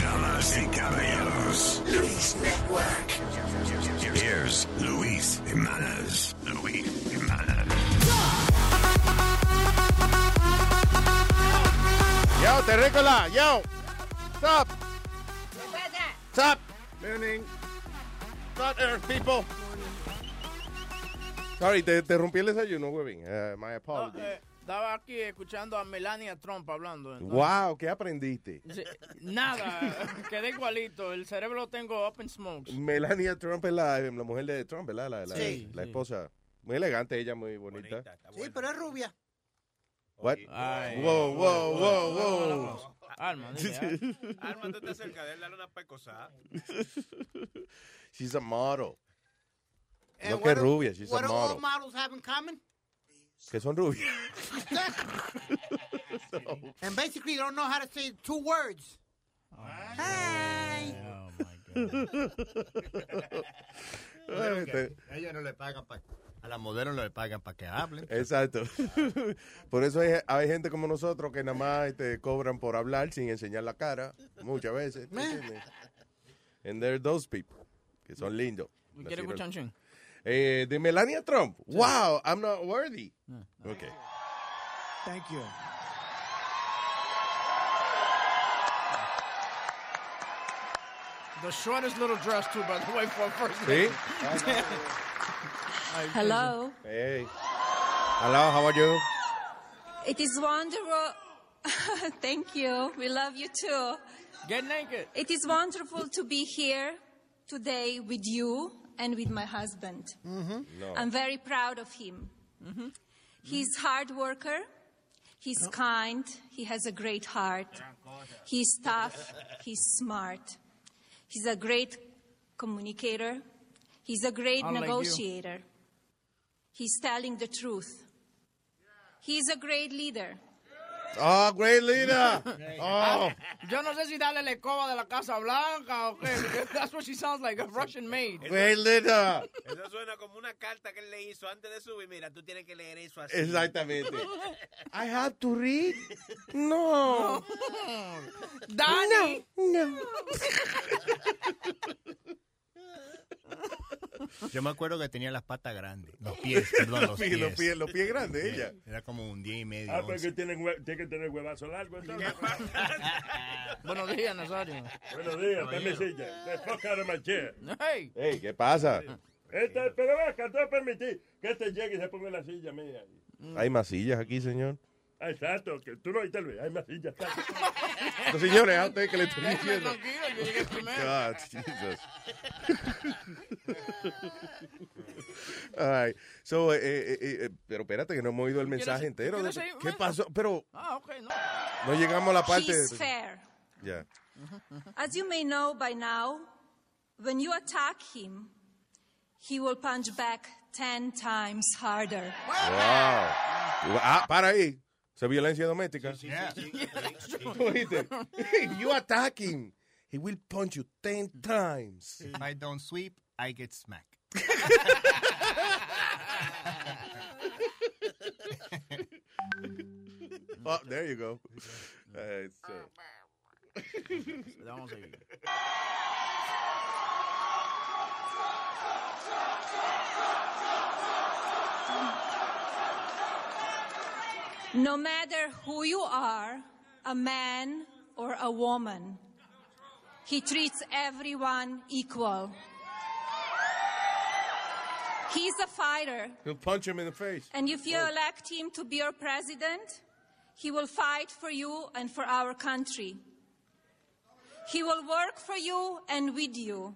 Damas y caballeros, Luis Network. Here's Luis Jimenez. Luis Jimenez. Yo, terrícola, yo. Stop, stop. Morning. Stop, Earth people. Sorry, te te rompí el desayuno, huevín. Eh, my No, apologies. eh, estaba aquí escuchando a Melania Trump hablando. entonces- Wow, ¿qué aprendiste? Sí, Nada, quedé igualito. El cerebro lo tengo up in smokes. Melania Trump es la, la mujer de Trump, ¿verdad? La, la, Sí. la esposa. Muy elegante ella, muy bonita. Sí, pero es rubia. What? Ay. Wow, wow, wow, wow. Alma, dile, ah. Arma, tú estás cerca de él, dale una pecosada. She's a model. And No Eh, what que do- rubia, she's What a do all model. models have in common? Que son rubias. And basically, they don't know how to say two words. Hi. Oh, my God. Te- Ellos no le pagan para... A las modelos no le pagan para que hablen. Exacto. Por eso hay, hay gente como nosotros que nada más te cobran por hablar sin enseñar la cara, muchas veces. ¿tú entiendes? And there are those people que son lindos. ¿Quieres escuchar un ching? Eh, de Melania Trump. Wow, I'm not worthy. Ah. Okay. Thank you. The shortest little dress, too, by the way, for a first ¿Sí? Ah, lady. Ay, Hello. Hey. Hello, how are you? It is wonderful. Thank you. We love you too. Get naked. It is wonderful to be here today with you and with my husband. I'm very proud of him. He's hard worker. He's kind. He has a great heart. He's tough. He's smart. He's a great communicator. He's a great Unlike you. negotiator. He's telling the truth. He's a great leader. Oh, great leader. Oh, Yo no sé si darle la escoba de la Casa Blanca o qué. because That's what she sounds like, a Russian maid. great leader. Eso suena como una carta que él le hizo antes de subir. Mira, tú tienes que leer eso así. Exactamente. I have to read. No. Dani. No. Yo me acuerdo que tenía las patas grandes. Los pies, perdón, los pies. Los pies, los pies grandes ella. Era como un 10 y medio. Ah, pero que 11. tiene, hue- tiene que tener huevazo largo. Entonces. Buenos días, Nazario. Buenos días, dame silla. The fuck out of my chair. Hey. Hey, ¿qué pasa? Este, pero ven acá, te voy a permitir que este llegue y se ponga en la silla mía. Hay más sillas aquí, señor. Ah, Exacto, que tú no oíste, Luis. Hay más sillas. exacto. Los señores, a usted que le estoy Déjame diciendo. Oh, tranquilo, yo llegué primero. God, Jesus. All right. So, eh, eh, eh, eh, pero espérate que no hemos oído el mensaje quieres- entero. tú quieres seguir? ¿Qué pasó? Pero Ah, ok, no. no llegamos a la parte. He's de- fair. Ya. As you may know by now, when you attack him, he will punch back 10 times harder. Wow. Ah, para ahí. Esa violencia doméstica. ¿Tú oíste? You attacking. He will punch you ten times. If I don't sweep, I get smacked. Oh, there you go. Eh, so- Vamos a seguir. No matter who you are, a man or a woman, he treats everyone equal. He's a fighter, He'll punch him in the face. and if you elect him to be your president, he will fight for you and for our country. He will work for you and with you,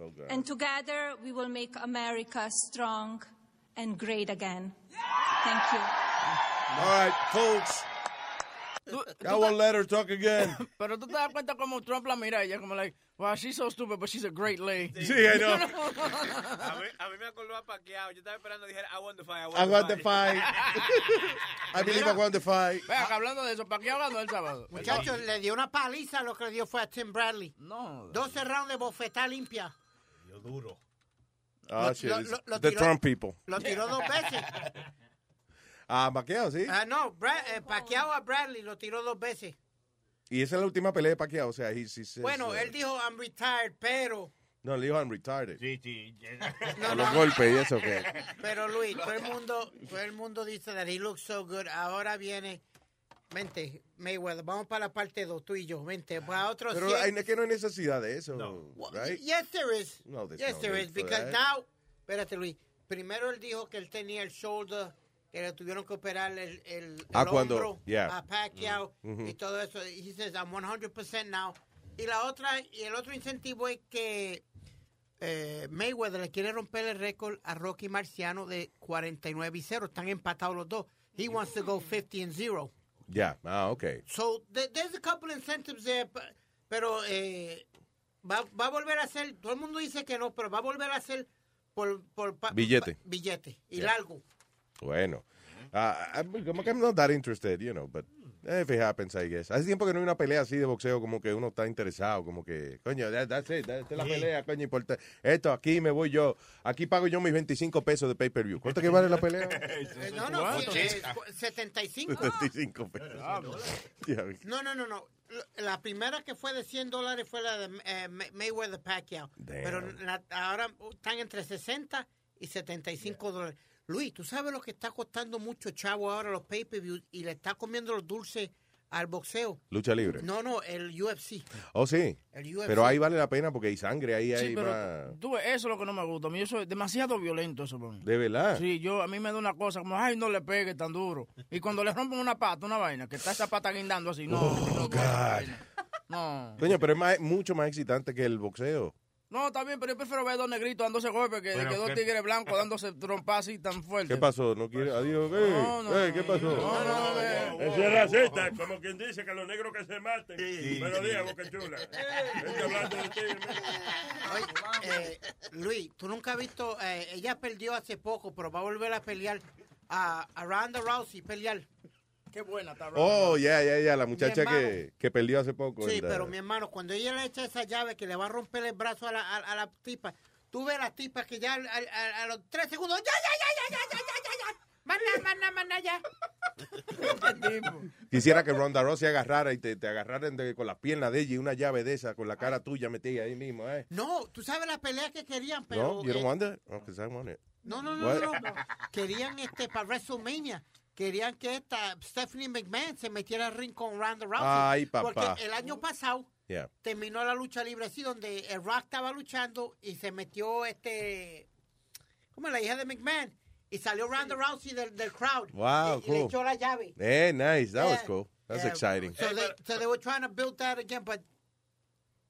Oh, God. and together we will make America strong and great again. Thank you. All right, folks. Tú- I won't let her talk again. Pero tú te das cuenta como Trump la mira a ella, como like, wow, she's so stupid, but she's a great lady. Sí, I know. A mí, a mí me acordó a Paquiao. Yo estaba esperando, dijera, I want the fight, I want, I want the the fight. fight. I believe I want the fight. Vea, que hablando de eso, ¿para qué hablando el sábado? Muchachos, le dio una paliza, lo que le dio fue a Tim Bradley. No. 12 rounds de bofetá limpia. Ah, Lo- shit. lo- it's lo- lo the tiró. Trump people. Lo tiró dos veces. Ah, Pacquiao, sí. Ah, no, Bra eh, Pacquiao a Bradley lo tiró dos veces. Y esa es la última pelea de Pacquiao. O sea, he, he says, Bueno, uh, él dijo, I'm retired, pero... No, le dijo I'm retarded. Sí, sí. A los golpes y eso que. Pero Luis, todo el mundo, todo el mundo dice that he looks so good. Ahora viene, vente, Mayweather, vamos para la parte 2, tú y yo, vente, para otro Pero cien- hay, es que no hay necesidad de eso. Well, Right? Yes, there is. No, there's yes, no there need is, for because that. now, espérate Luis, primero él dijo que él tenía el shoulder, que le tuvieron que operar el, el, el Ah, cuando- hombro yeah. Mm-hmm, a Pacquiao y todo eso. He says, I'm 100% now. Y la otra, y el otro incentivo es que eh, Mayweather le quiere romper el récord a Rocky Marciano de 49 y 0. Están empatados los dos. He wants to go 50 and 0. Ya. Ah, ok. So, th- there's a couple incentives there, p- pero eh, va, va a volver a ser, todo el mundo dice que no, pero va a volver a ser por, por pa- Billete. pa- billete y Yeah. largo. Bueno. Mm-hmm. Ah, I'm, como que I'm not that interested, you know, but Mm. if it happens, I guess. Hace tiempo que no hay una pelea así de boxeo como que uno está interesado, como que, coño, that- that's it, that- esta es la pelea, coño, importa. Esto, aquí me voy yo, aquí pago yo mis 25 pesos de pay-per-view. ¿Cuánto Este que vale la pelea? Eh, no, no, sí, eh, cu- 75. 25 pesos. Ah, Ya, No, no, no, no. Lo- La primera que fue de 100 dólares fue la de eh, May- Mayweather Pacquiao. Damn. Pero la- ahora uh, están entre 60 y 75 dólares. Luis, ¿tú sabes lo que está costando mucho chavo ahora los pay-per-views y le está comiendo los dulces al boxeo? Lucha libre. No, no, el UFC. Oh, sí. El UFC. Pero ahí vale la pena porque hay sangre, ahí hay Sí, pero más. tú ves, eso es lo que no me gusta. A mí yo soy demasiado violento eso para mí. De verdad. Sí, yo, a mí me da una cosa como, ay, no le pegue tan duro. Y cuando le rompen una pata, una vaina, que está esa pata guindando así, no, no, Oh, God. vaina. no. Coño, pero es más- mucho más excitante que el boxeo. No, está bien, pero yo prefiero ver dos negritos dándose golpes que, Bueno, que dos ¿qué- tigres blancos dándose trompas así tan fuerte. ¿Qué pasó? ¿No quiere? Adiós. Ey, No, no, ey, ¿Qué pasó? No, no, no. Eso es racista, como quien dice que los negros que se maten. Buenos días, Boca Chula. Vente hablando de ti, hermano. Oye, eh, Luis, tú nunca has visto, eh, ella perdió hace poco, pero va a volver a pelear a, a Ronda Rousey, pelear. Qué buena está Ronda. Oh, ya, ya, ya, la muchacha hermano. que, que perdió hace poco. Sí, en la- pero mi hermano, cuando ella le echa esa llave que le va a romper el brazo a la, a, a la tipa, tú ves las tipas que ya al- al- al- a, los tres segundos, ya, ya, ya, ya, ya, ya, ya, ya, ya, maná, maná, maná, ya. Quisiera que Ronda Rousey agarrara y te, te agarraran de- con las piernas de ella y una llave de esa con la cara tuya metida ahí mismo, ¿eh? No, tú sabes la pelea que querían, pero... No, you don't eh, want that? Oh, 'cause I want it. No, no, no, What? no, no. Querían este para WrestleMania. Querían que esta Stephanie McMahon se metiera al ring con Ronda Rousey. Ay, papá. Porque el año pasado Yeah. terminó la lucha libre así, donde el Rock estaba luchando y se metió este. ¿Cómo? es? La hija de McMahon. Y salió Ronda Rousey del, del crowd. Wow, y, y le cool. echó la llave. Eh, nice. That was Yeah. cool. That's Yeah. exciting. So they, so they were trying to build that again, but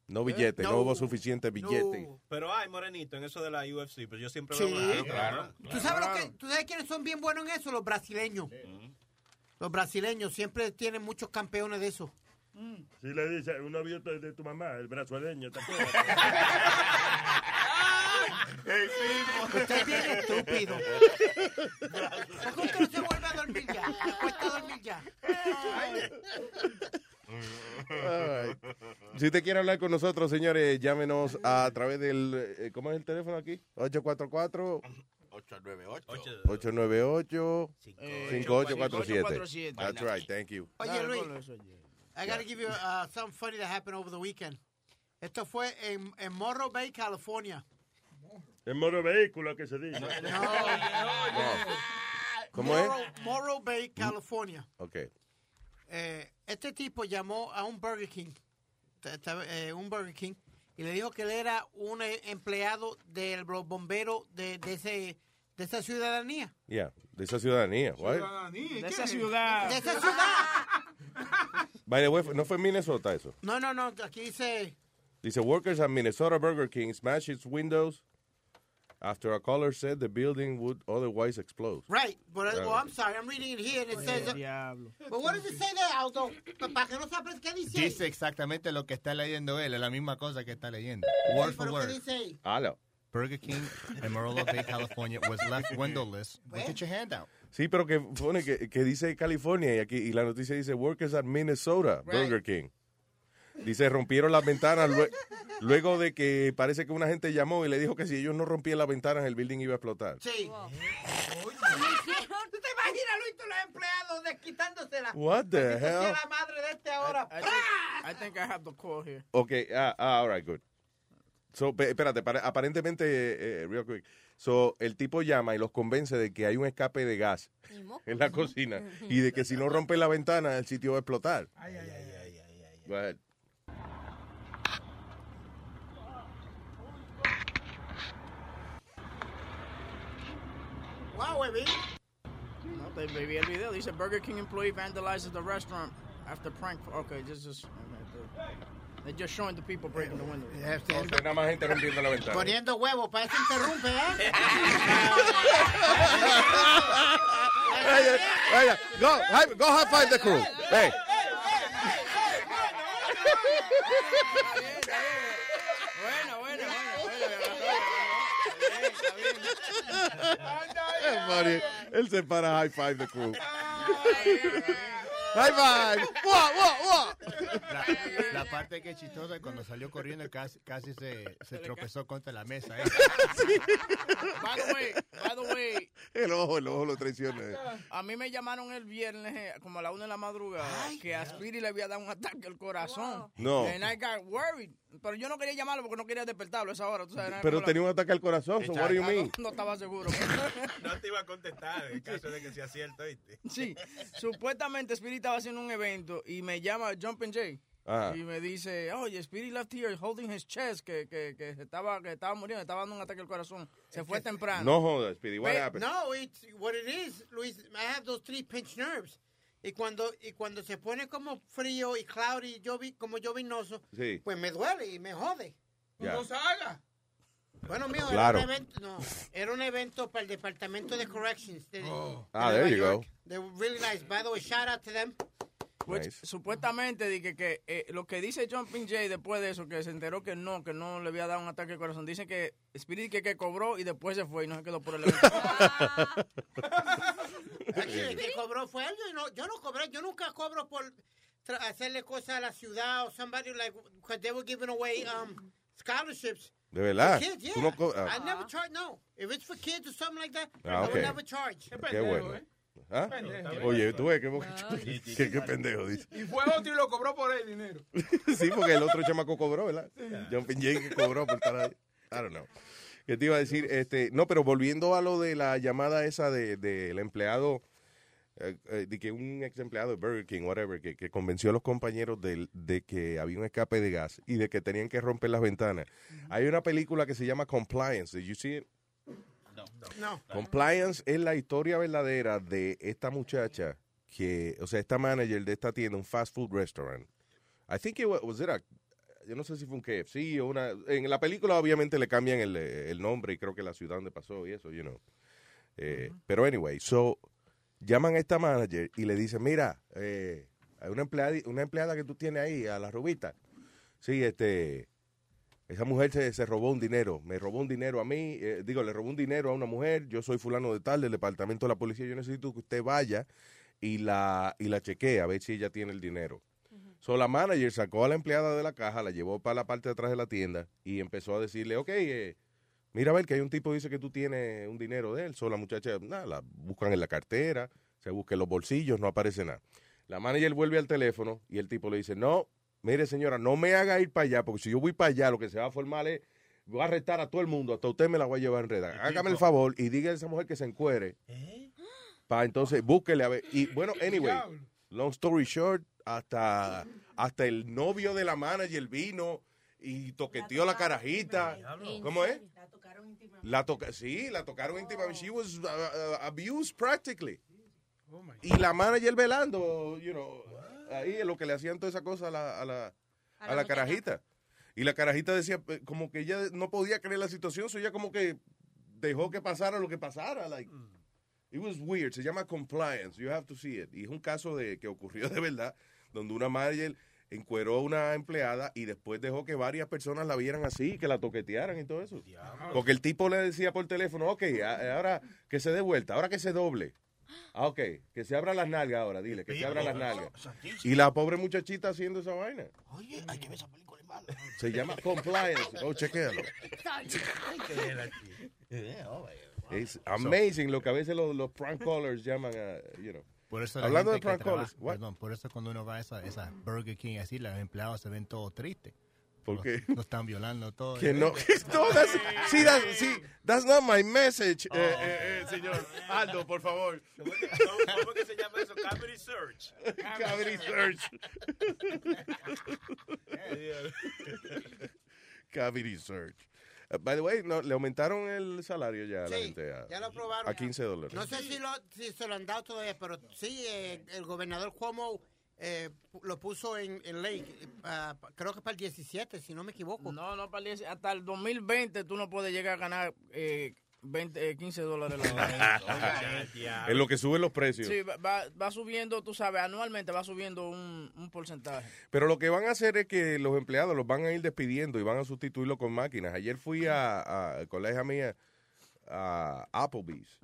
No billete, no, No. hubo suficiente billete. no. Pero hay morenito en eso de la UFC, pues yo siempre Sí. veo moreno. Claro. ¿Tú sabes, lo que, ¿Tú sabes quiénes son bien buenos en eso? Los brasileños. Mm-hmm. Los brasileños siempre tienen muchos campeones de eso. Si le dice un novio de de tu mamá, el brazueleño, ¿te acuerdas? Usted es bien estúpido. ¿Por qué usted no se vuelve a dormir ya? Acuesta a dormir ya. All right. Si usted quiere hablar con nosotros, señores, llámenos a través del. eh, ¿Cómo es el teléfono aquí? 844-898. 5847. 5847. That's right, thank you. Oye, Eh, Dale, Luis, ponlo eso allí. I gotta give you uh, something funny that happened over the weekend. Esto fue en, en Morro Bay, California. El moro vehículo que se dice. Ah, ¿Cómo es? Morro, Morro Bay, California. Ok. Eh, este tipo llamó a un Burger King, ta- ta- eh, un Burger King, y le dijo que él era un eh, empleado de los bomberos de, de, ese, de esa ciudadanía. Yeah, de esa ciudadanía. What? De esa ciudad. ¡De esa ciudad! By the way, no fue en Minnesota eso. No, no, no, aquí dice... Dice, workers at Minnesota Burger King smash its windows after a caller said the building would otherwise explode. Right. But, Right. Oh, I'm sorry. I'm reading it here and it says. Diablo. But what does it say there, Aldo? Para que no sabes qué dice. Dice exactamente lo que está leyendo él, es la misma cosa que está leyendo. Sí, Word for pero ¿qué word. dice ahí? Hello. Burger King, Amarillo Bay, California was left windowless. Pues. Look at your hand out. Sí, pero que pone que, que dice California y aquí y la noticia dice workers at Minnesota Burger King. Dice rompieron las ventanas lue- luego de que parece que una gente llamó y le dijo que si ellos no rompían las ventanas el building iba a explotar. Sí. ¿Tú te imaginas, Luis, todos los empleados desquitándosela? What the Maldito sea hell? la madre de este ahora. I think, I think I have the call here. Okay, ah, ah, all right, good. So, pe- espérate, para- aparentemente, eh, eh, real quick. So, el tipo llama y los convence de que hay un escape de gas en la cocina y de que si no rompe la ventana, el sitio va a explotar. Go ahead. Wow, huevín. No, they they vi el video. Dice Burger King employee vandalizes the restaurant after prank. Okay, this is. They're just showing the people breaking the window. Entonces, nada más gente rompiendo la ventana. Poniendo huevo, para eso interrumpe, ¿eh? Hey, hey, hey, hey, go, hi- go high five the crew. Hey. Bueno, bueno, Qué funny. Él se para high five the crew. high five. What, what, what? La, la parte que es chistosa es cuando salió corriendo casi, casi se, se tropezó contra la mesa. ¿eh? By the way, by the way, El ojo, el ojo lo traiciona. a mí me llamaron el viernes eh, como a la una de la madrugada que a Spiri le había dado un ataque al corazón. No. And I got worried. Pero yo no quería llamarlo porque no quería despertarlo a esa hora. tú sabes, era Pero como la- tenía un ataque al corazón. So what do you mean? No estaba seguro. No te iba a contestar en caso de que sea cierto, ¿viste? Sí, supuestamente Spirit estaba haciendo un evento y me llama Jumpin' Jay. Ajá. Y me dice, oye, Spirit left here holding his chest, que, que, que se estaba, que estaba muriendo, estaba dando un ataque al corazón. Se fue temprano. No jodas, Speedy. What Ve- happened? No, it's what it is, Luis. I have those three pinched nerves. Y cuando, y cuando se pone como frío y cloudy, yo vi, como llovinoso, Sí. pues me duele y me jode. Ya. Bueno, mijo, Claro. era, un evento, no, era un evento para el Departamento de Corrections. De, Ah, de there Nueva you go. York. They were really nice. By the way, shout out to them. Which, Nice. Supuestamente dije que eh, lo que dice Jumpin' Jay después de eso, que se enteró que no, que no le había dado un ataque al corazón. Dice que Spirit que, que cobró y después se fue y no se quedó por el evento. Actually, el que cobró fue él. Yo no, yo no cobré. Yo nunca cobro por tra- hacerle cosas a la ciudad o somebody like, because they were giving away um, scholarships. De verdad. Kids, yeah. Tú no co- ah, I never charge, no. If it's for kids or something like that, Ah, I okay. would never charge. qué bueno. ¿Ah? Oye, tú ves qué boca chula. qué, qué pendejo dice. Y fue otro y lo cobró por el dinero. Sí, porque el otro chamaco cobró, ¿verdad? John Pinjay que cobró por estar ahí. I don't know. ¿Qué te iba a decir? Este, no, pero volviendo a lo de la llamada esa del de, del empleado, eh, eh, de que un ex empleado de Burger King, whatever, que, que convenció a los compañeros del- de, que había un escape de gas y de que tenían que romper las ventanas. Hay una película que se llama Compliance. Did you see it? No. Compliance es la historia verdadera de esta muchacha que, o sea, esta manager de esta tienda, un fast food restaurant. I think it was, was it a- yo no sé si fue un KFC o una, en la película obviamente le cambian el, eh, el nombre y creo que la ciudad donde pasó y eso, you know. Eh, Pero anyway, so, llaman a este esta manager y le dicen, mira, eh, hay una empleada, una empleada que tú tienes ahí, a la rubita. Sí, este, esa mujer se, se robó un dinero, me robó un dinero a mí, eh, digo, le robó un dinero a una mujer, yo soy fulano de tal, del departamento de la policía, yo necesito que usted vaya y la, y la chequee a ver si ella tiene el dinero. So la manager sacó a la empleada de la caja, la llevó para la parte de atrás de la tienda y empezó a decirle, ok, eh, mira a ver que hay un tipo que dice que tú tienes un dinero de él. So la muchacha, nada, la buscan en la cartera, se busca en los bolsillos, no aparece nada. La manager vuelve al teléfono y el tipo le dice, no, mire señora, no me haga ir para allá, porque si yo voy para allá, lo que se va a formar es, voy a arrestar a todo el mundo, hasta usted me la voy a llevar enredada. Hágame el favor y diga a esa mujer que se encuere. Para entonces, búsquele a ver. Y bueno, anyway, long story short, hasta, hasta el novio de la manager vino y toqueteó la carajita. ¿Cómo es? La toca sí, la tocaron íntimamente. She was uh, uh, abused practically. y la manager velando, you know, ahí es lo que le hacían toda esa cosa a la, a la, a la carajita. Y la carajita decía, eh, como que ella no podía creer la situación, so ella como que dejó que pasara lo que pasara. Like, It was weird. Se llama compliance. You have to see it. Y es un caso de que ocurrió de verdad, donde una manager encueró a una empleada y después dejó que varias personas la vieran así, que la toquetearan y todo eso. Porque el tipo le decía por teléfono, ok, a- eh, ahora que se dé vuelta, ahora que se doble. Ah, ok, que se abra las nalgas ahora, dile, que se abra las nalgas. Y la pobre muchachita haciendo esa vaina. Oye, hay que ver esa película. Se llama compliance. Oh, chequéalo. Hay que verla, tío. Yeah, oh, yeah. Es amazing lo que a veces los, los prank callers llaman a, you know. Por eso la Hablando de gente que prank trabaja- callers, what? perdón, por eso cuando uno va a esa, esa Burger King así, los empleados se ven todos tristes. ¿Por Los- qué? Los están violando todo. ¿eh? Que no, que no, that's, see, that's, see, that's not my message, eh, eh, eh, señor. Aldo, por favor. ¿Cómo que se llama eso? Cavity Search. Cavity Search. Cavity Search. Uh, by the way, no, le aumentaron el salario ya a la Sí, gente a, ya lo aprobaron. a 15 dólares. No sé si, lo, si se lo han dado todavía, pero sí, eh, el gobernador Cuomo eh, lo puso en, en ley, eh, pa- pa- creo que para el 17, si no me equivoco. No, no, para el 10 hasta el 2020 tú no puedes llegar a ganar eh, 20, eh, 15 dólares la hora. En lo que suben los precios. Sí, va, va- va subiendo, tú sabes, anualmente va subiendo un, un porcentaje. Pero lo que van a hacer es que los empleados los van a ir despidiendo y van a sustituirlo con máquinas. Ayer fui a, a- con la hija mía a Applebee's.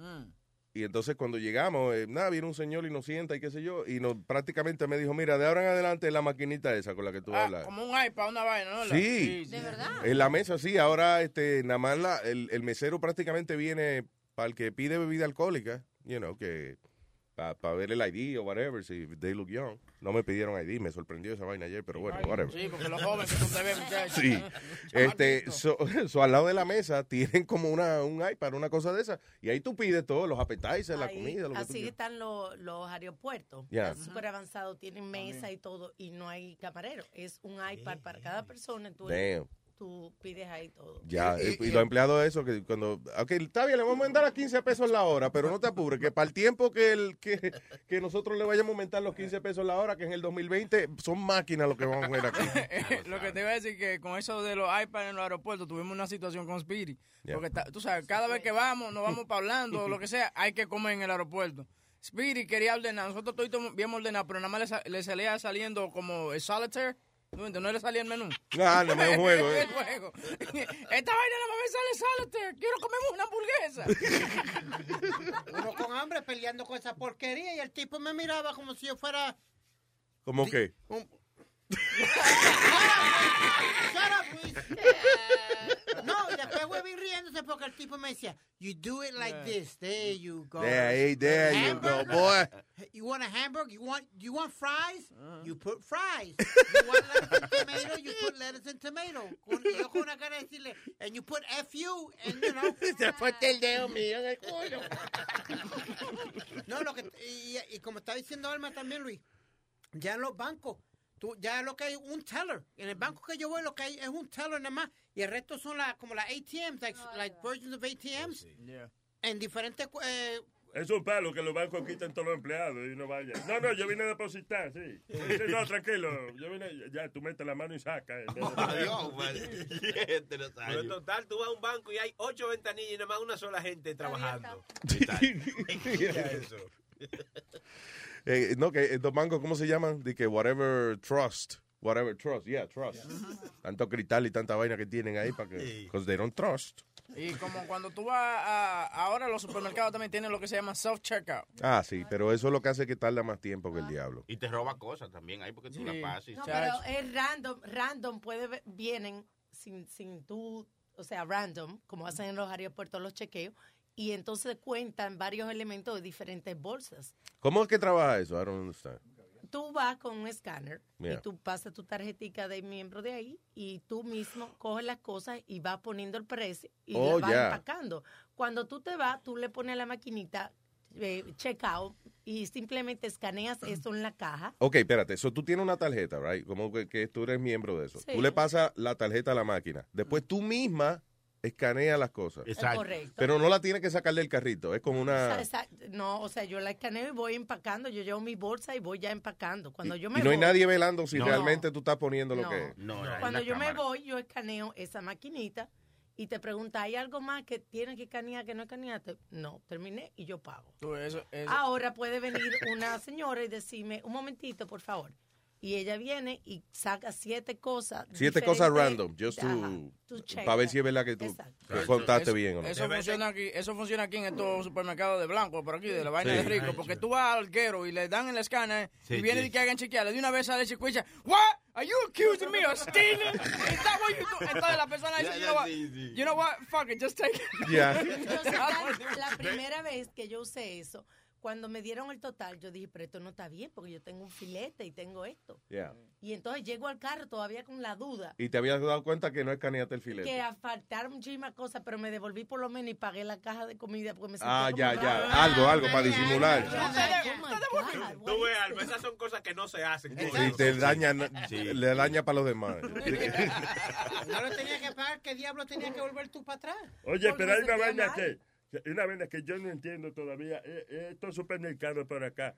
Y entonces cuando llegamos, eh, nada, viene un señor y nos sienta y qué sé yo. Y nos, prácticamente me dijo, mira, de ahora en adelante es la maquinita esa con la que tú hablas. Como un iPad, una vaina, ¿no? La- Sí. Eh, ¿De verdad? En la mesa, sí. Ahora, este, nada más la- el, el mesero prácticamente viene para el que pide bebida alcohólica, you know, que para ver el ID o whatever, si they look young. No me pidieron ID, me sorprendió esa vaina ayer, pero bueno, whatever. Sí, porque los jóvenes que usted ve, muchachos. Sí. Este, so, so al lado de la mesa tienen como una, un iPad, una cosa de esa. Y ahí tú pides todo, los appetizers, la Ahí, comida, lo que tú así quieras. están lo- los aeropuertos. Ya. Es súper avanzado, tienen mesa y todo, y no hay camarero. Es un iPad para cada persona. Tú, Damn. tú pides ahí todo. Ya, eh, y, los empleados de eso, que cuando, ok, está bien, le vamos a mandar a 15 pesos la hora, pero no te apures, que para el tiempo que, el, que, que nosotros le vayamos a aumentar los 15 pesos la hora, que en el 2020 son máquinas lo que van a jugar aquí. Eh, lo que te iba a decir que con eso de los iPads en los aeropuertos tuvimos una situación con Spirit. Ya. Porque ta- tú sabes, cada vez que vamos, nos vamos para hablando o lo que sea, hay que comer en el aeropuerto. Spirit quería ordenar, nosotros todos bien ordenados, pero nada más le, sa- le salía saliendo como el solitaire. ¿No, entiendes? no le salía el menú. Ah, no, no es un juego, eh. El juego. Esta vaina nada más me sale solitaire. Quiero comer una hamburguesa. Uno con hambre peleando con esa porquería y el tipo me miraba como si yo fuera... ¿Cómo que? Shut up, Luis. No, y después volví riéndose porque el tipo me decía, you do it like this, there you go. There, hey, there you go, boy. You want a hamburger? You want you want fries? You put fries. You want lettuce and tomato? You put lettuce and tomato. Con, yo con una cara de decirle, and you put fu and you know. Se fue el dedo mío en el culo. No, lo que y, y como está diciendo Alma también Luis, ya en los bancos, tú, ya lo que hay un teller. En el banco que yo voy lo que hay es un teller nada más y el resto son las como las ATMs, like, like versions of ATMs en diferentes cu- eh, Es un palo que los bancos quitan todos los empleados y uno vaya. No, no, yo vine a depositar, sí. Dice, no, tranquilo, yo vine, ya, tú metes la mano y saca. eh. Adiós, madre. Pero en total, tú vas a un banco y hay ocho ventanillas y nada más una sola gente trabajando. Mira eso. Eh, no, que estos bancos, ¿cómo se llaman? De que whatever trust, whatever trust, yeah, trust. Tanto cristal y tanta vaina que tienen ahí para que, because they don't trust. y como cuando tú vas a, ahora los supermercados también tienen lo que se llama self-checkout. Ah, sí, pero eso es lo que hace que tarda más tiempo que el diablo. Y te roba cosas también ahí porque tú la pasas. y- No, pero es random, random, puede ver- vienen sin, sin tú, o sea, random, como hacen en los aeropuertos los chequeos, y entonces cuentan varios elementos de diferentes bolsas. ¿Cómo es que trabaja eso? I don't understand. Tú vas con un escáner Yeah. y tú pasas tu tarjetita de miembro de ahí y tú mismo coges las cosas y vas poniendo el precio y Oh, las vas yeah. empacando. Cuando tú te vas, tú le pones a la maquinita eh, checkout y simplemente Mm. escaneas eso en la caja. Ok, espérate, eso tú tienes una tarjeta, right? Como que, que tú eres miembro de eso. Sí. Tú le pasas la tarjeta a la máquina. Después tú misma escaneas las cosas. Exacto. Correcto. Pero no la tienes que sacar del carrito, es como O sea, una... esa- no, o sea, yo la escaneo y voy empacando. Yo llevo mi bolsa y voy ya empacando. Cuando yo me Y no hay voy- nadie velando si No. realmente tú estás poniendo lo No. que es. No, Cuando yo me voy, yo escaneo esa maquinita y te pregunta, ¿hay algo más que tienes que escanear que no escaneaste? No, terminé y yo pago. Tú, eso- eso- Ahora puede venir una señora y decirme, un momentito, por favor. Y ella viene y saca siete cosas. Siete cosas diferentes. random, just Ajá, to, to check. para ver si es verdad que tú que contaste Eso- bien o no. Eso funciona, aquí, eso funciona aquí en estos supermercados de blanco, por aquí, de la vaina Sí. de rico. Porque tú vas al arquero y le dan el escáner Sí, eh, y viene sí. y que hagan chequearle. De una vez sale y escucha, ¿What? ¿Are you accusing me of stealing? ¿Is that what you do? Entonces la persona dice, you know what? You know what? Fuck it, just take it. Yeah. Entonces, ya la primera vez que yo usé eso, cuando me dieron el total, yo dije, pero esto no está bien porque yo tengo un filete y tengo esto. Yeah. Y entonces llego al carro todavía con la duda Y te habías dado cuenta que no escaneaste el filete. que a faltar muchísimas cosas, pero me devolví por lo menos y pagué la caja de comida porque me sentí Ah, como ya, rara. ya. Algo, algo para disimular. Tú ves, Alma, esas son cosas que no se hacen. Y te daña, le daña para los demás. No lo tenía que pagar, ¿qué diablo tenía que volver tú para atrás? Oye, pero hay Porque una se vaina mal. que, que- una vaina que yo no entiendo todavía. Eh, eh, Estos supermercados por acá.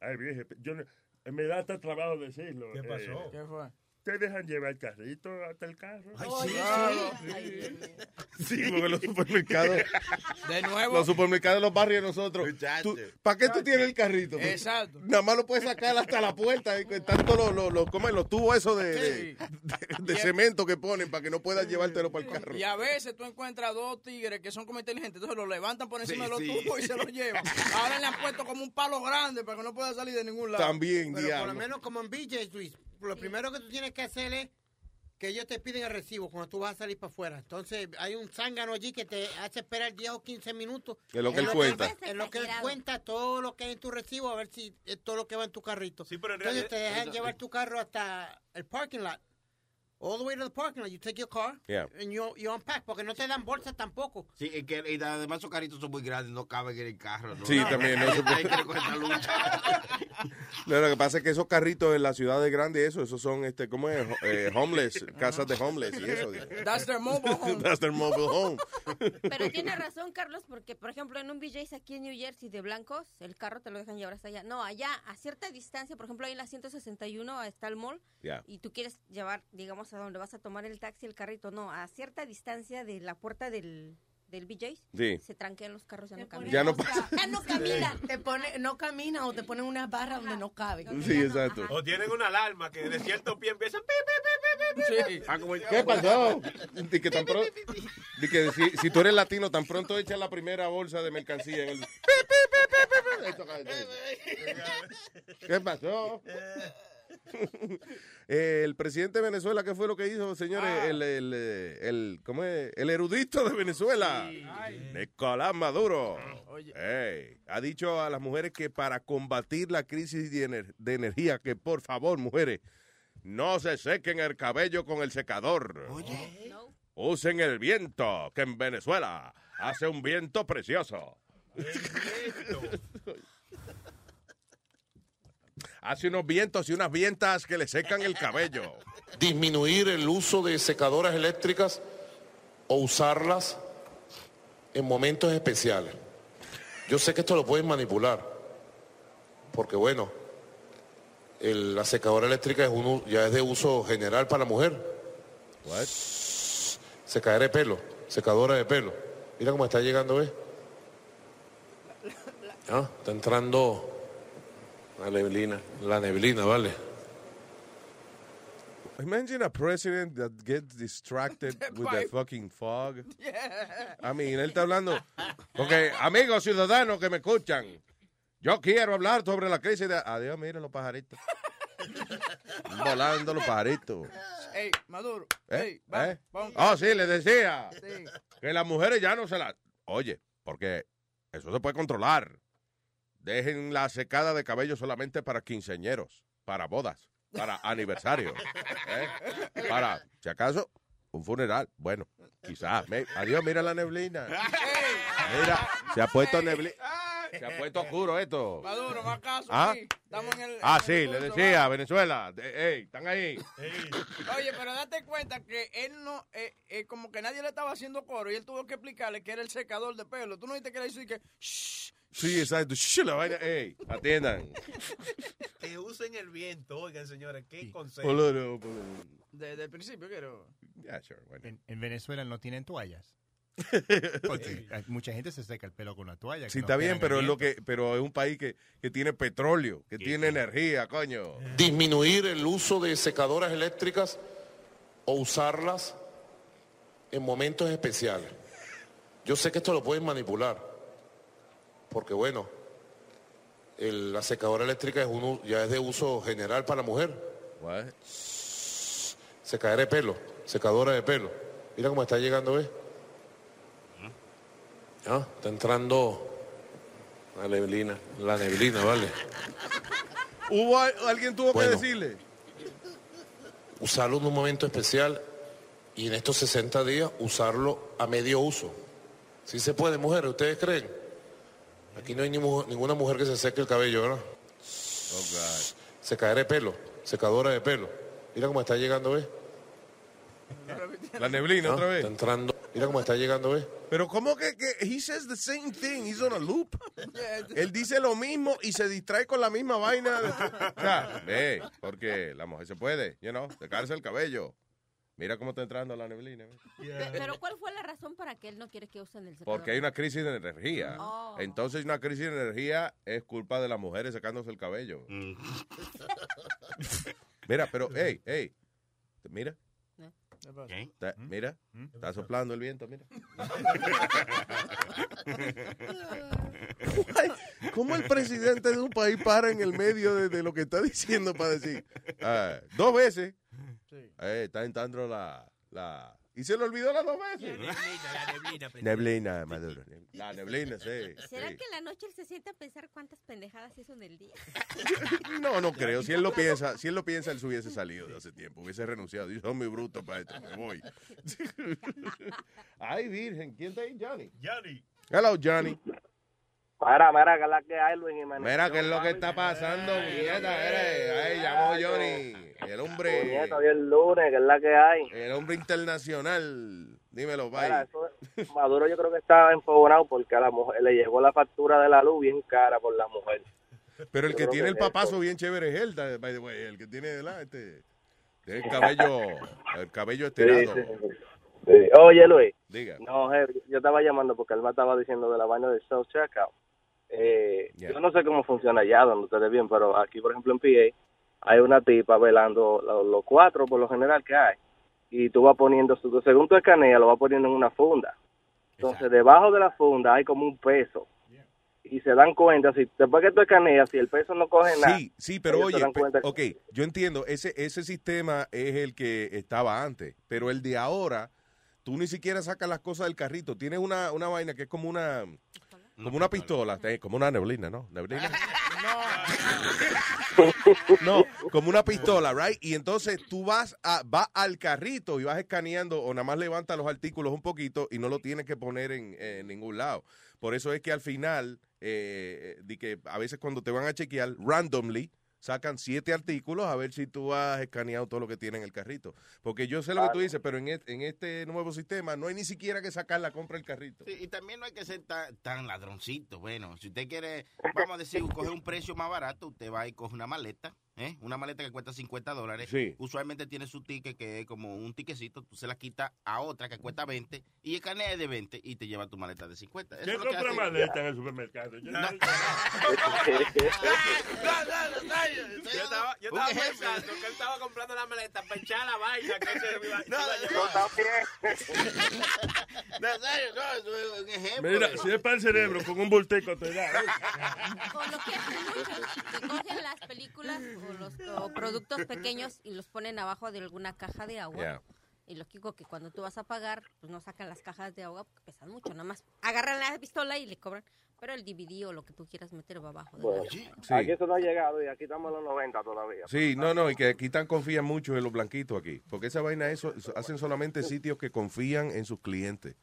Ay, viejo, yo no- eh, me da hasta trabajo decirlo. eh. ¿Qué pasó? ¿Qué fue? Te dejan llevar el carrito hasta el carro. Ay, sí. Claro. Sí, porque los supermercados. De nuevo. Los supermercados de los barrios de nosotros. ¿Para qué tú tienes el carrito? Exacto. Nada más lo puedes sacar hasta la puerta. eh, con Tanto los lo, lo- ¿cómo es? los tubos esos de, de- de cemento que ponen para que no puedas llevártelo para el carro. Y a veces tú encuentras dos tigres que son como inteligentes, entonces los levantan por encima Sí, de los sí. tubos y se los llevan. Ahora le han puesto como un palo grande para que no pueda salir de ningún lado. También, Pero por diablo. lo menos como en BJ's, Luis, lo primero que tú tienes que hacer es que ellos te piden el recibo cuando tú vas a salir para afuera. Entonces hay un zángano allí que te hace esperar 10 o 15 minutos. Es lo que él En cuenta. En lo que él cuenta todo lo que hay en tu recibo, a ver si es todo lo que va en tu carrito. Entonces realidad- te dejan Eso- llevar tu carro hasta el parking lot. All the way to the parking lot. You take your car Yeah. and you, you unpack porque no te dan bolsas tampoco. Sí, es que y además esos carritos son muy grandes, no caben en el carro. ¿no? Sí, también, no se puede. Hay que con esta lucha. No, Lo que pasa es que esos carritos en las ciudades grandes, eso, esos son, este, ¿cómo es? Eh, homeless, casas de homeless y eso. That's their mobile home. That's their mobile home. Pero tiene razón, Carlos, porque, por ejemplo, en un BJ's aquí en New Jersey de blancos, el carro te lo dejan llevar hasta allá. No, allá, a cierta distancia, por ejemplo, ahí en la 161 está el mall, Ya. y tú quieres llevar, digamos, a donde vas a tomar el taxi, el carrito. No, a cierta distancia de la puerta del, del BJ's, Sí. se tranquean los carros, ya no caminan. Ya no pasa. Ah, no camina, te pone, no camina o te ponen unas barras donde no cabe. Sí, exacto. O tienen una alarma que de cierto pie empiezan. pi, pi, pi, pi, pi, pi. ¿Qué pasó? Di que, tan pro- di que si, si tú eres latino, tan pronto echas la primera bolsa de mercancía en el... ¿Qué pasó? Eh, el presidente de Venezuela, ¿qué fue lo que hizo, señores? El, el, eh, el- ¿cómo es? El erudito de Venezuela, Nicolás Maduro. Ey, ha dicho a las mujeres que para combatir la crisis de, ener- de energía, que por favor, mujeres, no se sequen el cabello con el secador. Usen el viento, que en Venezuela hace un viento precioso. Hace unos vientos y unas vientas que le secan el cabello. disminuir el uso de secadoras eléctricas o usarlas en momentos especiales. Yo sé que esto lo pueden manipular, porque bueno, el- la secadora eléctrica es un u- ya es de uso general para la mujer. Secadora de pelo, secadora de pelo. Mira cómo está llegando, ¿ves? Ah, está entrando la neblina. La neblina, vale. Imagine a president that gets distracted with the By- fucking fog. I mean, él está hablando. Porque, amigos ciudadanos que me escuchan, yo quiero hablar sobre la crisis de. Adiós, miren los pajaritos. Volando los pajaritos. Ey, Maduro. ¿Eh? Ey, va- ¿Eh? vamos. Oh, sí, les decía Sí. que las mujeres ya no se las. Oye, porque eso se puede controlar. Dejen la secada de cabello solamente para quinceñeros, para bodas, para aniversarios. ¿eh? Para, si acaso, un funeral. Bueno, quizás. me- Adiós, mira la neblina. Mira, se ha puesto neblina. Se ha puesto oscuro esto. Maduro, más caso. ¿Ah? ah, sí. Estamos en el- Ah, en el sí, les punto, decía, va. Venezuela. de- ey, están ahí. Oye, pero date cuenta que él no, eh, eh, como que nadie le estaba haciendo coro y él tuvo que explicarle que era el secador de pelo. Tú no viste que le hizo y que. "Shh". Sí, exacto. Shh, la vaina. Ey, atiendan. Que usen el viento, oigan, señores, qué consejo. Poloro, poloro. Desde el principio, quiero. Yeah, sure, why not? En, en Venezuela no tienen toallas. Porque hay- mucha gente se seca el pelo con una toalla. que Sí, no está queda bien, pero es lo graniento. que, pero es un país que, que tiene petróleo, que tiene energía, coño. disminuir el uso de secadoras eléctricas o usarlas en momentos especiales. Yo sé que esto lo pueden manipular, porque bueno, el- la secadora eléctrica es uno, ya es de uso general para la mujer. Secadora de pelo, secadora de pelo. Mira cómo está llegando, ¿ves? Ah, está entrando la neblina, la neblina, ¿vale? Hubo al- alguien tuvo Bueno. que decirle. usarlo en un momento especial y en estos 60 días usarlo a medio uso. Si se puede, mujeres, ¿ustedes creen? Aquí no hay ni mu- ninguna mujer que se seque el cabello, ¿verdad? Oh, Se caerá de pelo, secadora de pelo. Mira cómo está llegando, ¿ves? ¿Ah? La neblina otra vez. Está entrando. Mira cómo está llegando, ¿ves? Pero cómo que, que he says the same thing, he's on a loop. Él dice lo mismo y se distrae con la misma vaina. O sea, ve, porque la mujer se puede, you know, secarse el cabello. Mira cómo está entrando la neblina. ¿ves? Pe- Pero ¿cuál fue la razón para que él no quiere que usen el secador? Porque hay una crisis de energía. Oh. Entonces una crisis de energía es culpa de las mujeres sacándose el cabello. Mira, pero, hey, hey, mira. Está- mira, está soplando el viento, mira. Why- ¿Cómo el presidente de un país para en el medio de, de lo que está diciendo para decir? Ah, dos veces. Eh, está entrando la, la... Y se le olvidó las dos veces. Neblina, Maduro. La neblina, sí. ¿Será sí. que en la noche él se sienta a pensar cuántas pendejadas hizo en el día? No, no creo. Si él lo piensa, si él lo piensa, él se hubiese salido de hace tiempo, hubiese renunciado. Yo soy muy bruto para esto, me voy. Ay, virgen, ¿quién está ahí? Johnny. Johnny. Hello, Johnny. Mira, mira, que la que hay, Luis Jiménez. Mira qué es lo que está pasando, puñeta. mire. Ahí llamó Johnny, el hombre, Puñeta, hoy es lunes, que es la que hay. el hombre internacional. Dímelo, Mira, bye. eso- Maduro yo creo que está enfogonado porque a la mujer le llegó la factura de la luz bien cara por la mujer. Pero el yo que creo tiene que el es eso. papazo bien chévere es él, da- by the way, el que tiene la, este, tiene el cabello, el cabello estirado. Sí, sí, Sí. Oye, Luis. Diga. No, jefe, yo estaba llamando porque Alma estaba diciendo de la vaina del self-checkout. Eh, Yo no sé cómo funciona allá donde ustedes bien, pero aquí, por ejemplo, en PA hay una tipa velando lo- los, cuatro, por lo general, que hay. Y tú vas poniendo, su- según tu escanea, lo vas poniendo en una funda. Entonces, debajo de la funda hay como un peso. Y se dan cuenta, si después que tú escaneas, si el peso no coge nada. Sí, sí, pero ellos se oye, dan pe- cuenta que- ok, yo entiendo, ese, ese sistema es el que estaba antes, pero el de ahora, tú ni siquiera sacas las cosas del carrito, tienes una, una vaina que es como una, como una pistola, eh, como una neblina, ¿no? Neblina. No, como una pistola, right? Y entonces tú vas a, va al carrito y vas escaneando o nada más levanta los artículos un poquito y no lo tienes que poner en, en ningún lado. Por eso es que al final, eh, eh, di que a veces cuando te van a chequear randomly, sacan siete artículos a ver si tú has escaneado todo lo que tiene en el carrito. Porque yo sé lo que tú dices, pero en este, en este nuevo sistema no hay ni siquiera que sacar la compra del carrito. Sí, y también no hay que ser tan, tan ladroncito. Bueno, si usted quiere, vamos a decir, coger un precio más barato, usted va y coge una maleta, ¿eh? una maleta que cuesta 50 dólares. Sí. Usualmente tiene su ticket que es como un tiquecito, tú se la quitas a otra que cuesta 20 y escanea de 20 y te lleva tu maleta de 50. Eso ¿Qué es lo que otra hace- maleta en el supermercado? Yo no- Yo estaba, yo estaba pensando que él estaba comprando la maleta para echar la vaina. Que se iba- No, en serio, no, eso es un ejemplo. Mira, si es para el cerebro, con un bultico te da. ¿eh? Con lo que hacen muchos, que cogen las películas o los o productos pequeños y los ponen abajo de alguna caja de agua. Yeah. Y lógico que cuando tú vas a pagar, pues no sacan las cajas de agua porque pesan mucho. Nada más agarran la pistola y le cobran. Pero el DVD o lo que tú quieras meter va abajo. de la- Bueno, Aquí eso no ha llegado y aquí estamos en los 90 todavía. Sí, no, no, y que aquí tan confían mucho en los blanquitos aquí, porque esa vaina eso hacen solamente sitios que confían en sus clientes.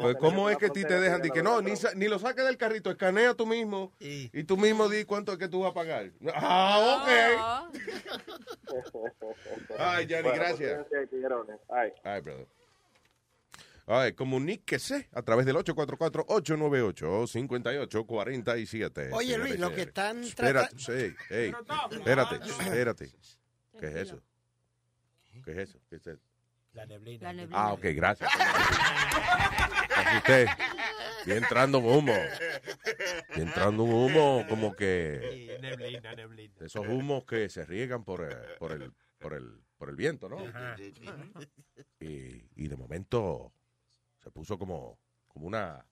Pues, ¿Cómo es que a ti te dejan? Di que no, ni, sa- ni lo saques del carrito, escanea tú mismo y tú mismo di cuánto es que tú vas a pagar. Ah, ok. Ay, Johnny, gracias. Ay, brother. Ay, comuníquese a través del 844-898-5847. señores Oye, Luis, y lo que señores. están Espérate, trata- sí, ey, espérate, espérate. ¿Qué es eso? ¿Qué es eso? ¿Qué es eso? La neblina. La neblina. Ah, ok, gracias. Así usted. Y entrando humo. Y entrando un humo como que. Sí, neblina, neblina. de Esos humos que se riegan por, eh, por, el, por, el, por el viento, ¿no? Ajá. Y, y de momento se puso como, como una.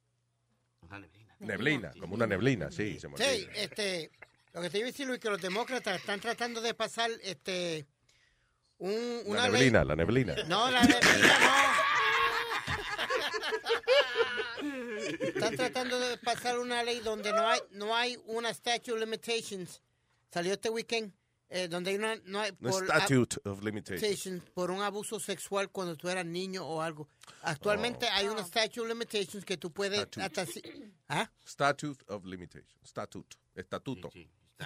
Neblina, como una neblina, sí. Se me Sí, olvida. este, lo que te iba a decir, Luis, que los demócratas están tratando de pasar este, un, una La ley- neblina, la neblina. No, la neblina no. Están tratando de pasar una ley donde no hay, no hay una statute of limitations. Salió este weekend eh, donde hay una- no hay... The por- statute of limitations. limitations por un abuso sexual cuando tú eras niño o algo. Actualmente hay una statute of limitations que tú puedes Oh. Statute. hasta si- Statute of limitations. Statute. Estatuto.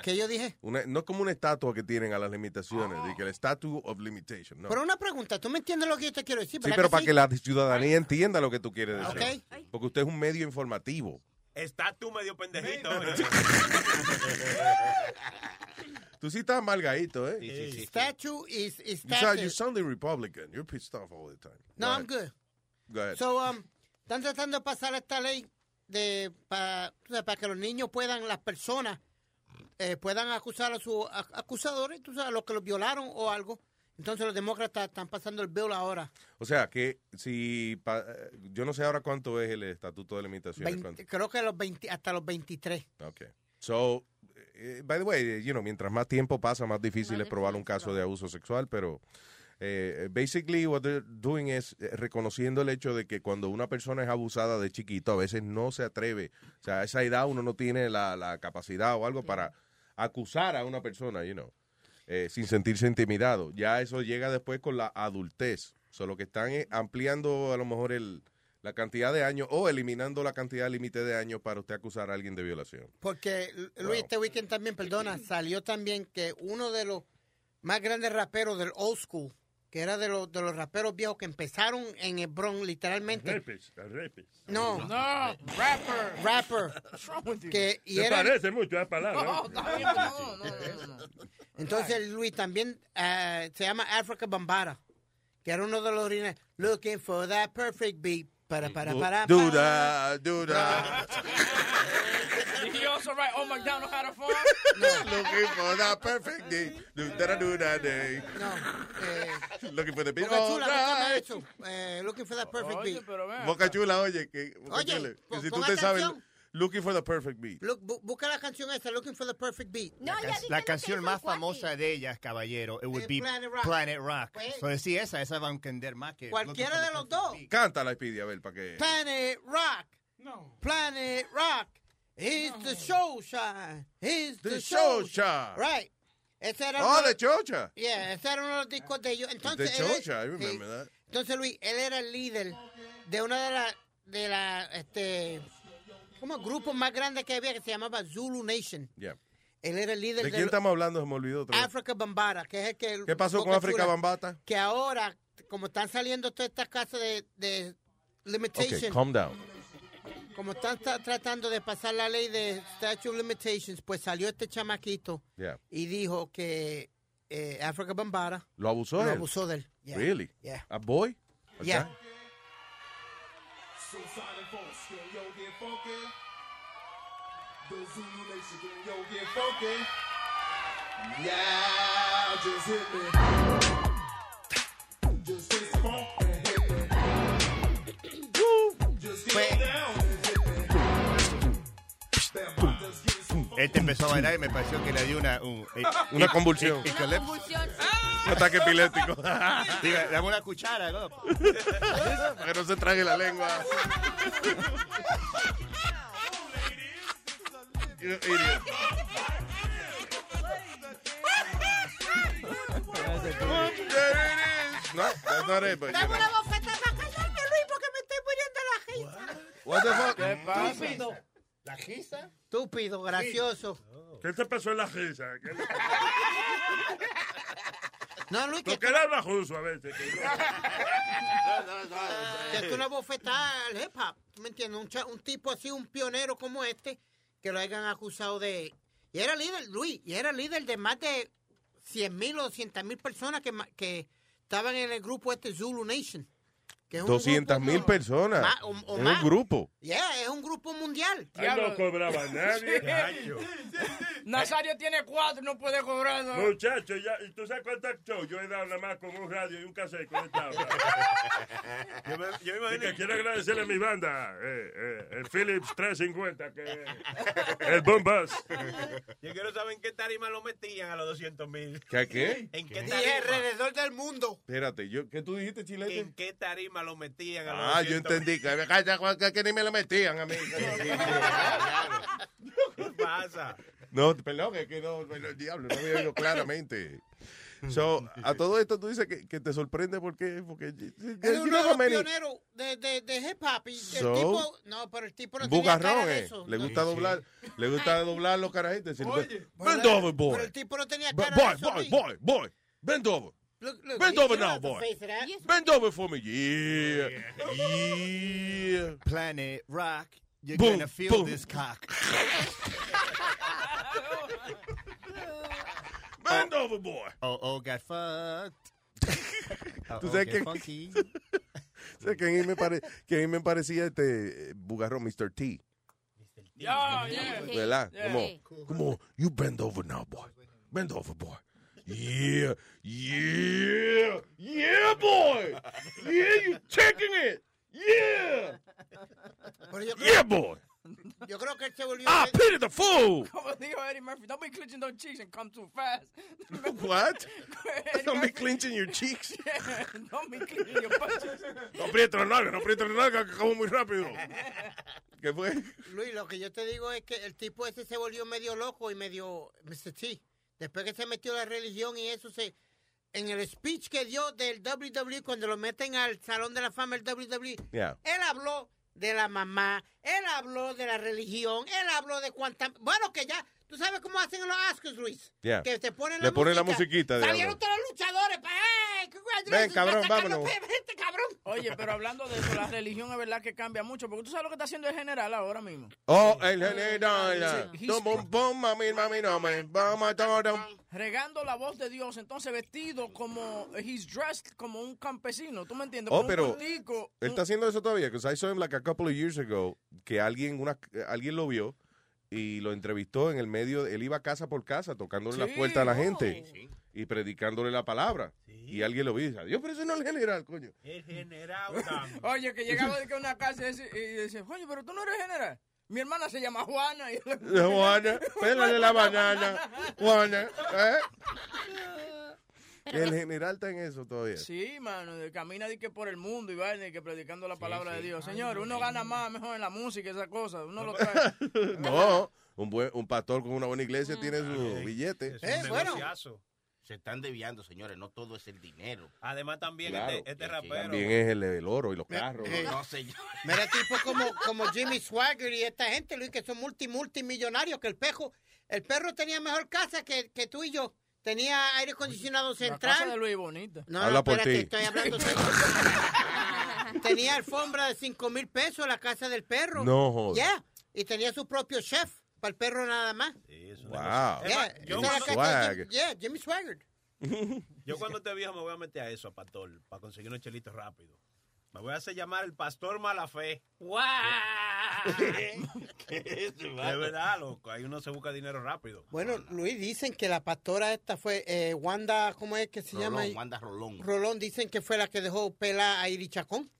¿Qué yo dije? Una- no es como una estatua que tienen a las limitaciones, de que el statute of limitation. No. Oh. Pero una pregunta, ¿tú me entiendes lo que yo te quiero decir? sí, ¿Verdad pero para sí? que la ciudadanía entienda lo que tú quieres Ah, decir. Porque usted es un medio informativo. Está tú medio pendejito. Tú sí estás amargadito, ¿eh? Statue is, is You sound, statute. you sound the Republican. You're pissed off all the time. No, Go I'm ahead. good. Go ahead. So, um, están tratando de pasar esta ley de para que los niños puedan, las personas eh, puedan acusar a sus ac- acusadores, tú sabes, a los que los violaron o algo. Entonces los demócratas están pasando el bill ahora. o sea, que si... pa- eh, yo no sé ahora cuánto es el estatuto de limitaciones. Veinte- cuánto- creo que los 20 hasta los 23. Okay. So, eh, by the way, eh, you know, mientras más tiempo pasa, más difícil es probar un caso de abuso sexual, pero eh, eh, basically what they're doing es eh, reconociendo el hecho de que cuando una persona es abusada de chiquito, a veces no se atreve, o sea, a esa edad uno no tiene la, la capacidad o algo para acusar a una persona, you know, eh, sin sentirse intimidado. Ya eso llega después con la adultez. Solo que están eh, ampliando a lo mejor el, la cantidad de años o eliminando la cantidad límite de años para usted acusar a alguien de violación. Porque Lu- Luis, este weekend también, perdona, salió también que uno de los más grandes raperos del old school, que era de los, de los raperos viejos que empezaron en el Bronx, literalmente. Repes, repes. No. No, rapper. Rapper. Que, y Se era- parece mucho a la palabra. No, ¿eh? no, no, Entonces, Luis, también eh, se llama Africa Bambara, que era uno de los originales. Looking for that perfect beat. Para, para, para. Duda, duda. Did he also write Old MacDonald had a farm? Looking for that perfect day. Do that, do that day. Looking for the big eh, Boca old Chula, ¿qué se llama ride. eso? Eh, looking for that perfect Oye, beat. pero vea. Boca Chula, oye. Que, Boca Oye, Chula, que pon- si tú ponga te sabes, atención. looking for the perfect beat. Look, bu- busca la canción esa, Looking for the Perfect Beat. La, can- la canción más famosa de ellas, caballero, it would Eh, be Planet Rock. Planet Rock. Pues- So, sí, esa, esa va a entender más que... Cualquiera de los dos. Cántala, Speedy, a ver, para que... Planet Rock. No. Planet Rock. It's the show shine. It's the, The show show shine. Right. Ese era Oh, uno- the chocha. Yeah, ese era uno de los discos de ellos. The Entonces, eh, él- chocha, I remember sí. that. Entonces, Luis, él era el líder de una de las, de la, este, como grupos más grandes que había que se llamaba Zulu Nation. Yeah. Él era el líder ¿De quién de estamos hablando? Se me olvidó otra vez. África Bambara, que es el que... ¿Qué pasó con Boca África Chula, Bambata? Que ahora, como están saliendo todas estas casas de, de limitation, Ok, calm down. como están tra- tratando de pasar la ley de Statute of Limitations, pues salió este chamaquito Yeah. y dijo que eh, África Bambara... ¿Lo abusó Lo él? abusó de él. Yeah. Really? Yeah. A boy? A Yeah. guy? Pues. Este empezó a bailar y me pareció que le dio una... un- eh, Una eh, convulsión. eh, Una epilepsia. Un ataque epiléptico. Diga, dame una cuchara, ¿no? Para que no se trague la lengua. You idiot. There it is. No, that's not it, but you know. bofetada para callarte, Luis, porque me estoy muriendo la risa. What the fuck? Estúpido. ¿La risa? Estúpido, gracioso. ¿Qué te pasó en la risa? ¿Qué le- No, Luis, Lo que le habla justo a veces. Que es una bofetada al hip hop. ¿Tú me entiendes? Un, cha- un tipo así, un pionero como este, que lo hayan acusado de. Y era líder, Luis, y era líder de más de 100 mil o 200 mil personas que, ma- que estaban en el grupo este Zulu Nation. Que es un 200 grupo mil como- personas. ma- o- o Es más. un grupo. Yeah, es un grupo mundial. Ahí no cobraba nadie. Eh. Nazario tiene cuatro, no puede cobrar. ¿no? Muchachos, ya, ¿y ¿tú sabes cuántos shows yo he dado nada más con un radio y un cassette conectado? yo me, que quiero agradecerle a mi banda, eh, eh, el Philips 350, que el Bombas. Yo quiero saber en qué tarima lo metían a los 200 mil. ¿Qué a qué? ¿En qué Y tarima? alrededor del mundo. Espérate, yo, ¿qué tú dijiste, que Chilete? ¿En qué tarima lo metían a los Ah, yo 200 mil? entendí. Que, que, que ni me lo metían a mí. ¿Qué pasa? No, perdón, es que no, no, el diablo, no había oído claramente. So, a todo esto tú dices que, que te sorprende porque porque Es you uno know de how los many- pioneros de, de, de hip hop. Y So, el tipo, no, pero el tipo no tenía cara bugarrón, de eh. eso. Le gusta Sí, sí. doblar, le gusta doblar los carajitos. decirle, Oye, bend pero- over, boy. pero el tipo no tenía B- cara boy, de eso, boy, sí. boy, boy, bend over. Look, look, Bend you over know now, the boy. face of that. Bend over for me. Yeah. Yeah. Planet Rock. You're Boom, gonna feel boom. this cock. Bend over, boy. Oh, oh, got fucked. Oh, Tú oh, sabes get que- funky. O sea, que a mí me, pare- que a mí me parecía este eh, bugarrón, Mr. T. Ya, yeah. ¿Verdad? Yeah. Como, como, you bend over now, boy. Bend over, boy. Yeah, yeah, yeah, boy. Yeah, you taking it. Yeah. Pero yo creo, Yeah, boy. yo creo que él se volvió. I Ah, pity the fool. Como dijo Eddie Murphy, don't be clenching those cheeks and come too fast. What? Don't be clenching your cheeks. Yeah, don't be clenching your punches. No aprieta la nalga, no aprieta la nalga, que acabo muy rápido. ¿Qué fue? Luis, lo que yo te digo es que el tipo ese se volvió medio loco y medio Mr. T. Después que se metió la religión y eso se en el speech que dio del WWE cuando lo meten al salón de la fama del WWE, Yeah. él habló de la mamá, él habló de la religión, él habló de cuánta bueno que ya tú sabes cómo hacen los Ascos, Luis, Yeah. que te ponen Le la ponen la musiquita, musiquita, diablo. salieron todos los luchadores, pa, ¡Ey! Ven, cabrón, Sacan los vámonos. pe- vente, cabrón. Oye, pero hablando de eso, la religión es verdad que cambia mucho, porque tú sabes lo que está haciendo el general ahora mismo. Oh, el general. Toma un bom, mami, mami, no me. Vamos a todo. Regando la voz de Dios, entonces vestido como, he's dressed como un campesino, ¿tú me entiendes? Oh, Como un pero- cortico, un- Él está haciendo eso todavía, because I saw him like a couple of years ago, que alguien, una, alguien lo vio y lo entrevistó en el medio, él iba casa por casa tocándole las Sí, puertas a la oh. gente y predicándole la palabra. Y alguien lo vio y dice, Dios, pero eso no es el general, coño. El general Dam. Oye, que llegaba de que a una casa y dice- y dice, oye, pero tú no eres general. Mi hermana se llama Juana. Y Juana, pélale la banana, Juana. ¿eh? El general está en eso todavía. Sí, mano, de- camina de que por el mundo y vaina, de que predicando la palabra de Dios. Señor, uno gana más mejor en la música, y esas cosas. Uno lo trae. No, un, buen, un pastor con una buena Mm. iglesia tiene su billete. Eh, Es Eh, un negociazo. Se están desviando, señores. No todo es el dinero. Además, también Claro. este, este rapero. También es el, el oro y los carros. eh, No, no, señor. Mira, tipo como, como Jimmy Swagger y esta gente, Luis, que son multi, multimillonarios, que el pejo, el perro tenía mejor casa que, que tú y yo. Tenía aire acondicionado La casa de central. Luis Bonita. No, Habla no, por espérate, ti. estoy hablando serio. Tenía alfombra de 5 mil pesos la casa del perro. No jodas. Ya. Y tenía su propio chef para el perro nada más. Wow. Yeah, yo esa es la casa de cuando- Jim- Swagger. yeah, Jimmy Swagger. Yo cuando te viejo me voy a meter a eso, a Pastor, para conseguir unos chelitos rápido. Me voy a hacer llamar el Pastor Malafé. De verdad, loco. Ahí uno se busca dinero rápido. Bueno, Luis, dicen que la pastora esta fue eh, Wanda, ¿cómo es que se llama? Rolón, ahí? Wanda Rolón. Rolón dicen que fue la que dejó pela a Iri Chacón.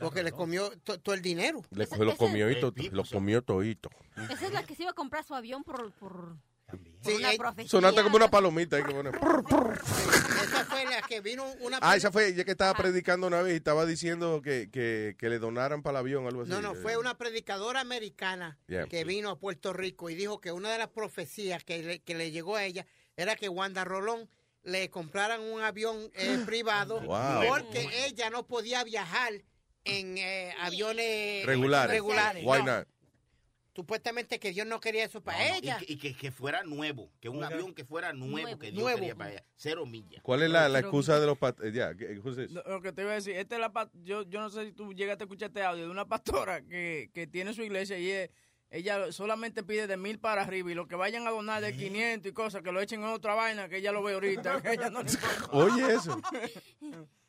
Porque le comió to- todo el dinero. Le, lo comió y to- lo comió todito. Esa es la que se iba a comprar su avión por, por, por Sí, una eh, profecía. Sonaste como una palomita. ahí que pone prr, prr. Esa fue la que vino una... Ah, esa fue ella que estaba predicando una vez y estaba diciendo que, que, que le donaran para el avión, algo así. Eh, No, no, fue una predicadora americana Yeah. que vino a Puerto Rico y dijo que una de las profecías que le, que le llegó a ella era que Wanda Rolón le compraran un avión eh, privado Wow. porque ella no podía viajar en eh, aviones Regulares. regulares. Why No. not? Supuestamente que Dios no quería eso para No, no, ella. Y, que, y que- que fuera nuevo, que un avión que fuera nuevo, que Dios Nuevo. quería para allá. Cero millas. ¿Cuál es la, la Pero- excusa de los pat- eh, Ya, ¿qué- who's this? Lo- Lo que te iba a decir, esta es la pa- yo, yo no sé si tú llegaste a escuchar este audio de una pastora que, que tiene su iglesia y es Ella solamente pide de mil para arriba y lo que vayan a donar de 500 y cosas, que lo echen en otra vaina, que ella lo ve ahorita. que ella no le importa. Oye, eso.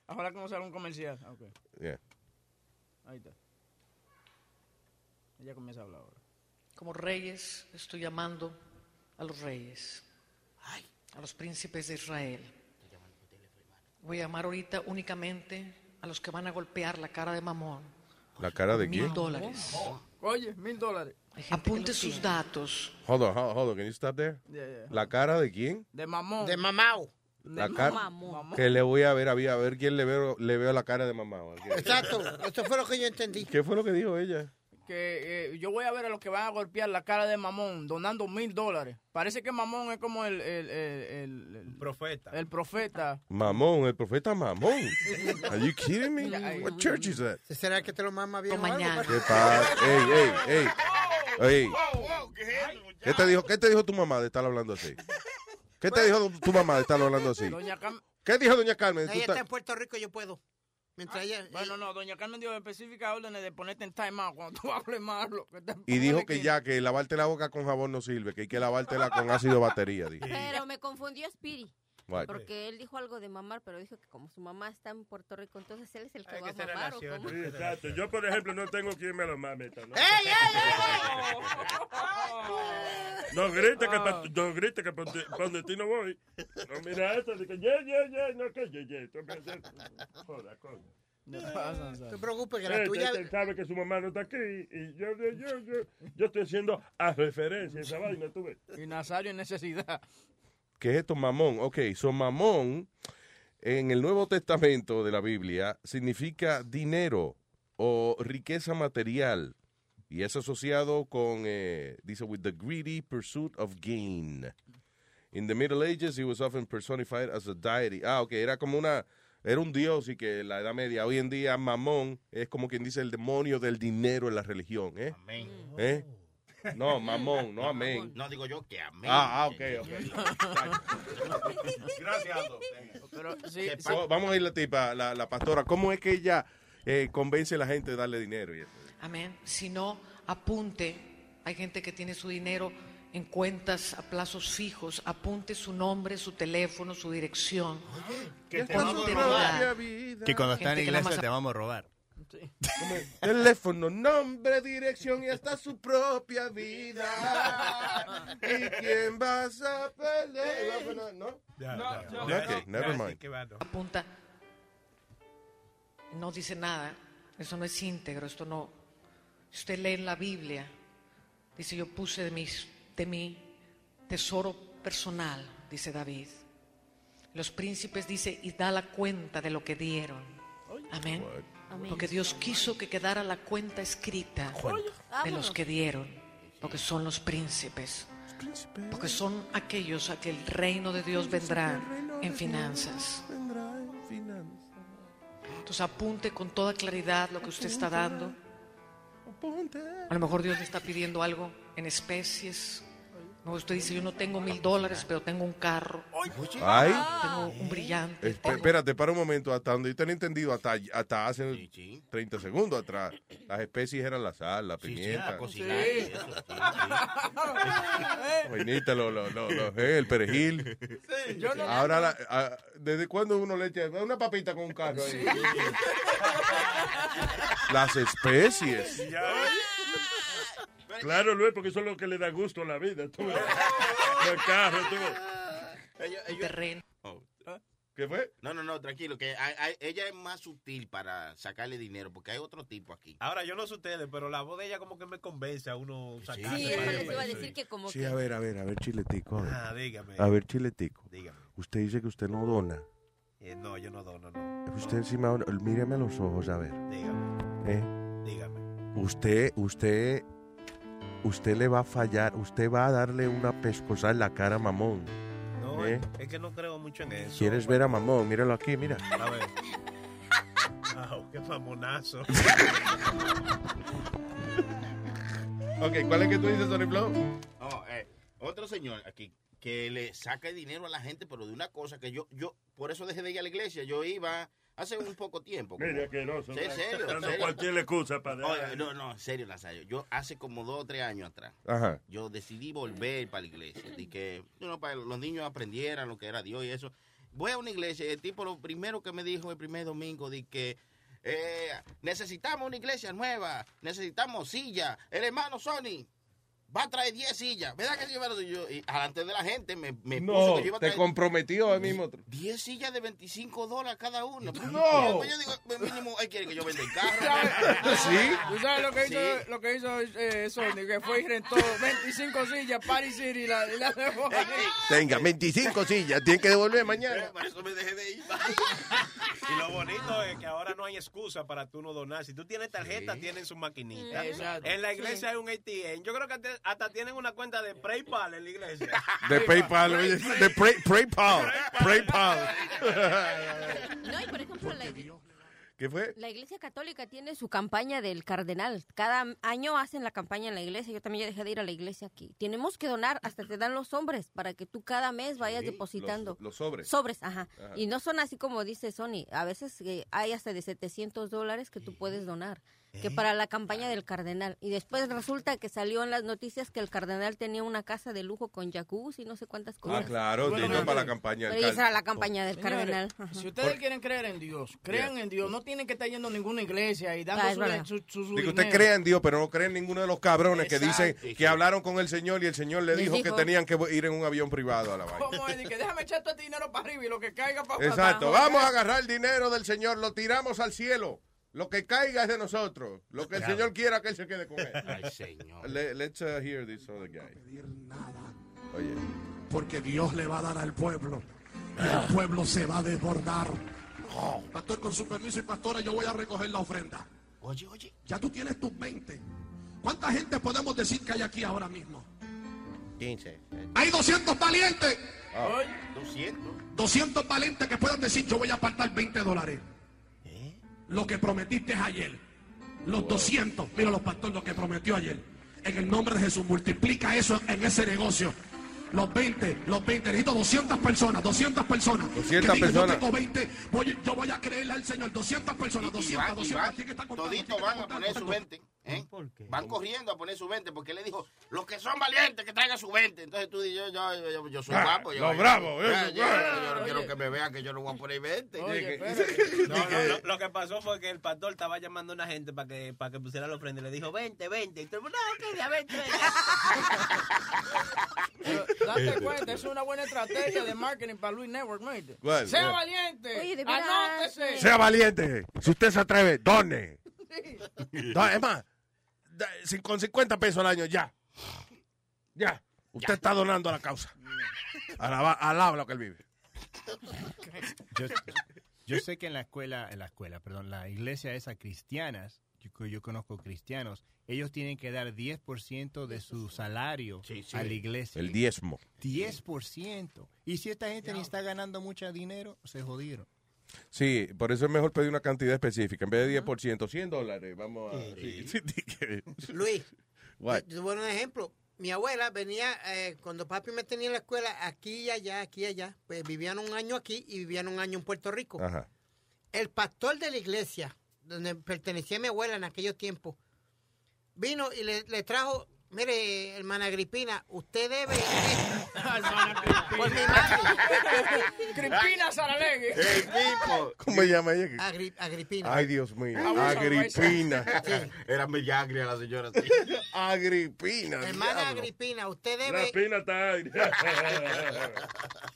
Ahora como será un comercial. Ah, ok. Yeah. Ahí está. Ella comienza a hablar ahora. Como reyes estoy llamando a los reyes, a los príncipes de Israel. Voy a llamar ahorita únicamente a los que van a golpear la cara de Mamón. ¿La cara de quién? Mil dólares. Oye, mil dólares. Oh. Apunte sus datos. Hold on, hold on, hold on, can you stop there? Yeah, yeah. ¿La cara de quién? De mamón. De mamao. La cara que le voy a ver, a ver, a ver quién le veo, le veo la cara de mamao. Exacto, esto fue lo que yo entendí. ¿Qué fue lo que dijo ella? Que eh, yo voy a ver a los que van a golpear la cara de mamón donando mil dólares. Parece que mamón es como el, el, el, el- el- profeta. El profeta. Mamón, el profeta mamón. Are you kidding me? What church is that? ¿Será que te lo mama bien? o algo? ¿Qué pasa? Ey, ey, ey. Ey. ¿Qué te dijo, qué te dijo tu mamá de estar hablando así? ¿Qué te dijo tu mamá de estar hablando así? Doña Carmen. ¿Qué dijo doña Carmen? Tú Ella estás- está- Puerto Rico yo puedo. Mientras ella, Ah, bueno, no, doña Carmen dio específicas órdenes de ponerte en time out cuando tú hables malo. que te- Y dijo que ya, que lavarte la boca con jabón no sirve, que hay que lavártela con ácido batería. dijo. Pero me confundió Spiri. What? Porque él dijo algo de mamar, pero dijo que como su mamá está en Puerto Rico, entonces él es el que va a ser mamar. ¿o relación. cómo? Sí, exacto. Yo, por ejemplo, no tengo quien me lo mame. esta noche. No grites que, pa- no grites que pa donde- pa donde ti no voy. No mira esto, de que ye, ye, ye, no que ye, ye. Tú me haces- Joda, coño. No te preocupes, que la Este, tuya... este sabe que su mamá no está aquí y yo, yo, yo, yo, yo estoy haciendo a referencia a esa vaina, tú ves. Y Nazario en necesidad. ¿Qué es esto, mamón? Ok, so mamón en el Nuevo Testamento de la Biblia significa dinero o riqueza material. Y es asociado con, eh, dice, with the greedy pursuit of gain. In the Middle Ages, he was often personified as a deity. Ah, ok, era como una, era un dios y que en la Edad Media, hoy en día, mamón es como quien dice el demonio del dinero en la religión, ¿eh? Amén. ¿Eh? No, mamón, no amén. No, digo yo que amén. Ah, ah, ok, ok. Gracias, Aldo. Pero sí, Que sí. pa- Vamos a ir la tipa, la, la pastora. ¿Cómo es que ella eh, convence a la gente de darle dinero? y eso? Amén. Si no, apunte. Hay gente que tiene su dinero en cuentas a plazos fijos. Apunte su nombre, su teléfono, su dirección. Que te Cuánto vamos te a robar. da. Que cuando está en Gente que iglesia nada más te vamos a robar. Teléfono, nombre, dirección y hasta su propia vida. ¿Y quién vas a pelear? ¿No? no. Ya, ok, never mind. apunta, no dice nada, eso no es íntegro, esto no. Si usted lee en la Biblia, dice yo puse de, mis, de mi tesoro personal, dice David. Los príncipes dice y da la cuenta de lo que dieron. Amén. Porque Dios quiso que quedara la cuenta escrita de los que dieron, porque son los príncipes. Porque son aquellos a que el reino de Dios vendrá en finanzas. Entonces apunte con toda claridad lo que usted está dando. A lo mejor Dios le está pidiendo algo en especies. No, usted dice, yo no tengo mil dólares, pero tengo un carro. Ay. Tengo un brillante. Espe- Espérate, para un momento, hasta donde yo tenía entendido, hasta, hasta hace 30 segundos atrás, las especies eran la sal, la pimienta, la cocina, Sí. eso, vainita, lo- lo- lo- lo- eh, el perejil. yo no- Ahora, la- ah, ¿desde cuándo uno le echa una papita con un carro? ahí? Las especies. Claro, Luis, porque eso es lo que le da gusto a la vida. Tú ves. El carro, tú ves. terreno. Oh. Ah, ¿Qué fue? No, no, no, tranquilo, que hay- hay- ella es más sutil para sacarle dinero, porque hay otro tipo aquí. Ahora, yo no sé ustedes, pero la voz de ella como que me convence a uno sacar. Sí, es lo que te pues. iba a decir que como Sí, que- a ver, a ver, a ver, chiletico. A ver, Ah, dígame. A ver, chiletico. Dígame. Usted dice que usted no dona. Eh, no, yo no dono, no. Usted encima, mírame a los ojos, a ver. Dígame. ¿Eh? Dígame. Usted, usted, usted le va a fallar, usted va a darle una pescosa en la cara a Mamón. No, ¿Eh? es- es que no creo mucho en eso. ¿Quieres ver a Mamón? Míralo aquí, mira. A ver. Au, qué famonazo. Ok, ¿cuál es que tú dices, Sony Flow? No, eh, otro señor aquí que le saca dinero a la gente, pero de una cosa que yo, yo, por eso dejé de ir a la iglesia. Yo iba a hace un poco tiempo. Mira, que no, Sí, son- en serio, en dando serio. cualquier excusa para dejar- Oye, no, no, en serio, Lazario. Yo hace como dos o tres años atrás, Ajá. yo decidí volver para la iglesia. De que you know, para los niños aprendieran lo que era Dios y eso. Voy a una iglesia y el tipo lo primero que me dijo el primer domingo, de que eh, necesitamos una iglesia nueva, necesitamos sillas. El hermano Sony va a traer 10 sillas. ¿Verdad que sí, hermano? Y yo, y adelante de la gente, me, me puso No, que yo iba a te traer comprometió ahí mismo. 10 sillas de 25 dólares cada una. No. Yo digo, mínimo, él quiere que yo venda el carro. ¿Sí? ¿Tú sabes lo que Sí. hizo, lo que hizo eh, Sony? Que fue y rentó 25 sillas, Party City y la, y la dejó ahí. Tenga, 25 sillas, tienen que devolver mañana. Por eso me dejé de ir. Y lo bonito es que ahora no hay excusa para tú no donar. Si tú tienes tarjeta, tienen su maquinita. Sí, exacto. En la iglesia hay un ATM. Yo creo que hasta- hasta tienen una cuenta de PayPal en la iglesia. De PayPal, oye, de Pray- PayPal, PayPal. No, y por ejemplo, la, ¿Qué fue? la Iglesia Católica tiene su campaña del cardenal. Cada año hacen la campaña en la iglesia. Yo también ya dejé de ir a la iglesia aquí. Tenemos que donar, hasta te dan los hombres, para que tú cada mes vayas depositando. Los sobres. Sobres, ajá. Ajá. Y no son así como dice Sony. A veces eh, hay hasta de 700 dólares que tú puedes donar. Que ¿Eh? para la campaña del cardenal. Y después resulta que salió en las noticias que el cardenal tenía una casa de lujo con jacuzzi y no sé cuántas cosas. Ah, claro, Bueno, dinero no, para la no. campaña del Pero esa era la cal- campaña del Señores, cardenal. ajá. Si ustedes quieren creer en Dios, crean en Dios. No tienen que estar yendo a ninguna iglesia y dando Ah, es verdad. su, su, su, su Digo, usted dinero. cree en Dios, pero no cree en ninguno de los cabrones que dicen Exacto. que hablaron con el Señor y el Señor le Les dijo que dijo- tenían que ir en un avión privado a la vaina. ¿Cómo es? Dice, déjame echar todo este dinero para arriba y lo que caiga para Exacto, vamos a agarrar el dinero del Señor, lo tiramos al cielo. Lo que caiga es de nosotros. Lo que el Claro. Señor quiera que él se quede con él. Ay, Señor. Le- let's uh, hear this other guy. Oye. porque Dios le va a dar al pueblo. Y Ah. el pueblo se va a desbordar. Pastor, con su permiso y pastora, yo voy a recoger la ofrenda. Oye, oye. Ya tú tienes tus 20. ¿Cuánta gente podemos decir que hay aquí ahora mismo? 15. Hay 200 valientes. Oh, 200. 200 valientes que puedan decir, yo voy a apartar 20 dólares. Lo que prometiste ayer. Los 200. Mira los pastores, lo que prometió ayer. En el nombre de Jesús, multiplica eso en ese negocio. Los 20, los 20, necesito 200 personas, 200 personas. 200 Que digan, personas. Yo tengo 20, voy- yo voy a creerle al Señor, 200 personas, 200, 200. aquí que está contando, Toditos aquí que está van a poner su contando. 20. ¿eh? Van corriendo a poner su 20 porque él le dijo, los que son valientes que traigan su 20. Entonces tú dices, yo, yo, yo, yo soy Ah, guapo. Yo, los yo- bravos, yo- yo- eso, yo- claro. yo no quiero que me vean que yo no voy a poner 20. Oye, espérate. No, no, lo, lo que pasó fue que el pastor estaba llamando a una gente para que, para que pusiera la ofrenda y le dijo, vente, vente. Y todo el mundo, "No, que ya vente, vente". Este. Date cuenta, es una buena estrategia de marketing para Luis Network, ¿no? ¿Viste? ¿Cuál? Sea ¿Cuál? valiente. Oye, de veras. Anótese. Sea valiente. Eh, Si usted se atreve, done. No, es más, da- cin- con 50 pesos al año, ya. Ya. Usted está donando a la causa. Alaba, alaba lo que él vive. Yo, yo sé que en la escuela, en la escuela, perdón, la iglesia esa cristianas, yo, co- yo conozco cristianos, ellos tienen que dar 10% de su salario a la iglesia. El diezmo. 10%. Y si esta gente ni está ganando mucho dinero, se jodieron. Sí, por eso es mejor pedir una cantidad específica. En vez de 10%, 100 dólares. Vamos a. Luis. What? Te doy un ejemplo. Mi abuela venía, eh, cuando papi me tenía en la escuela, aquí y allá, aquí y allá. Pues vivían un año aquí y vivían un año en Puerto Rico. Ajá. El pastor de la iglesia, donde pertenecía mi abuela en aquellos tiempos, vino y le, le trajo, mire, hermana Agripina, usted debe... Pues Por mi madre. Agripina Saralegui. ¿Cómo se llama ella? Agri- Agripina. Ah, Ay, Dios mío. Abusa, Agripina. abusa. Era millagria la señora. sí. Agripina. Hermana diablo. Agripina, usted La debe, espina está agria.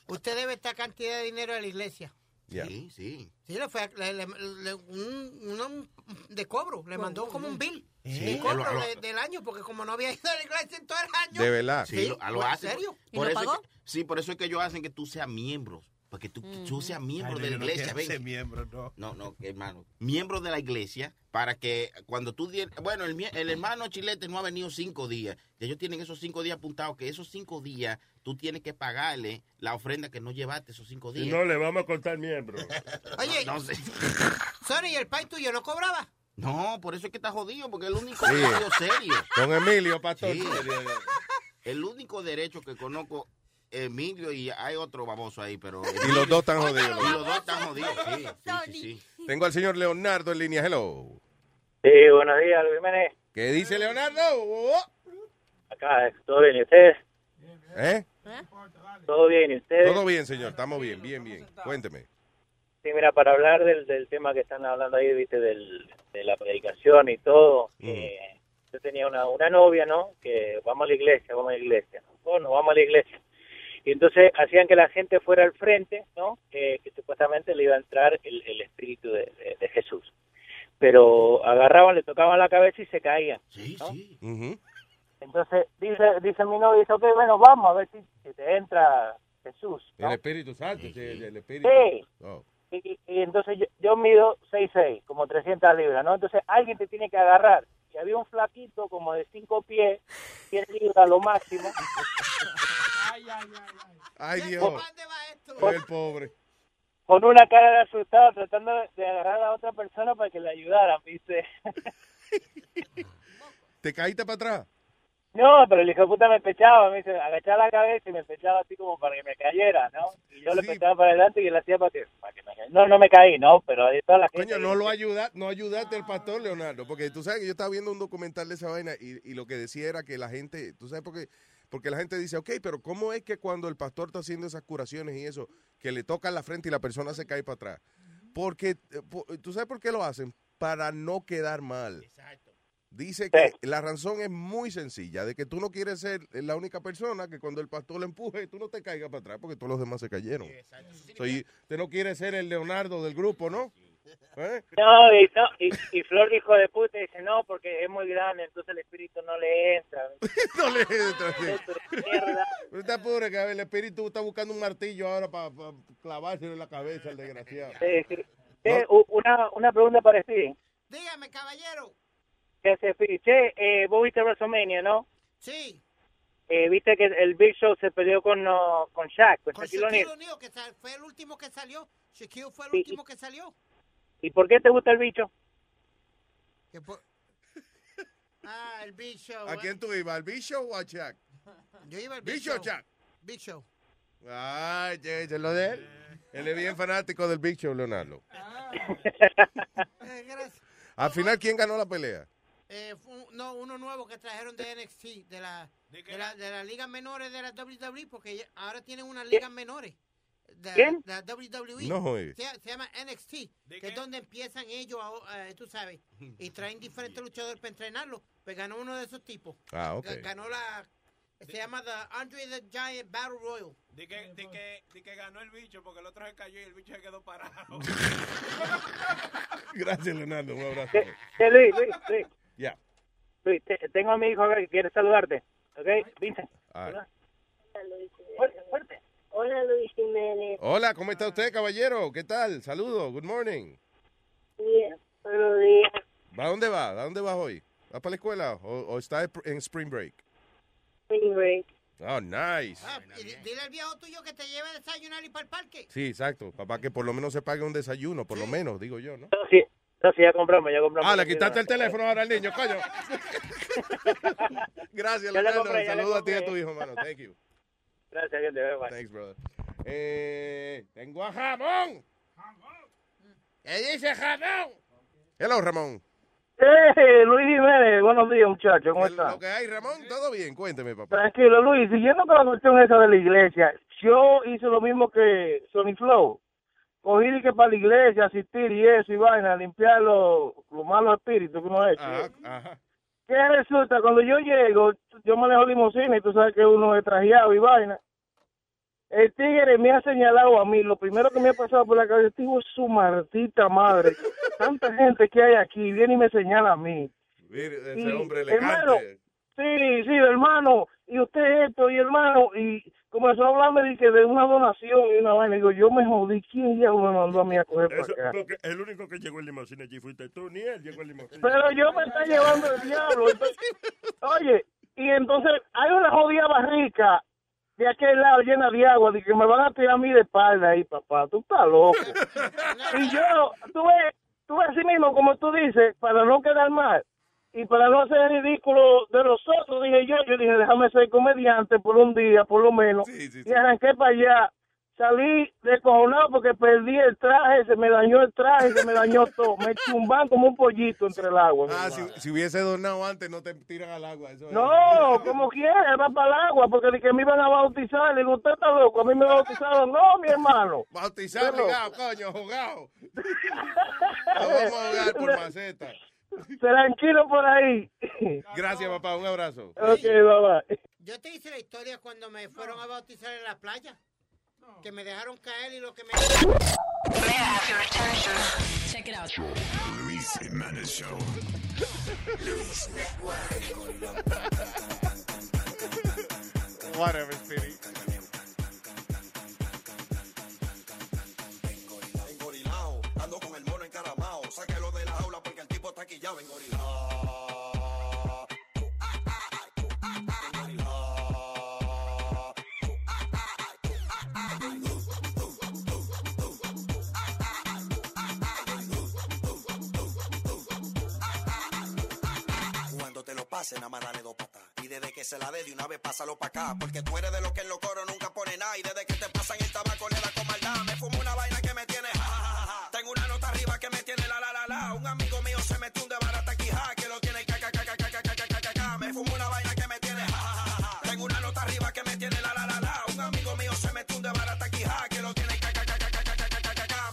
usted debe esta cantidad de dinero a la iglesia. Sí, sí. Sí, le fue a- le- le- le- un, una- un- de cobro, le mandó como un bill Sí, de que cobro lo- lo- de- del año, porque como no había ido a la iglesia en todo el año. De verdad. Sí, lo- lo ¿en hacen. serio? ¿Y Por lo eso es pagó? que- sí, por eso es que ellos hacen que tú seas miembro. Para que tú, tú seas miembro Ay, no, de la yo no iglesia. quiero ser ven. miembro, no. No, no, hermano. Miembro de la iglesia para que cuando tú... die- Bueno, el, mie- el hermano Chilete no ha venido cinco días. Y ellos tienen esos cinco días apuntados, que esos cinco días tú tienes que pagarle la ofrenda que no llevaste esos cinco días. Y no le vamos a cortar miembro. Oye, No sé. Sorry, el pai tuyo no cobraba. No, por eso es que está jodido, porque el único Sí. derecho serio. Don Emilio, pastor. Sí. El único derecho que conozco, Emilio, y hay otro baboso ahí, pero. Y los dos están Y jodidos. los dos están jodidos, sí, sí, sí, sí. Tengo al señor Leonardo en línea. Hello. Sí, buenos días, Luis Jiménez. ¿Qué dice Leonardo? oh, Acá, todo bien, ¿y ustedes? ¿Eh? Todo bien, ¿y ustedes? Todo bien, señor. Estamos bien, bien, bien. Cuénteme. Sí, mira, para hablar del, del tema que están hablando ahí, viste, del, de la predicación y todo, eh, yo tenía una, una novia, ¿no? Que vamos a la iglesia, vamos a la iglesia. Bueno, vamos a la iglesia. Y entonces hacían que la gente fuera al frente, ¿no? Eh, que supuestamente le iba a entrar el, el espíritu de, de- de Jesús. Pero agarraban, le tocaban la cabeza y se caían. ¿no? Entonces dice, dice mi novia, dice, ok, bueno, vamos a ver si, si te entra Jesús. El Espíritu Santo. sí, El Espíritu. Sí. Oh. Y, y entonces yo, yo mido 6'6", como 300 libras, ¿no? Entonces alguien te tiene que agarrar. Y había un flaquito como de 5 pies, 100 libras lo máximo. Ay, Dios. El pobre. con una cara de asustado tratando de agarrar a otra persona para que le ayudaran, ¿viste? ¿Te caíste para atrás? No, pero el hijo de puta me pechaba, me dice, agachaba la cabeza y me pechaba así como para que me cayera, ¿no? Y yo le pechaba para adelante y él hacía para que, para que me cayera. No, no me caí, ¿no? Pero ahí toda la gente... Coño, no lo ayuda, no ayudaste al pastor Leonardo, porque tú sabes que yo estaba viendo un documental de esa vaina y, y lo que decía era que la gente, tú sabes porque porque la gente dice, ok, pero ¿cómo es que cuando el pastor está haciendo esas curaciones y eso, que le toca la frente y la persona se cae para atrás? Porque, eh, po- ¿tú sabes por qué lo hacen? Para no quedar mal. Dice que la razón es muy sencilla, de que tú no quieres ser la única persona que cuando el pastor le empuje, tú no te caigas para atrás porque todos los demás se cayeron. Soy, usted no quiere ser el Leonardo del grupo, ¿no? ¿Eh? No, y, no, y, y Flor hijo de puta dice, no, porque es muy grande, entonces el espíritu no le entra. no le entra. Pero está pobre que el espíritu está buscando un martillo ahora para clavárselo en la cabeza al desgraciado. Sí, sí. Che, u- una, una pregunta para Steve. Dígame, caballero. ¿Qué hace Steve? Che, eh, vos viste WrestleMania, ¿no? Sí. Eh, viste que el Big Show se peleó con, no, con Shaq, con, Con Shaquille Shaquille O'Neal. O'Neal, que sal- fue el último que salió. Shaquille fue el Sí. último que salió. ¿Y por qué te gusta el bicho? Que por- Ah, el bicho. ¿A quién tú ibas? ¿Al bicho o a Chuck? Yo iba al ¿Bicho o bicho. Chuck? Bicho. Ay, che, ese es lo de él. Él es bien fanático del Big Show, Leonardo. Ah. Eh, gracias. Al final, ¿quién ganó la pelea? Eh, fue un- no, uno nuevo que trajeron de NXT, de la, de la, de las ligas menores de la WWE, porque ya- ahora tienen unas ligas menores. De, ¿Quién? de la WWE. No, oye. se, se llama NXT, que es donde empiezan ellos, a- eh, tú sabes, y traen diferentes luchadores para entrenarlos. Pues ganó uno de esos tipos. Ah, ok. Ga- Ganó la. Se llama The Andre the Giant Battle Royal. Di que, di que, di que ganó el bicho porque el otro se cayó y el bicho se quedó parado. Gracias, Leonardo. Un abrazo. Che, che, Luis, Luis, Luis. Ya. Luis, te- tengo a mi hijo acá que quiere saludarte. ¿Ok? Vincent. Ah. Fuerte, fuerte. Hola Luis Jiménez. Hola, ¿cómo está usted, caballero? ¿Qué tal? Saludos. Good morning. Bien, Buenos días. ¿A dónde va? ¿A dónde vas hoy? ¿Vas para la escuela o, o está en spring break? Spring break. Oh, nice. Y di- dile al viejo tuyo que te lleve a desayunar y para el parque. Sí, exacto. Papá, que por lo menos se pague un desayuno, por lo menos, digo yo, ¿no? Sí, no, sí, ya compramos, ya compramos. Ah, le quitaste el teléfono ahora al niño, coño. Gracias, Ya le Leonardo. compré, ya le Saludos a ti y a compré. tu hijo, mano. Thank you. Gracias, Dios te veo, bye. Thanks, brother. Eh, tengo a Ramón. ¿Qué dice Ramón? Hello, Ramón. Eh, Luis Jiménez, buenos días muchachos, ¿cómo están? Lo que hay, Ramón, todo bien. Cuénteme, papá. Tranquilo Luis, siguiendo con la cuestión esa de la iglesia, yo hice lo mismo que Sony Flow, cogí de que para la iglesia asistir y eso y vaina, limpiar los los malos espíritus que uno ha hecho. ¿eh? Ah, Ajá. ¿Qué resulta? Cuando yo llego, yo manejo limusina y tú sabes que uno es trajeado y vaina. El tigre me ha señalado a mí, lo primero que me ha pasado por la cabeza, digo, su martita madre, tanta gente que hay aquí, viene y me señala a mí. Mire, ese Y, hombre hermano, elegante. sí, sí, hermano, y usted esto, y hermano, y comenzó a hablarme de, que de una donación y una vaina, digo, yo me jodí, ¿quién ya me mandó a mí a coger Eso, para acá? porque el único que llegó en limusina allí fuiste tú, ni él llegó en limusina. Pero yo me está llevando el diablo. entonces- oye, y entonces hay una jodida barrica de aquel lado llena de agua, de que me van a tirar a mí de espalda ahí, papá, tú estás loco. Y yo, tú ves, tú ves así mismo, como tú dices, para no quedar mal y para no hacer el ridículo de los otros, dije yo, yo dije, déjame ser comediante por un día, por lo menos. Y arranqué para allá. salí descojonado porque perdí el traje, se me dañó el traje, se me dañó todo. Me chumban como un pollito entre el agua. mi Ah, hermano. si, si hubiese donado antes, no te tiran al agua. Eso es. No, como quiera, él va para el agua, porque de que me iban a bautizar, le digo, usted está loco, a mí me bautizaron, no, mi hermano. Bautizar, Pero- ligado, coño, jugado. Vamos a jugar por maceta. Tranquilo por ahí. Gracias, papá. Un abrazo. Ok, bye bye. Yo te hice la historia cuando me fueron a bautizar en la playa. Que me dejaron caer y lo que me... Check it out. Luis Jimenez Show. Luis Whatever, Speedy. engorilao. Ando con el mono encaramao. Sáquelo de la jaula porque el tipo está quillado engorilao. Cuando te lo pasen, amarrale dos patas. Y desde que se la dé de una vez, pásalo pa' acá. Porque tú eres de los que en los coros nunca pone nada. Y desde que te pasan el tabaco, le da con maldad. Me fumo una vaina que me tiene ja, ja, ja, ja. Tengo una nota arriba que me tiene la, la, la, la. Un amigo mío se metió un de barata aquí, ja, que lo tiene ca, ca, ca, ca, ca, ca, ca, ca, ca, ca. Me fumo una vaina que me tiene ja, ja, ja, ja. Tengo una nota arriba que me tiene la, la, la, la. Un amigo mío se metió un de barata aquí, ja, que lo tiene ca, ca, ca, ca, ca, ca, ca, ca, ca, ca.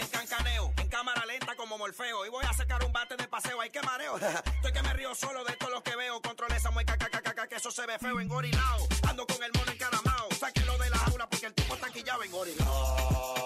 En cancaneo, en cámara lenta como Morfeo. Y voy a sacar un bate de paseo, ay que mareo. Estoy que me río solo de todos los que veo. Controla esa mueca, ca, ca, ca, ca, que eso se ve feo. Engorilao, ando con el mono encaramao. Sáquenlo de la jaula porque el tipo está quillado. Engorilao.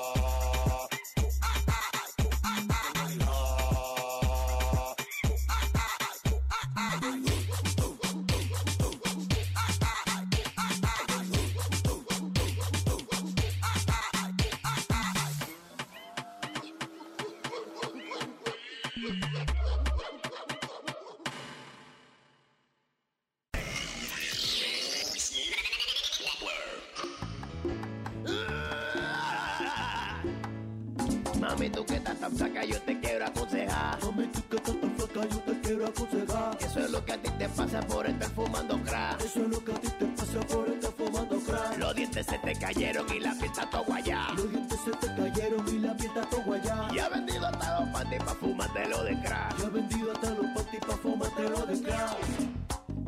Mami, tú que estás tan flaca, yo te quiero aconsejar. Mami, tú que estás tan flaca, yo te quiero aconsejar. Eso es lo que a ti te pasa por estar fumando crack. Eso es lo que a ti te pasa por estar fumando crack. Los dientes se te cayeron y la fiesta todo guayá. Los dientes se te cayeron y la fiesta todo guayá. Y ha vendido hasta los panties pa' fumártelo de crack. Y ha vendido hasta los panties pa' fumártelo de crack.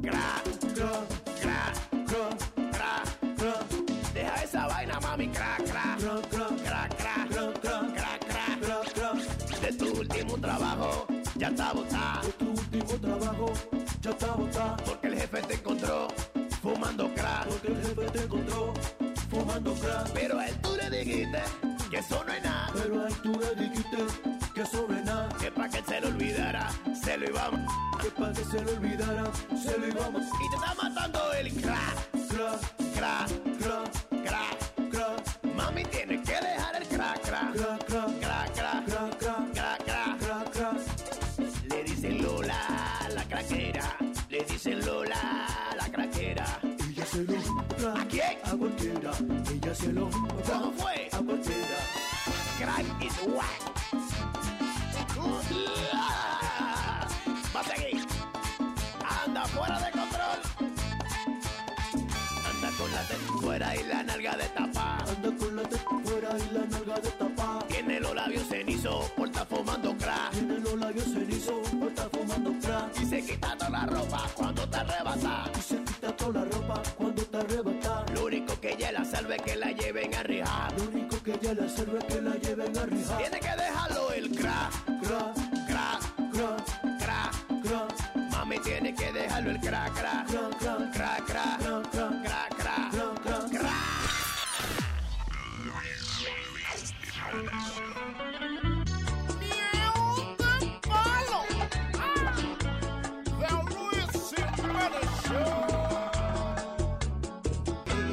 Crack, crack, crack, crack, crack, crack. Deja esa vaina, mami, crack, crack, crack, crack, crack, crack, crack de tu último trabajo ya está botado. De tu último trabajo ya está botado. Porque el jefe te encontró fumando crack. Porque el jefe te encontró fumando crack. Pero a él tú le dijiste que eso no es nada. Pero a él tú le dijiste que eso no es nada. Que para que se lo olvidara, se lo íbamos. Que para que se lo olvidara, se lo íbamos. Y te está matando el crack. Crack, crack, crack, crack, crack. Mami, tienes que dejar el crack, crack. Crack, crack, crack, crack, crack, crack, crack, crack, Le dicen Lola, la craquera. Le dicen Lola, la craquera. Ella se lo ¿A quién? A cualquiera. Ella se lo ¿Cómo fue? A cualquiera. Crack is whack. Va a seguir. Anda fuera de control. Anda con la teta fuera y la nalga de tapa. Anda con la teta fuera y la nalga de tapa. Tiene los labios cenizo por estar fumando crack. Tiene los labios cenizo por estar fumando crack. Y se quita toda la ropa cuando te arrebata. Y se quita toda la ropa cuando te arrebata. Lo único que ella la salve es que la lleven a rehab. Lo único que ella la salve es que la lleven a rehab. Tiene que dejarlo el crack. Crack, crack, crack, crack, crack. Mami tiene que dejarlo el crack, crack, crack, crack, crack, crack, crack, crack, crack, crack, crack.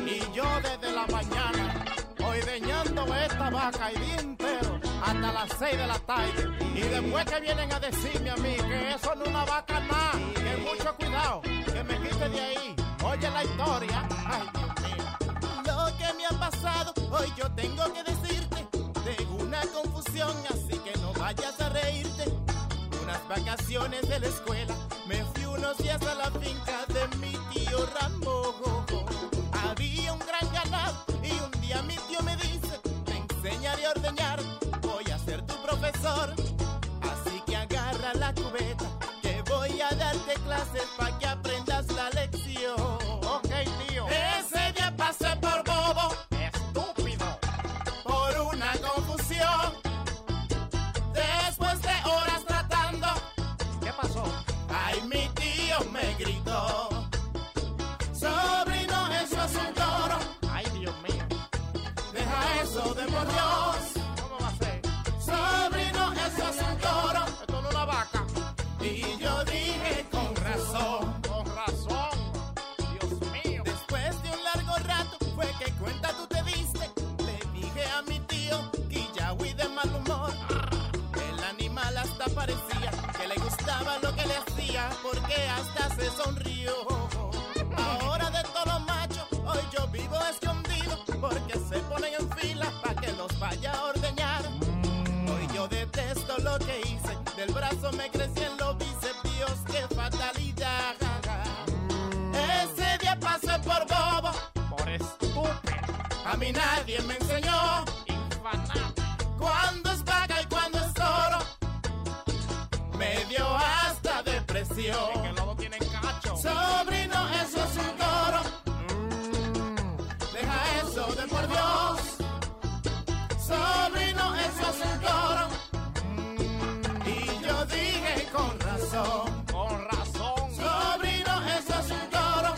Y yo desde la mañana, hoy deñando esta vaca y día entero, hasta las 6 de la tarde. Y después que vienen a decirme a mí que eso no es una vaca nada, que mucho cuidado, que me quite de ahí. Oye la historia, ay Dios mío. Lo que me ha pasado, hoy yo tengo que decirte. Tengo una confusión, así que no vayas a reírte. Unas vacaciones de la escuela, me fui unos días a la finca de mi tío Rambo. Había un gran ganado y un día mi tío me dice, te enseñaré a ordeñar, voy a ser tu profesor. Así que agarra la cubeta, que voy a darte clases para que aprendas la lección. Ok, tío. Ese día pasé por bobo, estúpido, por una confusión. Después de horas tratando, ¿qué pasó? Ay, mi tío me gritó. Sobrino, eso es un toro. Ay, Dios mío. Deja eso de por Dios. Sobrino, eso es un toro. Esto no es una vaca. Y yo dije con razón. Con razón. Dios mío. Después de un largo rato fue que cuenta tú te diste. Le dije a mi tío Killawi de mal humor. El animal hasta parecía que le gustaba lo que le hacía porque hasta se sonrió. Ahora de todos los machos, hoy yo vivo escondido porque se ponen en fila para que los vaya a ordeñar. Hoy yo detesto lo que hice. Del brazo me crecían los bíceps, Dios, qué fatalidad. Ese día pasé por bobo, por estúpido. A mí nadie me enseñó. Cuando es vaca y cuando es oro, me dio hasta depresión. Sobrino, eso es un toro. Deja eso de por Dios. Sobrino, eso es un toro. Y yo dije con razón. Con razón. Sobrino, eso es un toro.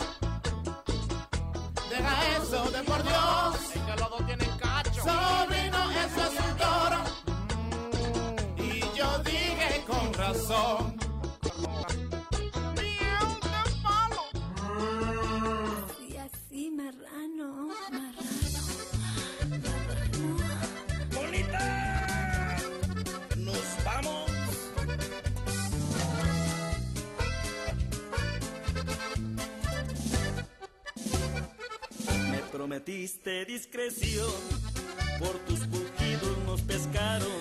Deja eso de por Dios. que los dos tienen cacho. Sobrino, eso es un toro. Y yo dije con razón. Sí, así, marrano. ¡Bonita! ¡Nos vamos! Me prometiste discreción, por tus pujidos nos pescaron.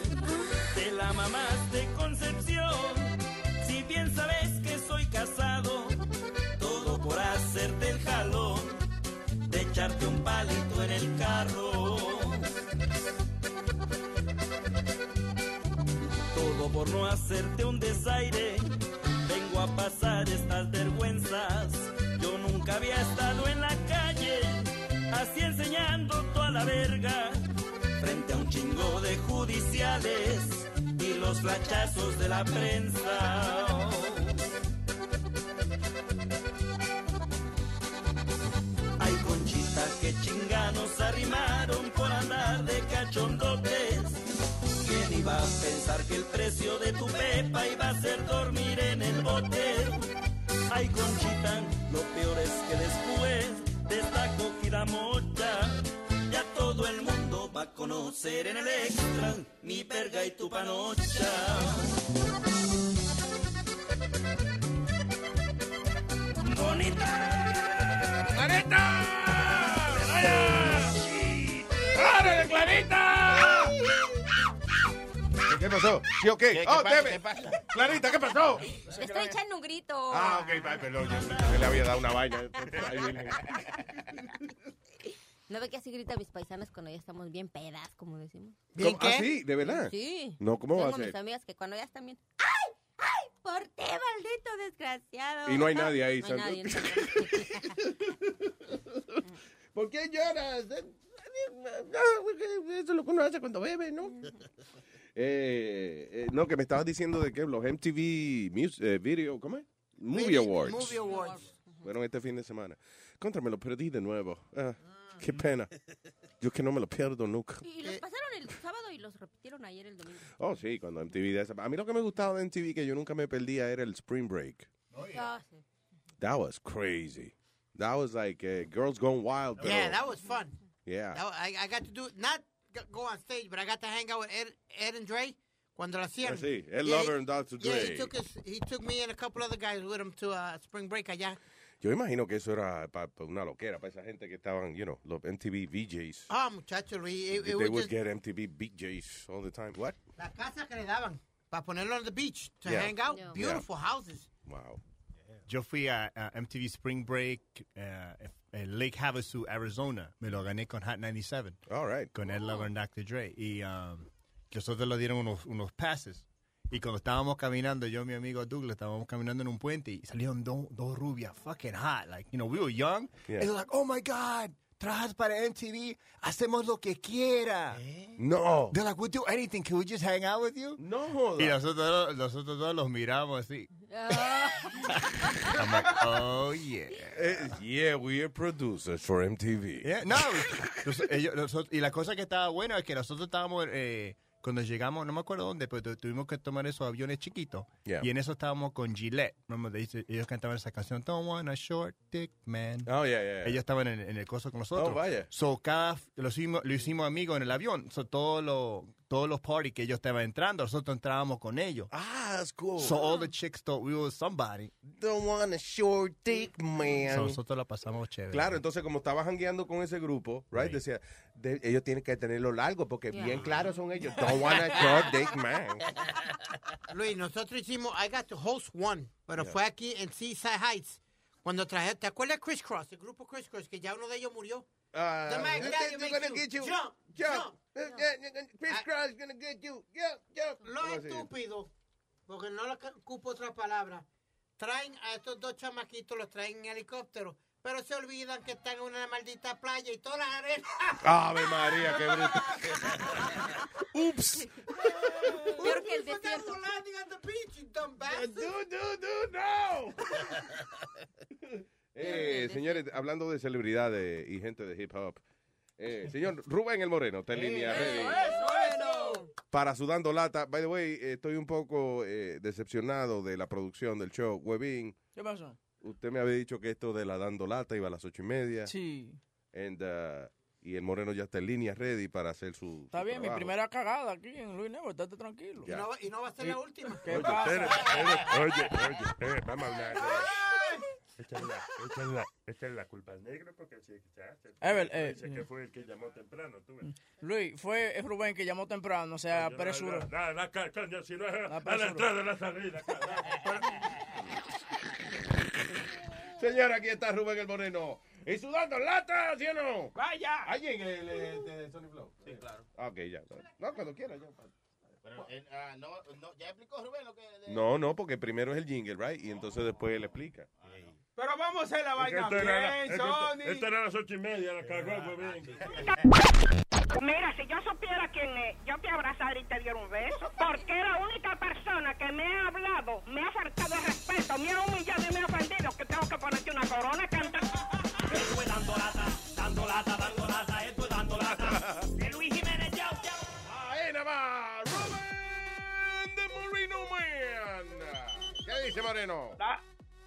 Te la mamás de Concepción, si bien sabes que soy casado, todo por hacerte el jalón, de echarte un palito en el carro. Todo por no hacerte un desaire, vengo a pasar estas vergüenzas. Yo nunca había estado en la calle, así enseñando toda la verga, frente a un chingo de judiciales y los flachazos de la prensa. Hay conchitas que chinganos arrimaron por andar de cachondotes. ¿Quién iba a pensar que el precio de tu pepa iba a ser dormir en el bote? Ay, Conchita, lo peor es que después de esta cogida mocha, ya todo el mundo va a conocer en el extra mi verga y tu panocha. ¡Bonita! ¡Clarita! ¡Medalla! ¡Sí! ¡Claro, Clarita! ¿Qué pasó? ¿Sí o qué? ¿Qué- qué ¡Oh, pasa? deme! ¿Qué pasa? ¡Clarita, qué pasó! Estoy echando un grito. Ah, ok, ay, perdón, yo pensé que le había dado una vaina. Ay, virgen. ¿No ve que así gritan mis paisanas cuando ya estamos bien pedas, como decimos? ¿Bien ¿Cómo? qué? ¿Ah, sí? ¿De verdad? Sí. No, ¿cómo va a Tengo mis ser? amigas que cuando ya están bien... ¡Ay! ¡Ay! ¡Por ti, maldito desgraciado! Y no hay nadie ahí, No hay Sandra. nadie, no hay nadie. ¿Por qué lloras? Eh, Eso es lo que uno hace cuando bebe, ¿no? Eh, eh, no, que me estabas diciendo de que los MTV Mus- eh, Video, ¿cómo es? Movie Awards. Movie Awards. Fueron este fin de semana. Contra, me lo perdí de nuevo. Ah, qué pena. Yo que no me lo pierdo nunca. Y los pasaron el sábado y los repitieron ayer el domingo. Oh, sí, cuando MTV de esa- A mí lo que me gustaba de MTV que yo nunca me perdía era el Spring Break. Ah, sí. That was crazy. That was like eh, Girls Gone Wild. Pero, Yeah, that was fun. Yeah. That wa- I, I got to do, not g- go on stage, but I got to hang out with Ed, Ed and Dre cuando lo hacían. Ah, sí, Ed Yeah, Lover and Dr. Yeah, he Dre. took, us, he took me and a couple other guys with him to uh, spring break allá. Yo imagino que eso era para una loquera, para esa gente que estaban, you know, los MTV VJs. Ah, muchacho, Luis. it- it They was just would get MTV VJs all the time. What? la casa que le daban para ponerlo on the beach, to Yeah. hang out. Yeah. Beautiful houses. Wow. Yo fui a, a MTV Spring Break eh, en Lake Havasu, Arizona. Me lo gané con Hot 97. All right. Con Ed Lover and Dr. Dre. Y um, que nosotros le dieron unos, unos passes. Y cuando estábamos caminando, yo y mi amigo Douglas, estábamos caminando en un puente y salieron dos dos rubias fucking hot. Like, you know, we were young. Yeah. And they're like, oh my God, trabajas para MTV, hacemos lo que quiera. No. They're like, we'll do anything. Can we just hang out with you? No, Y nosotros, nosotros todos los miramos así. I'm like, oh yeah. Ah. Eh, yeah, we are producers for MTV. Yeah, no. Nos- ellos- nosotros- y la cosa que estaba buena es que nosotros estábamos, eh, cuando llegamos, no me acuerdo dónde, pero tu- tuvimos que tomar esos aviones chiquitos. Yeah. Y en eso estábamos con Gillette. Remember, they used to- ellos cantaban esa canción, Don't want a short dick man. Oh, yeah, yeah, yeah. Ellos estaban en, en el coso con nosotros. Oh, vaya. So, cada, lo hicimos, lo hicimos amigos en el avión. So, todo lo- todos los parties que ellos estaban entrando, nosotros entrábamos con ellos. Ah, that's cool. So, all the chicks thought we were somebody. Don't want a short dick So, man. nosotros la pasamos chévere. Claro, entonces como estaba jangueando con ese grupo, right, decía, de- ellos tienen que tenerlo largo porque bien claros son ellos. Don't want a short dick man. Luis, nosotros hicimos, I got to host one, pero Yeah. fue aquí en Seaside Heights. Cuando traje, ¿te acuerdas de Criss Cross, el grupo Criss Cross, que ya uno de ellos murió? Ah, The Mac they're Daddy gonna makes get you. Jump, Jump. jump. Ah. Criss Cross is gonna get you. Jump, jump. Oh, Lo estúpido, porque no le ocupo otra palabra. Traen a estos dos chamaquitos, los traen en helicóptero, pero se olvidan que están en una maldita playa y todas las arenas. Ave María, qué bruto. Ups. Peor que el desierto. landing on the beach, you dumb Eh, bastard. Dude, dude, dude, no. Eh, señores, hablando de celebridades y gente de hip hop, eh, señor Rubén el Moreno, está en línea. ready. Para Sudando Lata, by the way, eh, estoy un poco eh, decepcionado de la producción del show. Webin, ¿Qué pasó? usted me había dicho que esto de la Dando Lata iba a las ocho y media. Sí. And, uh, y el Moreno ya está en línea ready para hacer su. Está su bien, mi trabajo. primera cagada aquí en Luis Network, estate tranquilo. Ya. Y no Y no va a ser la última. ¿Qué Oye, pasa? espérate, espérate, Oye, oye, eh, vamos a hablar. Echan la, echan la, echan la culpa al negro porque se echaste. A ver, eh. "Ah, este Dice que fue el que llamó temprano, tú ves. Luis, fue Rubén que llamó temprano, o sea, apresuró. No, no, ca- coño, si no es a apresuro. la entrada de la salida. Señor, aquí está Rubén el Moreno. Y sudando lata, ¿sí o no? Vaya. ¿Alguien el, el- el de Sony Flow? Sí, claro. Ah, ok, ya. No, cuando quiera, ya. Pero, eh, ah, no, no, ya explicó Rubén lo que. No, no, porque primero es el jingle, right? Y entonces después él explica. Pero vamos a hacer la vaina bien, Sony. Ah, Esta era a las ocho y media, la cagó el huevín. Mira, si yo supiera quién es, yo te abrazaría y te diera un beso. Porque es la única persona que me ha hablado, me ha faltado el respeto, me ha humillado y me ha ofendido, que tengo que ponerte una corona, canta. Estuve dando lata, dando lata, dando lata, estuve dando lata. De Luis Jiménez, chao, chao. ¡Ahí nada más! ¡Rubén de Moreno Man! ¿Qué dice Moreno?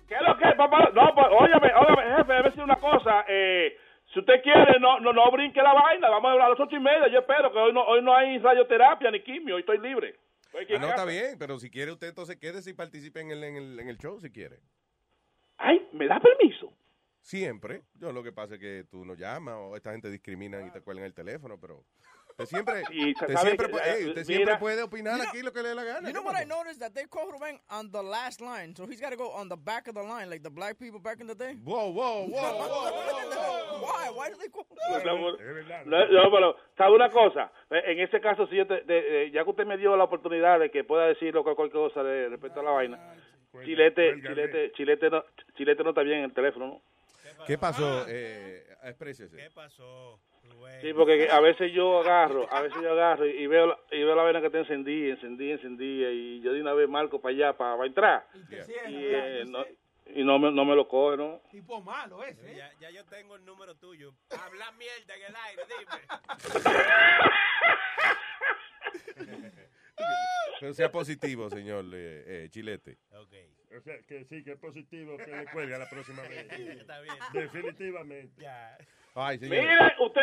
¿Qué es lo que, papá? No, pues, óyame, óyame, jefe, debe decir una cosa. Eh, si usted quiere, no, no, no brinque la vaina. Vamos a hablar a las ocho y media. Yo espero que hoy no, hoy no hay radioterapia ni quimio. Hoy estoy libre. Estoy aquí Ah, en no, casa. está bien, pero si quiere usted entonces quédese y participe en el, en el, en el show si quiere. Ay, ¿me da permiso? Siempre. Yo lo que pasa es que tú no llamas o esta gente discrimina y te cuelgan el teléfono, pero... Usted siempre, Sí, se usted sabe siempre, que- pu- ey, usted mira. siempre puede opinar You know- aquí lo que le dé la gana. You know ¿qué what I pasa? noticed? That they call Ruben on the last line, so he's got to go on the back of the line, like the black people back in the day. Whoa, whoa, whoa, whoa, whoa. Why? Why do they call No, no, pero, ¿sabe una cosa? Eh, En ese caso, si yo te- te- eh, ya que usted me dio la oportunidad de que pueda decir lo que- cualquier cosa de, respecto a la vaina, Chilete, Chilete, Chilete no, Chilete no está bien en el teléfono, ¿no? ¿Qué pasó? Eh, exprésese. ¿Qué pasó? Sí, porque a veces yo agarro, a veces yo agarro y veo, la- y veo la vaina que te encendí, encendí, encendí, y yo de una vez marco para allá, para, entrar, y, eh, no, y no, me, no me lo coge, ¿no? Tipo malo ese. Ya, ya yo tengo el número tuyo. Habla mierda en el aire, dime. Pero sea positivo, señor eh, eh, Chilete. O sea, que sí, que es positivo que le cuelga la próxima vez. Está bien. Definitivamente. Ay, señor. Mire, usted,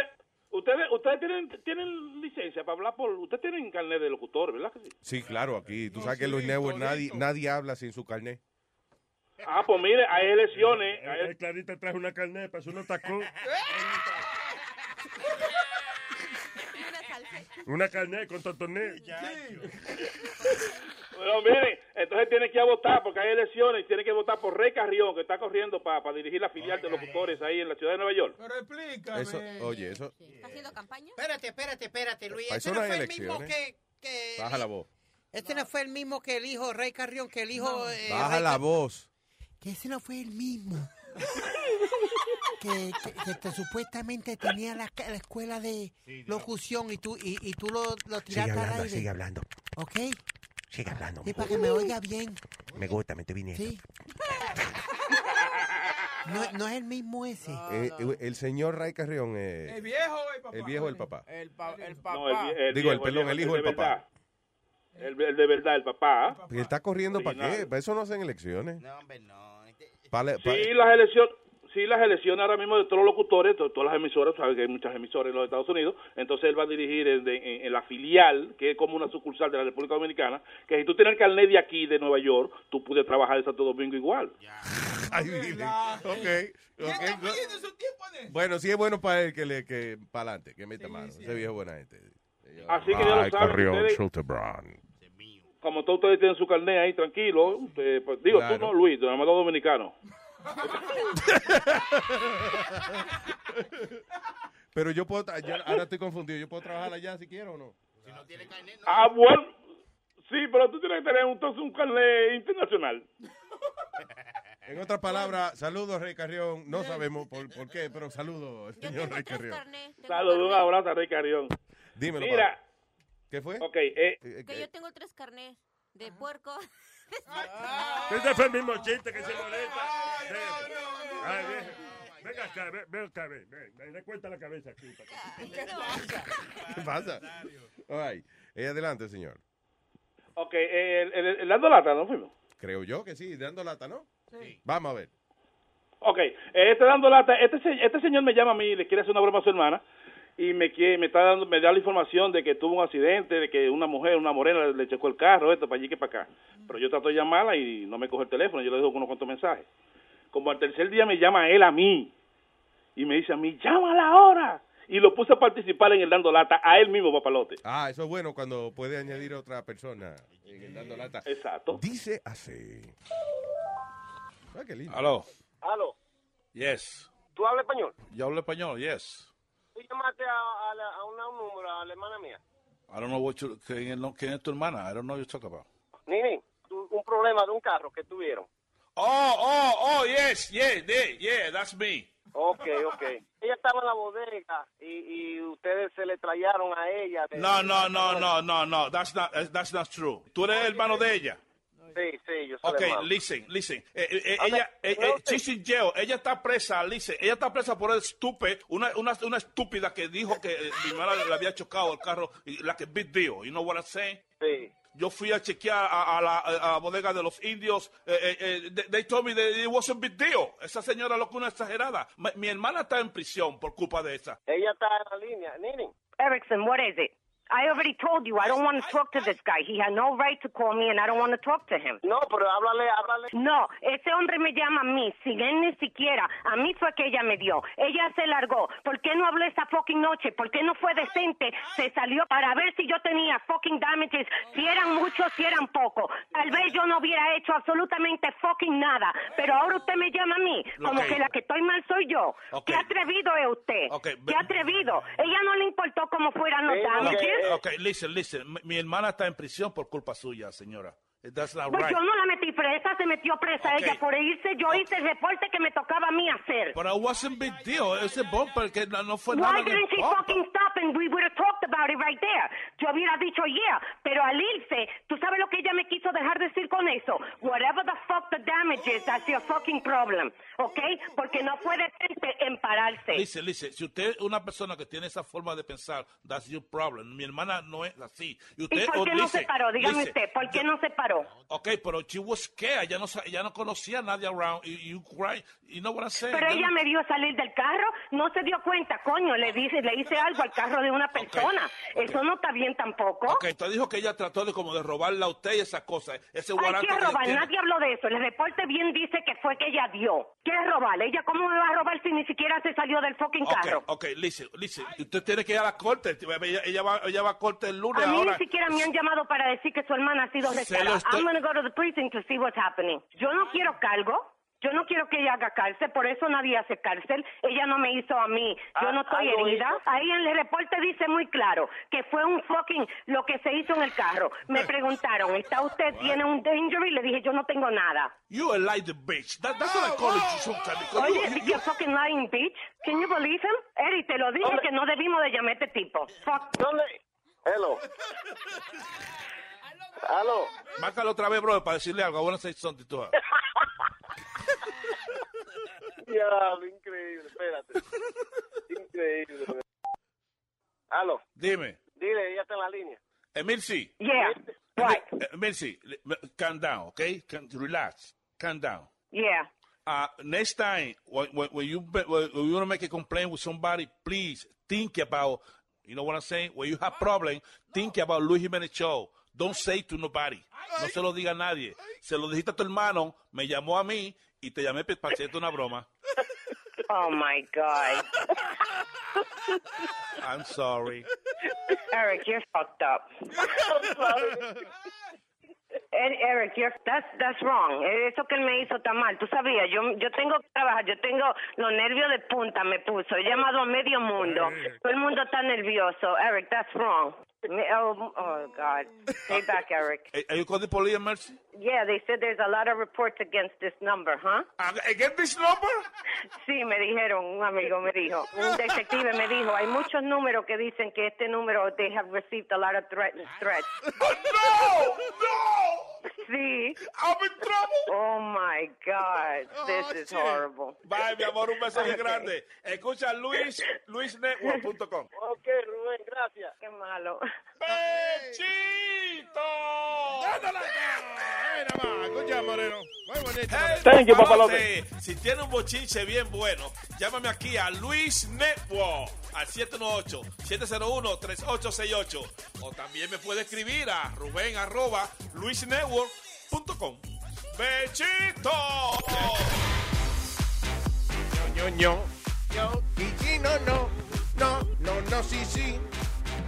ustedes, ustedes tienen, tienen licencia para hablar por, ustedes tienen carnet de locutor, ¿verdad que sí? Sí, claro, aquí. Tú sabes que en los Network nadie, nadie habla sin su carnet. Ah, pues mire, hay elecciones. Eh, eh, Clarita trajo una carne para unos tacos. Una carne con totoné. Bueno, miren, entonces tienen que ir a votar porque hay elecciones y tienen que votar por Rey Carrión, que está corriendo para dirigir la filial de los locutores ahí en la ciudad de Nueva York. Pero explícame. Eso, oye, eso. ¿Está haciendo campaña? Espérate, espérate, espérate, Luis. Para Ese eso no no hay fue el mismo elecciones. que... que Baja la voz. Este no fue el mismo que el hijo Rey Carrión, que el hijo... eh, Baja Rey la Car- voz. Que ese no fue el mismo. que, que- que te- supuestamente tenía la, la escuela de locución y tú, y, y tú lo, lo tiraste al aire. hablando, ¿Ok? sigue hablando. Sí, para que me oiga bien. Me gusta, me te vine. Sí. No, no es el mismo ese. Eh, eh, el señor Ray Carrión. eh, El viejo, el papá. El viejo, el papá. El, pa- el papá. No, Eh, el, vie- Digo, el viejo, pelón, el hijo, de el papá. verdad. El, el de verdad, el papá. ¿ah? Porque está corriendo para qué? Original. Para eso no hacen elecciones. No, este, hombre, no. Para, Sí, las elecciones. Sí, las elecciones ahora mismo de todos los locutores, to- todas las emisoras, sabe que hay muchas emisoras en los Estados Unidos, entonces él va a dirigir en, de- en- en la filial, que es como una sucursal de la República Dominicana, que si tú tienes el carnet de aquí, de Nueva York, tú puedes trabajar en Santo Domingo igual. Ay, mire. Ok. ok, go- Bueno, sí es bueno para él que le que para adelante, que meta mano. Ese viejo es buena gente. Así que ya lo Ay, saben Carrión, ustedes. Schulterbrand. Como todos ustedes tienen su carnet ahí, tranquilo. ustedes, pues, digo, Claro. tú no, Luis, nada más los dominicanos. Pero yo puedo, tra- yo ahora estoy confundido. Yo puedo trabajar allá si quiero o no. Ah, bueno. Sí, pero tú tienes que tener entonces un carnet internacional. En otras palabras, saludos Rey Carrión. No sabemos por, por qué, pero saludos, señor Rey Carrión. Saludos, un abrazo a Rey Carrión. Dímelo. Mira. Pablo. ¿Qué fue? Ok, eh. Que yo tengo tres carnés de Ah. puerco. Ah. Ese fue el mismo chiste que se molesta. Ay, ven. Venga acá, ven, ven acá, ven, ven, ven, le cuenta la cabeza aquí. para que- ¿Qué pasa? All right. Eh, adelante, señor. Ok, eh, el, el, el dando lata, ¿no fuimos? Creo yo que sí, dando lata, ¿no? Sí. Vamos a ver. Ok, eh, este dando lata, este, se- este señor me llama a mí y le quiere hacer una broma a su hermana y me quiere, me está dando, me da la información de que tuvo un accidente, de que una mujer, una morena le, le chocó el carro, esto, para allí que para acá. Pero yo trato de llamarla y no me coge el teléfono, yo le dejo unos cuantos mensajes. Como al tercer día me llama él a mí y me dice a mí, llámala ahora. Y lo puse a participar en el dando lata a él mismo, papalote. Ah, eso es bueno cuando puede añadir otra persona Eh, en el dando lata. Exacto. Dice así. Ah, ¿eh? qué lindo. Aló. Aló, Yes. ¿tú hablas español? Yo hablo español. Yes. Tú llamaste a, a, la- a una, un número, a la hermana mía. I don't know what you, quién, es, no- quién es tu hermana. I don't know what you're talking about. Nini, tú- un problema de un carro que tuvieron. Oh, oh, oh, yes, yeah, yeah, yeah, that's me. Ok, ok. Ella estaba en la bodega y, y ustedes se le trayaron a ella. de- No, no, no, no, no, no. That's not, that's not true. Tú eres el hermano de ella. Sí, sí, yo soy la Ok, hermana. listen, listen. Eh, eh, eh, ella, eh, eh, she's in jail. Ella está presa, listen. Ella está presa por el estúpido, una, una, una estúpida que dijo que eh, mi hermana le había chocado el carro, y la que big deal. You know what I'm saying? Sí. Yo fui a chequear a, a la a la bodega de los indios. eh, eh, eh, they, they told me that it wasn't big deal. Esa señora loca una exagerada. Mi, mi hermana está en prisión por culpa de esa. Eh, Ella está en la línea. Nini, Erickson, what is it? I already told you I don't want to talk to this guy. He had no right to call me, and I don't want to talk to him. No, pero háblale, háblale. No, ese hombre me llama a mí, sin él ni siquiera. A mí fue que ella me dio. Ella se largó. ¿Por qué no habló esa fucking noche? ¿Por qué no fue decente? Se salió para ver si yo tenía fucking damages, si eran muchos, si eran pocos. Tal vez yo no hubiera hecho absolutamente fucking nada. Pero ahora usted me llama a mí, como Ok. que la que estoy mal soy yo. Ok. ¿Qué atrevido es usted? Ok, ¿Qué atrevido? Ella no le importó cómo fueran los damages. Ok, listen, listen. Mi, mi hermana está en prisión por culpa suya, señora. That's not Pues right. yo no la metí presa, se metió presa ella por irse. Yo hice el reporte que me tocaba a mí hacer. Pero it wasn't big deal. Ese bumper que no, Pues no fue Why nada. de didn't she bumper. fucking stop and we would have talked about it right there? Yo hubiera dicho yeah, pero al irse, ¿tú sabes lo que ella me quiso dejar decir con eso? Whatever the fuck the damage is, that's your fucking problem, ¿ok? Porque no fue decente en pararse. Listen, listen. Si usted es una persona que tiene esa forma de pensar, that's your problem. Mi hermana no es así. Y, usted, ¿Y por oh, qué no listen, se paró? Dígame listen. usted, ¿por qué no se paró? Ok, pero she was scared. Ella no, sa- ella no conocía a nadie around. You, you cry. You know what I'm saying? Pero Then- ella me vio salir del carro, no se dio cuenta, coño, le dice, le hice algo al carro de una persona. Eso no está bien tampoco. Ok, usted dijo que ella trató de como de robarla a usted y esas cosas. Ese Ay, guarante ¿qué que robar? tiene. Nadie habló de eso. El reporte bien dice que fue que ella dio. ¿Qué es robar? ¿Ella cómo me va a robar si ni siquiera se salió del fucking Ok, carro? ok, listen, listen. Usted tiene que ir a la corte. Ella, ella va, ella va a corte el lunes A mí ahora. ni siquiera me han llamado para decir que su hermana ha sido Se arrestada. lo estoy- Ah. I'm gonna go to the prison to see what's happening. Yo no quiero cargo. Yo no quiero que ella haga cárcel, por eso nadie hace cárcel. Ella no me hizo a mí. Yo Ah, no estoy algo herida. hizo. Ahí en el reporte dice muy claro que fue un fucking lo que se hizo en el carro. Me preguntaron, ¿está usted, tiene un injury? Le dije, yo no tengo nada. You a like the bitch. That, that's what I call it. some kind of- Oye, you- you- you're fucking lying bitch. Can you believe him? Eri, te lo dije que no debimos de llamar a este tipo. Fuck. Hello. Aló. Márcalo otra vez, bro, para decirle algo. I wanna say something to her. Diablo, increíble, espérate. Increíble. bro. Aló, Dime. dile, ella está en la línea. Emil C. Yeah. Right. Emil C. le- le- Calm down, okay? Can- relax. Calm down. Yeah. Uh, next time, when, when, when you be- when when you want to make a complaint with somebody, please think about, you know what I'm saying? When you have problem, think about Luis Jiménez Show. Don't say to nobody. No se lo diga a nadie. Se lo dijiste a tu hermano, me llamó a mí y te llamé pe- para hacerte una broma. Oh my God. I'm sorry. Eric, you're fucked up. Ed- Eric, you're, that's, that's wrong. Eso que él me hizo está mal. Tú sabías, yo, yo tengo que trabajar, yo tengo los nervios de punta, me puso. He llamado a medio mundo. Todo el mundo está nervioso. Eric, that's wrong. Me- oh, oh, God. Stay back, Eric. Are- Are Eh, you calling the police, Mercy? Yeah, they said there's a lot of reports against this number, huh? ¿Against this number? Sí, me dijeron, un amigo me dijo, un detective me dijo, hay muchos números que dicen que este número, they have received a lot of threat, threats. ¡No! ¡No! Sí. I'm in trouble. Oh, my God. This Oh, is shit. horrible. Bye, mi amor, un beso bien grande. Escucha Luis, luisnetwork.com. Ok, Rubén, gracias. Qué malo. ¡Bechito! ¡Dándole! ¡Ay, nada más! Escucha, Moreno. Muy bonito. Thank you, papalote. eh, Si tiene un bochinche bien bueno, llámame aquí a Luis Network al 718-701-3868. O también me puede escribir a Rubén arroba luisnetwork.com. ¡Bechito! Ño, ño. Y sí, no, no. No, no, no, sí, sí.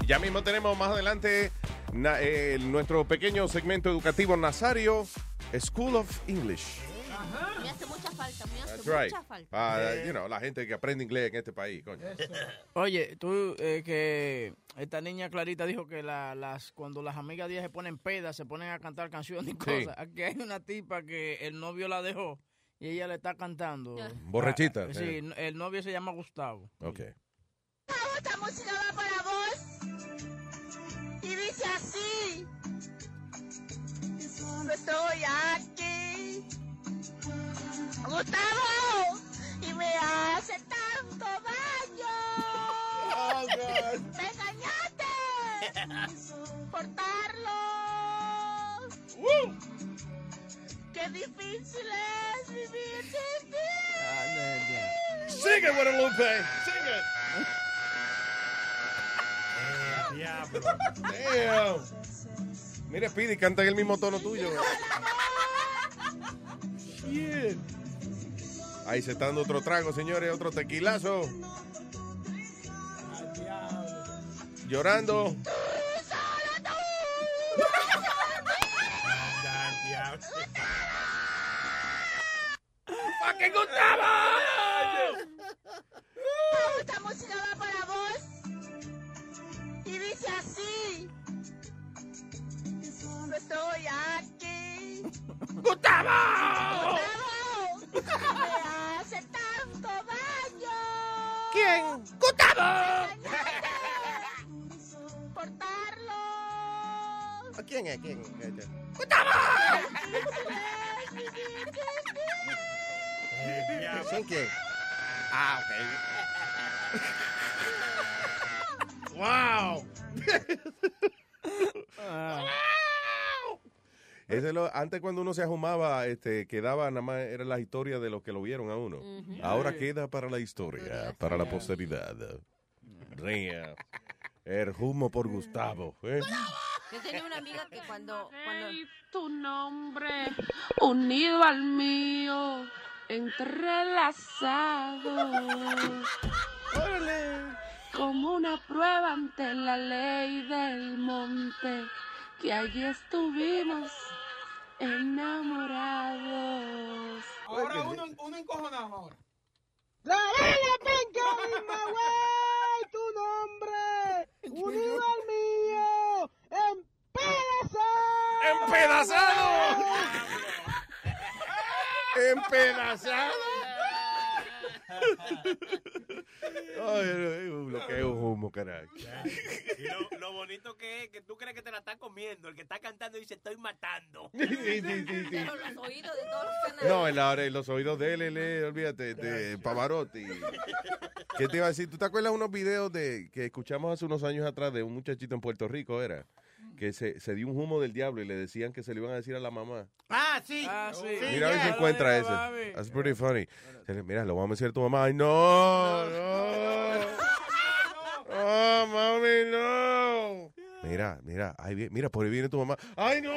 Ya mismo tenemos más adelante na- eh, nuestro pequeño segmento educativo Nazario, School of English. Me hace mucha falta, me hace That's right. mucha falta. Para, you know, la gente que aprende inglés en este país, coño. Oye, tú, eh, que esta niña Clarita dijo que la- las cuando las amigas de ella se ponen pedas, se ponen a cantar canciones y Sí. cosas. Aquí hay una tipa que el novio la dejó y ella le está cantando. Borrachita, Ah, sí. sí, el novio se llama Gustavo. Ok. Esta música va para vos y dice así. Yo estoy aquí. Gustavo y me hace tanto daño. Me engañaste por Carlos. Qué difícil es vivir sin ti. Sing it, Guadalupe. Sing it. Diablo. Mira, Speedy, canta en el mismo tono tuyo. Shit. Ahí se está dando otro trago, señores, otro tequilazo. Llorando. ¡Fucking Gustavo! Esta música va para vos y dice así. Yo estoy aquí. ¡Gustavo! ¡Gustavo! Me hace tanto daño. ¿Quién? ¡Gustavo! Portarlo. ¿Quién es? ¿Quién? ¿Son quién? Ah, ok. ¡Wow! este? Ese lo- antes cuando uno se ajumaba, este, quedaba nada más, era la historia de los que lo vieron a uno. Ujú. Ahora queda para la historia, para la posteridad. Ría. Erjumo por Gustavo. ¿eh? Yo tenía una amiga que cuando... cuando tu nombre unido al mío, entrelazado. Como una prueba ante la ley del monte, que allí estuvimos enamorados. Ahora uno, uno encojonado ahora. La arena pinca, güey, tu nombre, unido al mío, empedazado. ¡Empedazado! ¡Empedazado! Ay, ay, lo que es un humo, caray. Y lo, lo bonito que es que tú crees que te la están comiendo. El que está cantando dice, estoy matando. Sí, sí, sí, sí. Pero los oídos de todos los canales. No, en la oreja, en los oídos de él, él es, olvídate, de Pavarotti. ¿Qué te iba a decir? ¿Tú te acuerdas unos videos de que escuchamos hace unos años atrás de un muchachito en Puerto Rico, era? Que se, se dio un humo del diablo y le decían que se lo iban a decir a la mamá. Ah, sí. Mira a ver si encuentra eso. That's pretty funny. Mira, lo vamos a decir a tu mamá. Ay, no, no. Oh, mami, no. Mira, mira, ahí vi- mira, por ahí viene tu mamá. ¡Ay, no!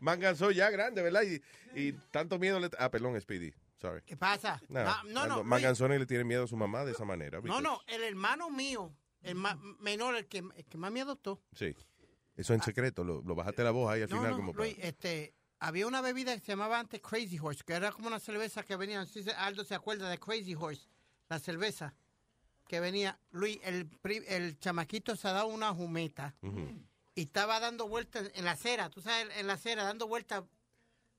Manganzó ya grande, ¿verdad? Y, y tanto miedo le... Ah, perdón, Speedy. Sorry. ¿Qué pasa? No, Ah, no, no, Manganzone le tiene miedo a su mamá de esa manera. No, because- no, el hermano mío, el ma- menor, el que, el que más me adoptó. Sí. Eso en secreto, lo, lo bajaste la voz ahí al No, final no, como Luis, este, había una bebida que se llamaba antes Crazy Horse, que era como una cerveza que venía, no sé si Aldo se acuerda de Crazy Horse, la cerveza que venía. Luis, el, pri- el chamaquito se ha dado una jumeta y estaba dando vueltas en la acera, tú sabes, en la acera, dando vueltas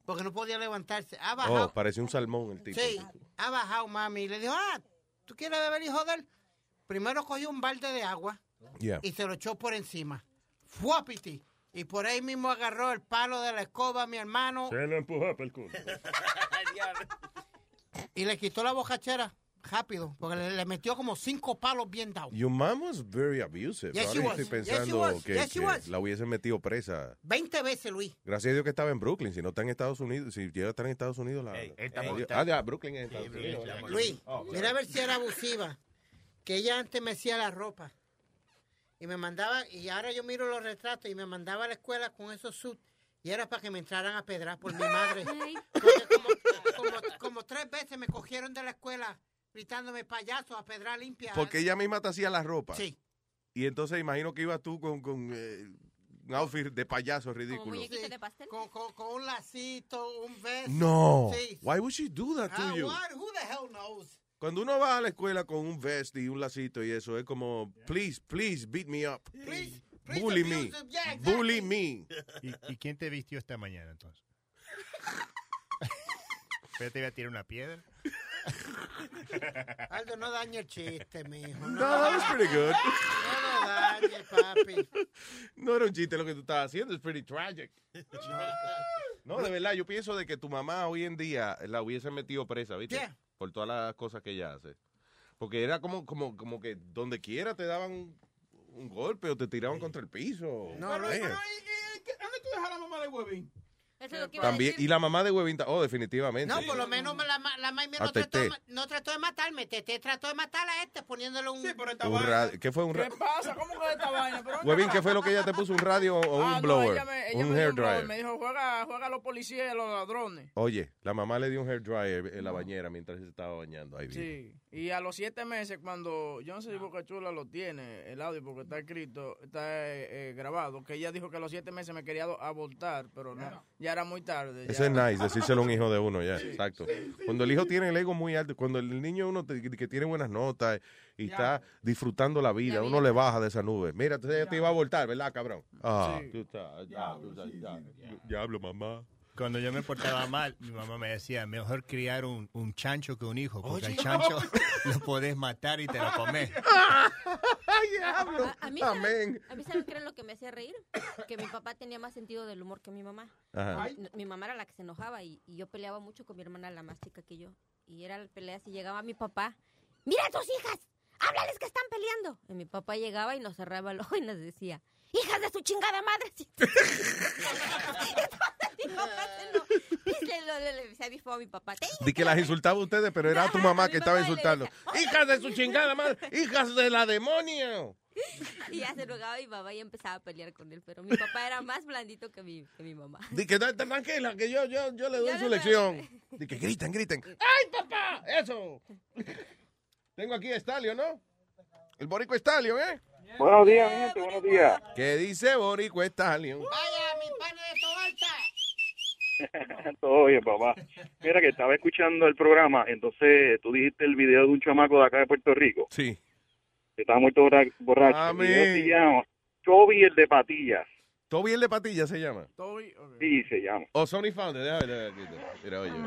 porque no podía levantarse. Ha para... bajado, Oh, parece un salmón el tipo. Sí, ha bajado, mami. Y le dijo, ah, ¿tú quieres beber y joder? Primero cogió un balde de agua Yeah. y se lo echó por encima. ¡Fuapiti! Y por ahí mismo agarró el palo de la escoba a mi hermano Se lo empujó por el culo. y le quitó la bocachera rápido, porque le, le metió como cinco palos bien dados. Your mom was very abusive. Yes, she Ahora yo was. estoy Yes, she pensando was. que, Yes, she que was. la hubiesen metido presa. Veinte veces, Luis. Gracias a Dios que estaba en Brooklyn. Si no está en Estados Unidos, si llega a estar en Estados Unidos, la. él está- la- él está- ah, ya, Brooklyn es en Estados Unidos. Luis, mira a ver si era abusiva. Que ella antes me hacía la ropa. Y me mandaba, y ahora yo miro los retratos y me mandaba a la escuela con esos suits. Y era para que me entraran a pedrar por mi madre. Porque como, como- como tres veces me cogieron de la escuela gritándome payaso a pedra limpia. Porque ella misma te hacía la ropa. Sí. Y entonces imagino que ibas tú con, con eh, un outfit de payaso ridículo. Sí, Con, con- con un lacito, un beso. No. Sí. Why would she do that Ah, to you? what? Who the hell knows? Cuando uno va a la escuela con un vest y un lacito y eso, es como, please, please, beat me up. Please, Bully me. Bully me. ¿Y, y quién te vistió esta mañana entonces? ¿Pero te iba a tirar una piedra? Aldo, no dañe el chiste, mijo. No, that was pretty good. No lo dañe, papi. No era un chiste lo que tú estabas haciendo, es pretty tragic. No, de verdad, yo pienso de que tu mamá hoy en día la hubiese metido presa, ¿viste? Por todas las cosas que ella hace. Porque era como, como, como que donde quiera te daban un, un golpe o te tiraban contra el piso. No, Damn. ¿Dónde tú dejas la mamá de huevín? Eso es lo que iba a También, y la mamá de Huevinta, oh, definitivamente. No, por lo menos la, ma- la maíz mía no A Teté. trató, de ma- no trató de matarme. Tete trató de matar a este poniéndole un... Sí, pero Un ra- ¿Qué fue un ra- ¿Qué pasa? ¿Cómo que esta vaina? Pero Huevín, ¿qué fue lo que ella te puso? ¿Un radio o, o un Ah, no, blower? ella me- ella me un dio hair blower. dryer. Me dijo, juega, juega a los policías y a los ladrones. Oye, la mamá le dio un hair dryer en la bañera mientras se estaba bañando. Ahí vi. Sí. Y a los siete meses, cuando yo no sé si Boca Chula lo tiene, el audio, porque está escrito, está eh, eh, grabado, que ella dijo que a los siete meses me quería do- abortar, pero no, ya era muy tarde. Eso es nice, decírselo a un hijo de uno, ya, exacto. sí, sí, cuando el hijo tiene el ego muy alto, cuando el niño uno te- que tiene buenas notas y está disfrutando la vida, uno le baja de esa nube. Mira, entonces ella te iba a voltar, ¿verdad, cabrón? Ah, tú estás- ya, tú estás- ya, Diablo, mamá. Cuando yo me portaba mal, mi mamá me decía, mejor criar un, un chancho que un hijo, porque al Oye. chancho lo podés matar y te lo comes. A, a mí, Amén. ¿saben- a mí saben qué era lo que me hacía reír, que mi papá tenía más sentido del humor que mi mamá. Ajá. Mi, mi mamá era la que se enojaba y, y yo peleaba mucho con mi hermana, la más chica que yo. Y era la pelea si llegaba mi papá, mira a tus hijas, háblales que están peleando. Y mi papá llegaba y nos cerraba el ojo y nos decía, hijas de su chingada madre. Sí. Entonces, mi papá se eno- y se lo le, le decía a mi papá, mi papá, "Te De que las insultaba a ustedes, pero era tu mamá que estaba insultando. ¡Hijas de su chingada madre! ¡Hijas de la demonio! Y ya se rogaba mi mamá y empezaba a pelear con él, pero mi papá era más blandito que mi, que mi mamá. De que "Date tranquila, que yo, yo, yo le doy Yo su le- lección. De que griten, griten. ¡Ay, papá! ¡Eso! Tengo aquí a Stalio, ¿no? El borico Stalio, ¿eh? Buenos días, mi gente, buenos días. ¿Qué dice borico Stalio? Todo bien, papá. Mira que estaba escuchando el programa, entonces tú dijiste el video de un chamaco de acá de Puerto Rico. Sí. Que estaba muerto borra- borracho. El Amén. video se llama Toby el de Patillas. ¿Toby el de patilla se llama? Sí, se llama. O Sony Founder, déjame ver aquí. Mira, oye, oye.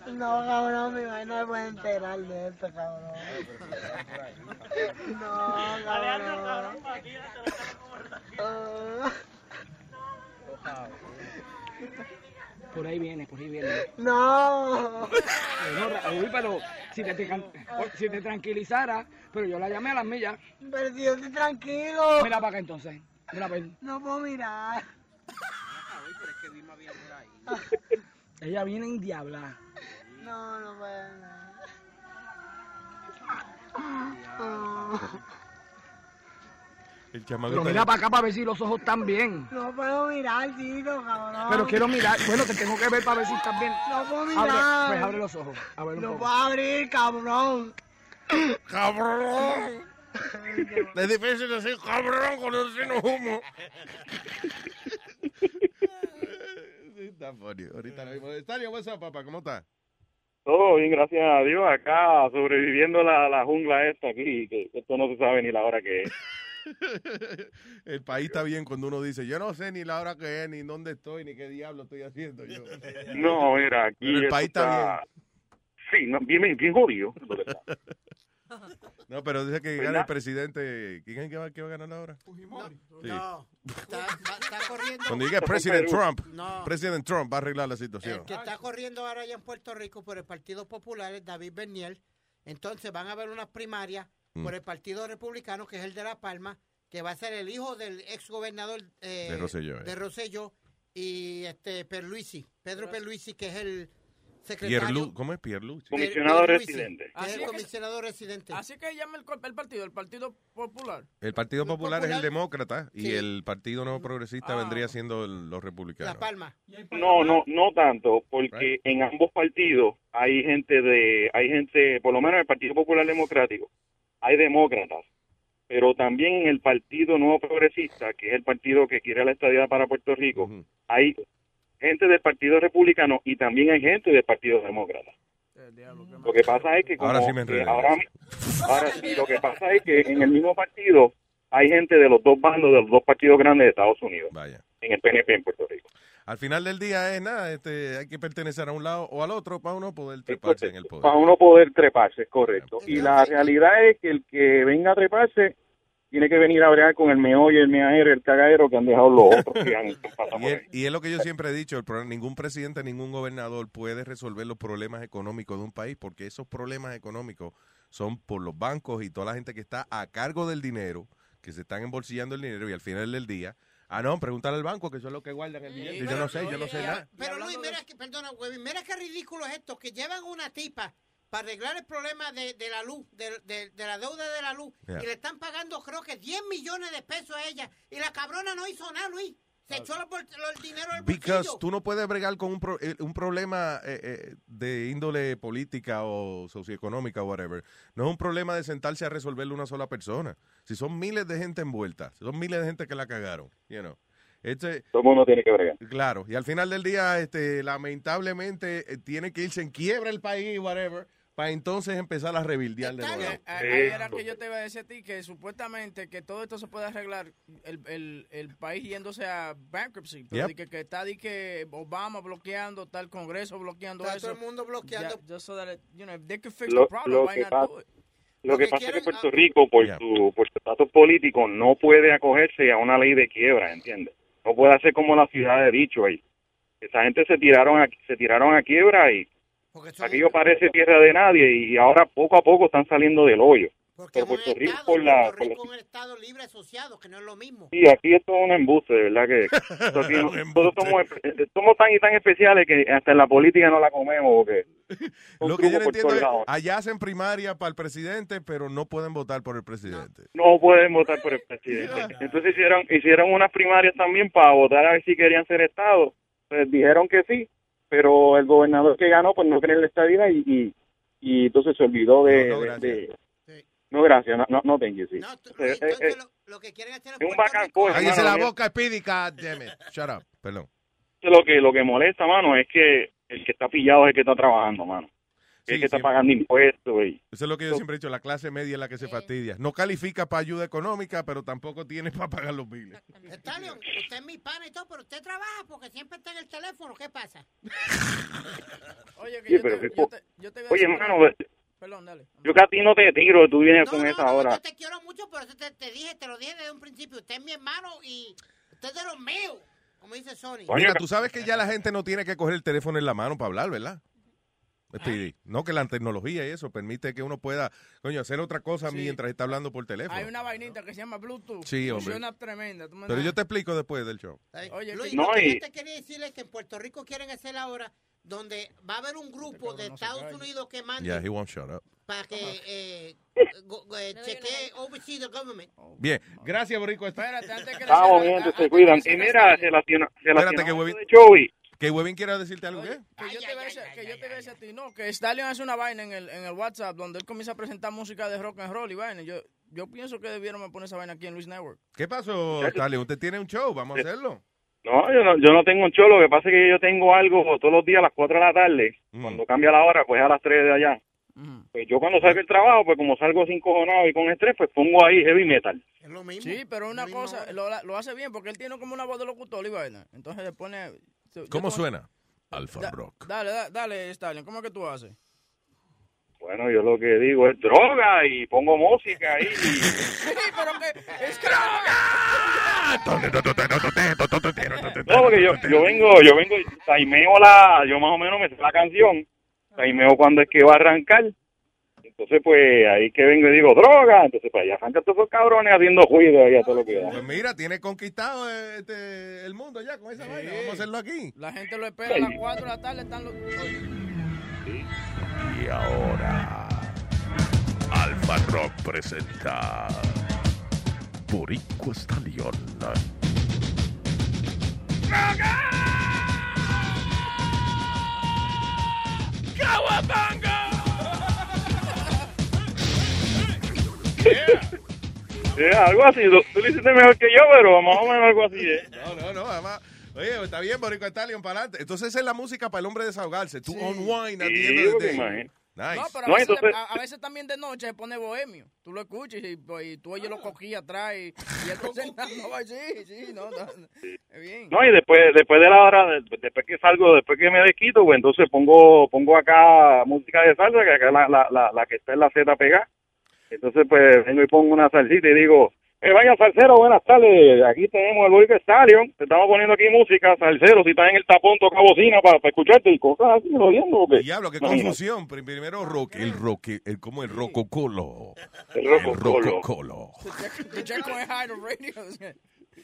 No, cabrón, mi madre no me puede enterar de esto, cabrón. No, Alejandro, cabrón. Ah, Por ahí viene, por ahí viene. Eh, No. No, Ra- uy, pero si te, tranqu- si te tranquilizara, pero yo la llamé a las millas. Pero si yo estoy tranquilo. Mira para acá entonces. Mira para ahí. No puedo mirar. Ella viene en diabla. No, no puedo mirar. El chamaco Pero está- mira para acá para ver si los ojos están bien. No puedo mirar, Tito, cabrón. Pero quiero mirar. Bueno, te tengo que ver para ver si estás bien. No puedo Abre, mirar. pues abre los ojos. Abre un No poco. puedo abrir, cabrón. ¡Cabrón! Es difícil decir cabrón con el sino humo. Está funny. Ahorita lo vimos. Stalio, what's up, papá? ¿Cómo está? Todo bien, gracias a Dios, acá sobreviviendo la, la jungla esta aquí, que esto no se sabe ni la hora que es. El país está bien cuando uno dice, yo no sé ni la hora que es, ni dónde estoy, ni qué diablo estoy haciendo yo. No, mira, aquí Pero el esto país está Sí, no, bien, bien, bien jodido. de verdad. No, pero dice que gana ¿Verdad? el presidente. ¿Quién es que va, que va a ganar ahora? Sí. No, está, va- está corriendo. Cuando diga President Trump, No. President Trump va a arreglar la situación. El que está corriendo ahora allá en Puerto Rico por el Partido Popular es David Bernier. Entonces van a haber unas primarias Mm. por el Partido Republicano, que es el de La Palma, que va a ser el hijo del exgobernador eh, De Rosselló, eh. de Rosselló y este Perluisi, Pedro Perluisi, que es el secretario. Pierlu, ¿Cómo es Pierlu? Comisionado Pierluisi, residente. que es Así es el que- comisionado residente. Así que llama el, cor- el partido, el Partido Popular. El Partido Popular, es Popular- el demócrata y Sí. el Partido Nuevo Progresista vendría siendo el- los republicanos. Palma. No, no, no tanto, porque en ambos partidos hay gente de, hay gente, por lo menos en el Partido Popular Democrático, hay demócratas, pero también en el Partido Nuevo Progresista, que es el partido que quiere la estadía para Puerto Rico, hay gente del Partido Republicano y también hay gente del Partido Demócrata. Lo que pasa es que como Ahora sí me que enredé. ahora mi- ahora sí, lo que pasa es que en el mismo partido hay gente de los dos bandos de los dos partidos grandes de Estados Unidos. En el PNP en Puerto Rico. Al final del día es nada, este, hay que pertenecer a un lado o al otro para uno poder treparse en el poder. Ah, pues, Para uno poder treparse, es correcto. Y la realidad es que el que venga a treparse tiene que venir a bregar con el meollo, el meajero, el cagadero que han dejado los otros. que han- que han pasado Y por es, ahí. y es lo que yo siempre he dicho, el pro- ningún presidente, ningún gobernador puede resolver los problemas económicos de un país porque esos problemas económicos son por los bancos y toda la gente que está a cargo del dinero, que se están embolsillando el dinero y al final del día, ah no, pregúntale al banco que eso es lo que guardan el dinero. Y yo no sé, yo no sé nada. Pero Luis, mira que, perdona, güey, mira qué ridículo es esto, que llevan una tipa para arreglar el problema de, de la luz, de, de- de la deuda de la luz, Yeah. y le están pagando creo que 10 millones de pesos a ella, y la cabrona no hizo nada, Luis. Se echó los bol- los- el dinero al Ah. Because bolsillo. tú no puedes bregar con un, pro- eh, un problema eh, eh, de índole política o socioeconómica o whatever. No es un problema de sentarse a resolverlo una sola persona. Si son miles de gente envuelta, si son miles de gente que la cagaron, you know. Este, Todo el mundo tiene que bregar. Claro, y al final del día, este, lamentablemente, eh, tiene que irse en quiebra el país, whatever, para entonces empezar a rebildear de nuevo. A- Ahí era que yo te iba a decir a ti que supuestamente que todo esto se puede arreglar el, el, el país yéndose a bankruptcy. Pero Yep. di que, que está di que Obama bloqueando, está el Congreso bloqueando Está eso. todo el mundo bloqueando. Ya- just so that it- you know, if they could fix Lo, the problem, lo why que not pasa, do it? lo que pasa es que Puerto Rico, por su por su estatus político, no puede acogerse a una ley de quiebra, ¿entiendes? No puede hacer como la ciudad de dicho ahí. Esa gente se tiraron a, se tiraron a quiebra y aquello parece tierra de nadie y ahora poco a poco están saliendo del hoyo. por Puerto Rico, por la... por la- Sí, aquí esto es un embuste, de verdad que esto aquí no- nosotros somos, espe- somos tan y tan especiales que hasta en la política no la comemos porque Lo que yo no por entiendo todos es, lados. allá hacen primaria para el presidente, pero no pueden votar por el presidente. no pueden votar por el presidente. Entonces hicieron hicieron unas primarias también para votar a ver si querían ser Estado. Pues dijeron que sí, pero el gobernador que ganó pues no quería la estadía y, y, y entonces se olvidó de... de- de- No, gracias, no, no, no thank you, sí. Eh, eh, eh, es un bacanco, Cállese hermano, la mira. boca, Speedy, goddammit. Shut up. Perdón. lo que lo que molesta, mano, es que el que está pillado es el que está trabajando, mano. Sí, el que está siempre. pagando impuestos, güey. Eso es lo que yo siempre he dicho, la clase media es la que se fastidia. No califica para ayuda económica, pero tampoco tiene para pagar los biles. Stallion, usted es mi pana y todo, pero usted trabaja porque siempre está en el teléfono. ¿Qué pasa? Oye, Sí, pero qué co- yo te voy a Oye, decir una- mano, pues, Perdón, dale. yo que a ti no te tiro, tú vienes con esa hora. Usted es de los míos, como dice Sony. Mira, tú sabes que ya la gente no tiene que coger el teléfono en la mano para hablar, ¿verdad? Speedy. No, que la tecnología y eso permite que uno pueda, coño, hacer otra cosa mientras está hablando por Hay teléfono. una vainita que se llama Bluetooth. Sí, hombre. Funciona tremenda. ¿tú me Pero yo entiendes? te explico después del show. Oye, Luis, que- lo que y- yo te quería decirle es que en Puerto Rico quieren hacer ahora donde va a haber un Este grupo de Estados Unidos que mande Yeah, he won't shut up. para que eh, go- go- eh, chequee oversee the government. Bien, gracias, Borico. Espérate, antes Ah, que Vamos, mi gente, se cuidan. Y mira, relaciona, Espérate, relacionado que a Huevín, lo de Joey, que Huevín quiera decirte algo, ¿qué? que yo te voy a decir- que yo te voy a decir a ti, no, que Stallion hace una vaina en el, en el WhatsApp donde él comienza a presentar música de rock and roll y vaina. Yo, yo pienso que debieron poner esa vaina aquí en Luis Network. ¿Qué pasó, Dale? Usted tiene un show, vamos a hacerlo. No, yo no, yo no tengo un show, lo que pasa es que yo tengo algo todos los días a las 4 de la tarde, Mm. cuando cambia la hora, pues a las 3 de allá. Pues yo cuando salgo del trabajo, pues como salgo sin cojonado y con estrés, pues pongo ahí heavy metal. Sí, pero una cosa, lo, lo hace bien porque él tiene como una voz de locutor y vaina. Entonces le pone. yo ¿Cómo tengo- suena? Alfa Da- Rock. Dale, da- dale, Stallion, ¿cómo es que tú haces? Bueno, yo lo que digo es droga y pongo música ahí. Sí, pero que. Es que. No, porque yo, yo vengo, yo vengo, y taimeo la, yo más o menos me sé la canción, taimeo cuando es que va a arrancar. Entonces, pues ahí que vengo y digo, droga. Entonces, pues allá arrancan todos esos cabrones haciendo ruido ahí a todo lo que da. Pues mira, tiene conquistado eh, este, el mundo ya con esa vaina. Vamos a hacerlo aquí. La gente lo espera a las 4 de la tarde. Están los. Y ahora, Alfa Rock presenta Boricua Stallion. Sí, Eh, algo así, tú, tú lo hiciste mejor que yo, pero más o menos algo así. ¿eh? No, no, no, además. Oye, está bien, Boricua Stallion, para adelante. Entonces, esa es la música para el hombre desahogarse. Tú unwind at the Sí, end of the porque day. imagínate. Nice. No, pero a, veces, a- a veces también de noche se pone bohemio. Tú lo escuchas y, pues, y tú oyes los coquillas atrás y, y él presentando así. Sí, no, no, no. Es bien. No, y después, después de la hora, de- después que salgo, después que me desquito, pues entonces pongo, pongo acá música de salsa, que acá es la, la, la, la que está en la Z pegada. Entonces, pues vengo y pongo una salsita y digo, eh, vaya salsero, buenas tardes, aquí tenemos el Boricua Stadium, te estamos poniendo aquí música, salsero, si estás en el tapón, toca bocina para, para escucharte y cosas así, jodiendo. porque- Diablo, qué Imagínate. confusión. Pri- Primero rock, el rock, el como el rococolo. El rococolo. Tu checo es Hydro Radio. o sea.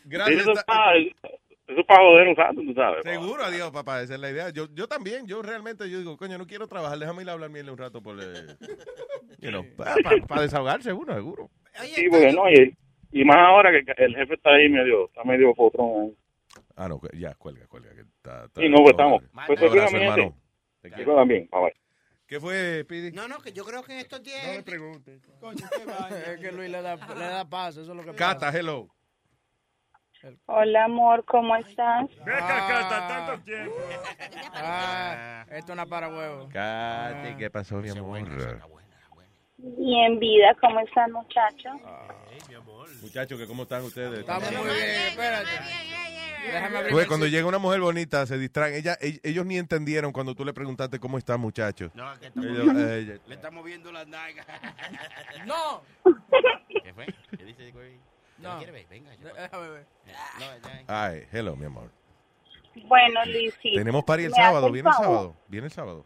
Gracias. Eso es para, eso es para joder un rato, tú sabes. Seguro, adiós, papá. Esa es la idea. Yo, yo también, yo realmente, yo digo, coño, no quiero trabajar, déjame ir a hablar mierda un rato por... eh, you know, pa- pa- para desahogarse uno, seguro. Sí, porque no, y, y más ahora que el jefe está ahí medio, está medio eh. potrón. ahí. Ah, no, cu- ya, cuelga, cuelga. Que está, está- Sí, no, pues está estamos. bien. Pues Un te cuidas, abrazo, mi gente. hermano. Te Te quiero. cuidas bien, bye bye. ¿Qué fue, Pidi? No, no, que yo creo que en estos días. No me preguntes. Coño, qué vaina. Es que Luis le da, le da paso, eso es lo que pasa. Cata, hello. Hola, amor, ¿cómo estás? tanto tiempo. Ah, esto no es para huevo. Ah. Cati, ¿qué pasó, mi amor? Bien, vida, ¿cómo están, muchachos? Ah. Muchachos, que ¿cómo están ustedes? Estamos muy bien, espérate. Déjame abrir. Güey, cuando llega una mujer bonita, se distraen. Ella, ell- ellos ni entendieron cuando tú le preguntaste cómo están, muchachos. No, que estamos- Ellos, eh, Le estamos viendo las nalgas. ¡No! ¿Qué fue? ¿Qué dice el güey? ¿Ya No. me quiere ver? Venga, yo- Déjame ver. No, ya. Ay, hello, mi amor. Bueno, Luisito. Tenemos party el ¿me haces sábado, viene el favor? sábado. Viene el sábado.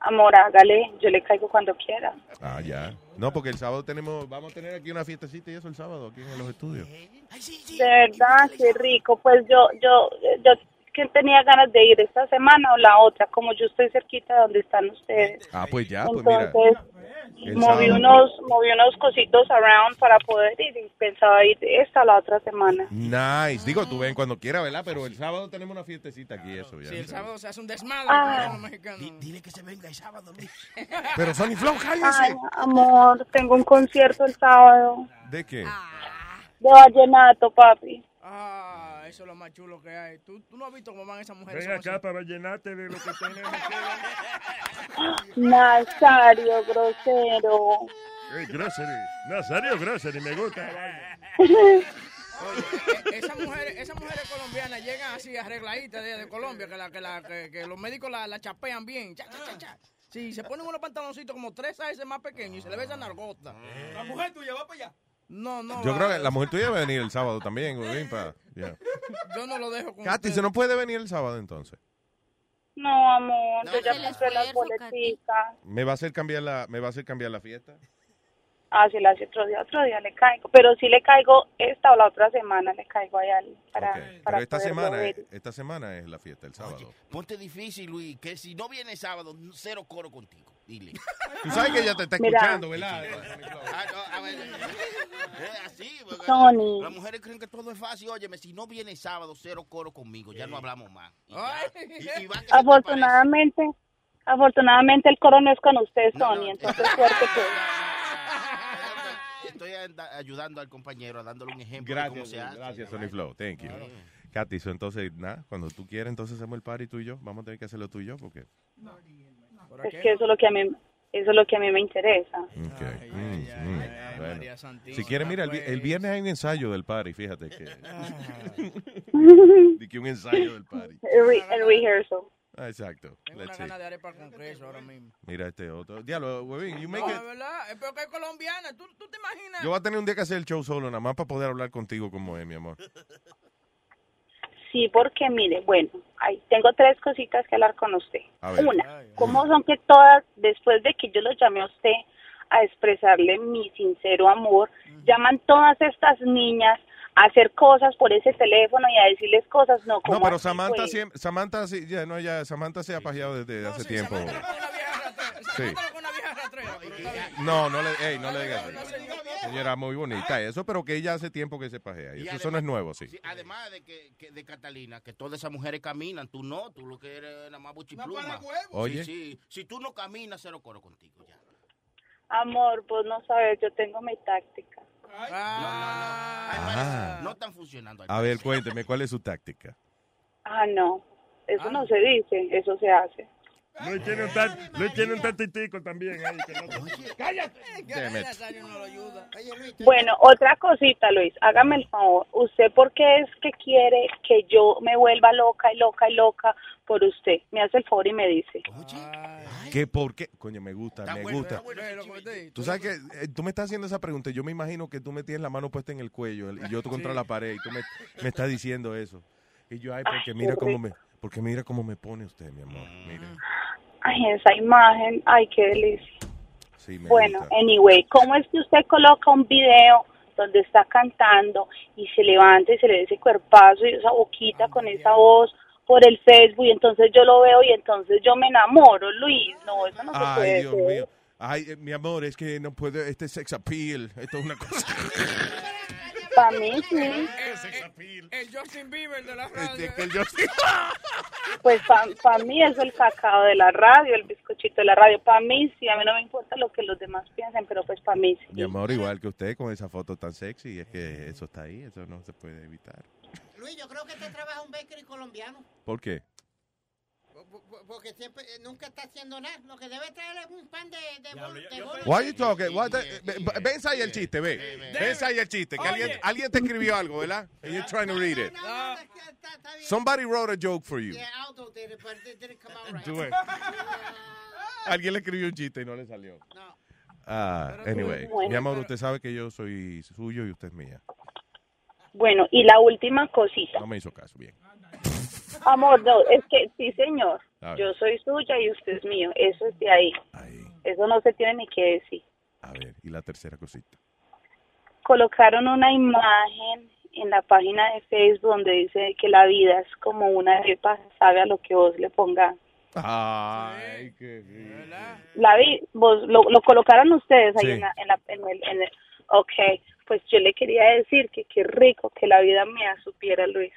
Amor, hágale, yo le caigo cuando quiera. Ah, ya. No, porque el sábado tenemos, vamos a tener aquí una fiestecita y eso el sábado, aquí en los estudios. De verdad, qué rico. Pues yo, yo, yo que tenía ganas de ir esta semana o la otra, como yo estoy cerquita de donde están ustedes. Ah, pues ya, pues mira. Entonces, El moví sábado. unos, moví unos cositos around para poder ir y pensaba ir esta o la otra semana. Nice. Digo, tú ven cuando quieras, ¿verdad? Pero el sábado tenemos una fiestecita aquí, eso ya. Si Ah. el sábado se hace un desmadre Ah. con los mexicanos. Dile que se venga el sábado, Pero Sonny Flow, Ay, amor, tengo un concierto el sábado ¿De qué? de vallenato, papi. Ah, eso es lo más chulo que hay. ¿Tú, tú no has visto cómo van esas mujeres? Ven acá para llenarte de lo que tenemos. Nazario, grosero. Eh, grocery. Nazario Grocery, me gusta. Eh, Esas mujeres, esas mujeres colombianas llegan así arregladitas de, de Colombia, que, la, que, la, que, que los médicos la, la chapean bien. Cha, cha, cha, cha. Sí, se ponen unos pantaloncitos como tres veces más pequeños y se le ve esa nargota. Eh. La mujer tuya va para allá. No, no. Yo va. creo que la mujer tuya va a venir el sábado también, güey, pa- ya. Yo no lo dejo con. Katy, ¿se no puede venir el sábado entonces? No, amor, yo ya compré las boleticas. ¿Me va a hacer cambiar la, me va a hacer cambiar la fiesta? Ah, si la hace otro día, otro día le caigo. Pero si le caigo esta o la otra semana, le caigo allá para, para Pero esta poderlo semana, ver. esta semana es la fiesta, el sábado. Ponte difícil, Luis, que si no viene sábado, cero coro contigo. Dile. Tú sabes que ella te está Mira. escuchando, ¿verdad? Ah, no, a ver, es así. porque Tony. Las mujeres creen que todo es fácil. Óyeme, si no viene sábado, cero coro conmigo. Ya no hablamos más. Y ya. Y- y va que se te pare- Afortunadamente, afortunadamente el coro no es con usted, Sony, entonces suerte que... Estoy anda- ayudando al compañero, dándole un ejemplo de cómo Gracias, se hace. gracias, Sony Flow. Thank you. Katy, so, entonces, nada, cuando tú quieras, entonces hacemos el party tú y yo. Vamos a tener que hacerlo tú y yo, porque... Es que eso es lo que a mí, eso es lo que a mí me interesa. Ok. Mm, mm. Bueno. María Santísima, Si quieres, mira, el, vi- el viernes hay un ensayo del party, fíjate que... Di que un ensayo del party. El, re- el rehearsal. Ah, exacto. Tengo una Let's see. gana de arepa con queso ahora mismo. Mira este otro. Diablo, huevín, you make No, it- es verdad. Es peor que es colombiana. ¿Tú, tú te imaginas? Yo voy a tener un día que hacer el show solo, nada más para poder hablar contigo como es, mi amor. Sí, porque mire, bueno, ahí tengo tres cositas que hablar con usted. A ver. Una, ¿cómo son que todas, después de que yo los llamé a usted a expresarle mi sincero amor, llaman todas estas niñas a hacer cosas por ese teléfono y a decirles cosas? No, como No, pero así, Samantha, pues? siem- Samantha, sí, ya, no, ya, Samantha se ha pajeado desde hace tiempo. Sí. No, no le, ey, no le digas eso. Señora, muy bonita eso, pero que ella hace tiempo que se pajea. y Y Eso, además- eso no es nuevo, sí. Sí, además de que, que de Catalina, que todas esas mujeres caminan, tú no, tú lo que eres nada más buchipluma. Oye. Sí, sí. Si tú no caminas, cero coro contigo. Amor, vos no sabes, yo tengo mi táctica. Ah. No están funcionando. al A ver, cuénteme, ¿cuál es su táctica? Ah, no, eso Ah, no se dice, eso se hace. Luis tiene un, tan- Luis tiene un tantitico también ahí. que no- ¡Cállate! Oye, Luis, Bueno, otra cosita, Luis, hágame el favor. ¿Usted por qué es que quiere que yo me vuelva loca y loca y loca por usted? Me hace el favor y me dice. ¿Qué por qué? Coño, me gusta, me gusta. Pero, como te digo, Tú sabes que eh, tú me estás haciendo esa pregunta. y Yo me imagino que tú me tienes la mano puesta en el cuello el- y yo tú contra la pared y tú me, me estás diciendo eso. Y yo, ay, porque Ay, mira qué cómo me, porque mira cómo me pone usted, mi amor. Mm. Mire, Ay, esa imagen, ay, qué delicia. sí, me Bueno, gusta. anyway, ¿cómo es que usted coloca un video donde está cantando y se levanta y se le ve ese cuerpazo y esa boquita con esa voz por el Facebook y entonces yo lo veo y entonces yo me enamoro, Luis? No, eso no se puede Ay, Dios hacer. mío. Ay, eh, mi amor, es que no puedo, este sex appeal, esto es una cosa. Para mí sí. el Justin Bieber de la radio. Este, que el Justin- Pues para mí eso es el cacao de la radio, el bizcochito de la radio. Para mí sí, a mí no me importa lo que los demás piensen, pero pues para mí sí. Mi amor, igual que usted con esa foto tan sexy, es Mm. que eso está ahí, eso no se puede evitar. Luis, yo creo que te trabaja un bakery colombiano. ¿Por qué? po- po- Porque siempre, eh, nunca está haciendo nada. Lo que debe traer es un pan de, de, bol- de bol- Why you talking? What the- ve- ve- Ven ahí el chiste, ve. Ven ahí el chiste. Que alguien, alguien te escribió algo, ¿verdad? And you're trying to read it. Somebody wrote a joke for you. Yeah, Aldo did it, but it didn't come out right. Tú ves. Alguien le escribió un chiste y no le salió. Ah, anyway. Bueno, Mi amor, usted sabe que yo soy suyo y usted es mía. Bueno, y la última cosita. No me hizo caso, bien. Amor, no, es que sí, señor. A ver. Yo soy suya y usted es mío. Eso es de ahí. Eso no se tiene ni que decir. A ver, y la tercera cosita. Colocaron una imagen en la página de Facebook donde dice que la vida es como una arepa, sabe a lo que vos le pongas. Ay, qué La vi, vos, lo, lo colocaron ustedes ahí Sí. en, la, en, la- en el, en el- Ok, pues yo le quería decir que qué rico que la vida mía supiera, Luis.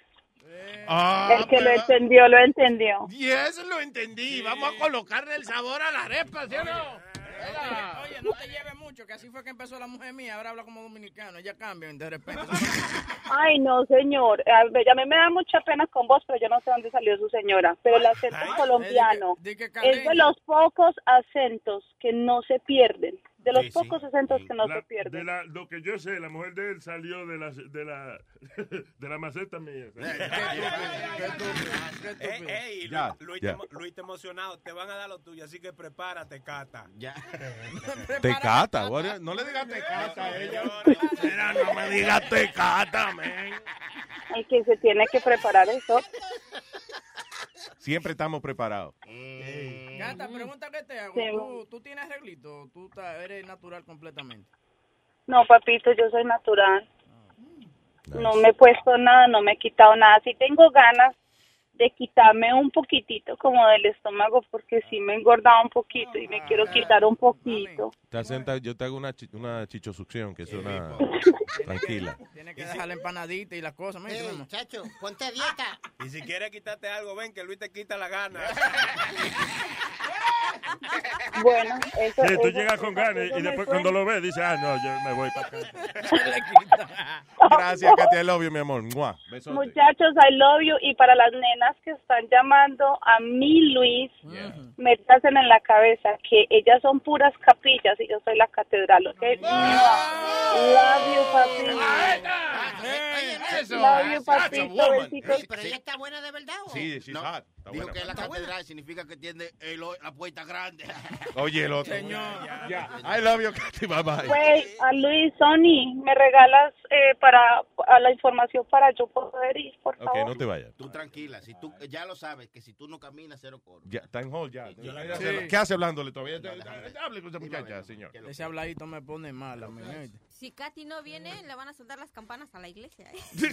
el que lo entendió, lo entendió. Y eso lo entendí. Vamos a colocarle el sabor a la arepa, ¿sí o no? Oye, no te lleves mucho, que así fue que empezó la mujer mía, ahora habla como dominicano, ya cambian de repente. Ay, no, señor. A ver, a mí me da mucha pena con vos, pero yo no sé dónde salió su señora. Pero el acento colombiano es de los pocos acentos que no se pierden. De los pocos acentos que no La- se pierden. de la- lo que yo sé, la mujer de él salió de la, de la, de la maceta mía. Ey, ey, Ya, Luis, Luis, ya. Te, Luis te emocionado, te van a dar lo tuyo, así que prepárate, Cata. Ya. Tecata, what- no le digas tecata a ella. Mira, no me digas tecata, men. El que se tiene que preparar eso. Siempre estamos preparados. Gata, pregunta que te hago. Sí. ¿Tú, tú tienes arreglito? o ¿Tú ta- eres natural completamente? No, papito, yo soy natural. No me he puesto nada, no me he quitado nada. Sí tengo ganas de quitarme un poquitito como del estómago porque sí me he engordado un poquito y me Ah, quiero quitar un poquito. Te hacen ta- yo te hago una, chi- una chichosucción, que es una... Tranquila. Tienes que dejar la empanadita y las cosas. mira, mamá. Chacho, ponte a dieta. Y si quieres quitarte algo, ven que Luis te quita la gana. Bueno, eso, Sí, tú eso- llegas con eso- ganas eso y me después suena. cuando lo ves dices, ah, no, yo me voy para acá. Gracias, Katia, el obvio, mi amor. Mua. Besote. Muchachos, I love you. Y para las nenas que están llamando a mí, Luis, métasen en la cabeza que ellas son puras capillas y yo soy la catedral, ¿ok? Love you, papi. Eh, Eso. Love you, Ah, That's a papito. woman. Besitos. Pero ella está buena de verdad. Sí, she's hot. Está Dijo buena, que la buena. catedral significa que tiene el o- la puerta grande. Oye, el otro. Señor. Ya. I love you, Katy. Bye bye. Güey, a Luis, Sony, me regalas eh, para a la información para yo poder ir, por Ok, favor. no te vayas. Tú tranquila, si tú ya lo sabes que si tú no caminas cero coro. Ya, está en hold ya. Sí. ¿Qué hace hablándole todavía? No, déjame ver. Hable con esa muchacha, señor. Ese habladito me pone mal a mí. ¿oíste? Si Katy no viene, le van a saltar las campanas a la iglesia. ¿eh?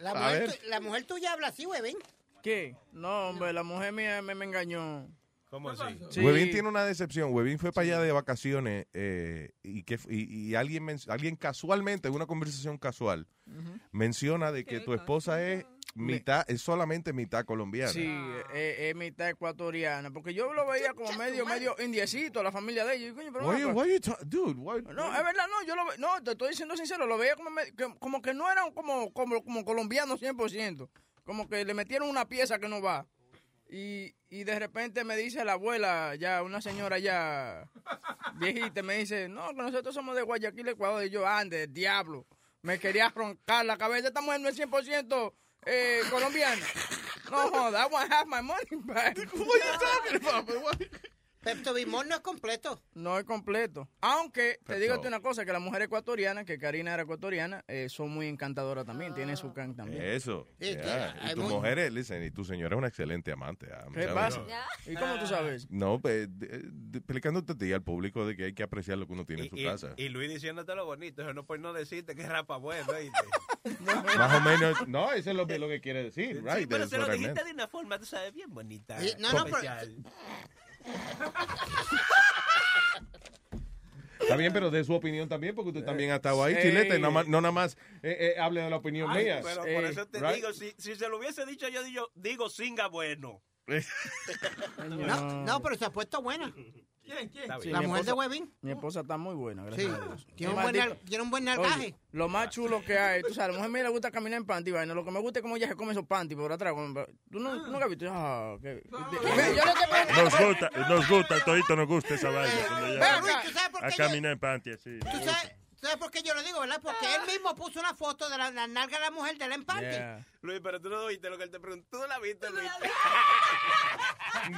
La A mujer, ver. tu- la mujer tuya habla así, güey, ven. ¿Qué? No, hombre, la mujer mía me, me engañó. ¿Cómo así? Webin tiene una decepción. Webin fue para allá de vacaciones eh, y, que, y, y alguien, men- alguien casualmente, en una conversación casual, menciona de que tu esposa es mitad, es solamente mitad colombiana. Sí, es, es mitad ecuatoriana. Porque yo lo veía como medio, medio indiecito, la familia de ellos. Y, coño, pero Why ven you- acá. why you ta- dude, why- No, es verdad, no, yo lo ve- no, te estoy diciendo sincero, lo veía como, me- que, como que no eran como, como, como colombianos 100%, como que le metieron una pieza que no va. Y, y de repente me dice la abuela, ya una señora ya viejita, me dice, no, que nosotros somos de Guayaquil, Ecuador, y yo, ande, diablo, me quería roncar la cabeza, esta mujer no es 100% eh, colombiana. No, joda, I want half my money back. Pepto Bismol no es completo. No es completo. Aunque te Perfecto. digo una cosa, que la mujer ecuatoriana, que Karina era ecuatoriana, eh, son muy encantadoras también, tienen su can también. Eso. Sí, yeah. yeah, hay Y tu muy- mujer, es- listen, y tu señora es una excelente amante. I'm ¿Qué telling pasa? you. ¿Y cómo tú sabes? No, pues, de- de- explicándote a ti, al público, de que hay que apreciar lo que uno tiene en su Y, casa. y Luis diciéndote lo bonito, eso no por no decirte que es rapa bueno, ¿oíste? Más o menos. No, eso es lo, que- lo que quiere decir, right? Sí, pero that's se lo what I meant. dijiste de una forma, tú sabes, bien bonita. Sí, no, no, pero- especial. Está bien, pero de su opinión también, porque usted también ha estado ahí, Eh, Sí. Chilete. No, ma- no nada más eh, eh, hable de la opinión Ay, mía. Pero por Eh, eso te right? digo, si, si se lo hubiese dicho yo, digo, digo singa bueno. Ah. No, no, pero se ha puesto buena. ¿Quién, quién? Sí, la mi mujer de esposa- Webin. Mi esposa está muy buena, gracias Sí. a Dios. Tiene un Y buen maldita- nal- tiene un buen Oye, nalgaje. lo más chulo que hay, tú sabes, la mujer mía le gusta caminar en panty, vaina. Lo que me gusta es cómo ella se come esos panty por atrás. como- Tú no, tú nunca has visto. Ah, qué- Mira, yo no te Nos gusta, nos gusta, todito nos gusta esa vaina. cuando Ve ya- acá. Luis, ¿tú sabes por a qué caminar en panty así. ¿Tú sabes, sabes por qué yo lo digo, verdad? Porque él mismo puso una foto de la, la nalga de la mujer del empate. Luis, pero tú no viste lo que él te preguntó. Tú no la viste, Luis.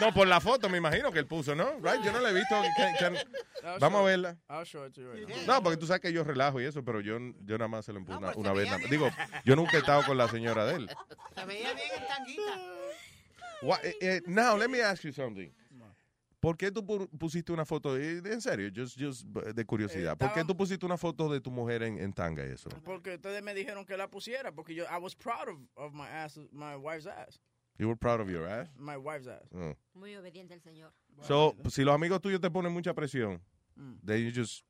No, por la foto, me imagino que él puso, ¿no? Right? Yo no la he visto. Can- can- Vamos a verla. I'll show it to you right now. No, porque tú sabes que yo relajo y eso, pero yo, yo nada más se lo empujé una, una vez. nada más. Digo, yo nunca he estado con la señora de él. Se veía bien el tanguita. Why- eh, eh, now, let me ask you something. ¿Por qué tú pu- pusiste una foto, eh, en serio, just, just de curiosidad, ¿por qué tú pusiste una foto de tu mujer en, en tanga y eso? Porque ustedes me dijeron que la pusiera, porque yo, I was proud of, of my ass, my wife's ass. You were proud of your ass? My wife's ass. Mm. Muy obediente el señor. So, si los amigos tuyos te ponen mucha presión, Mm. then you just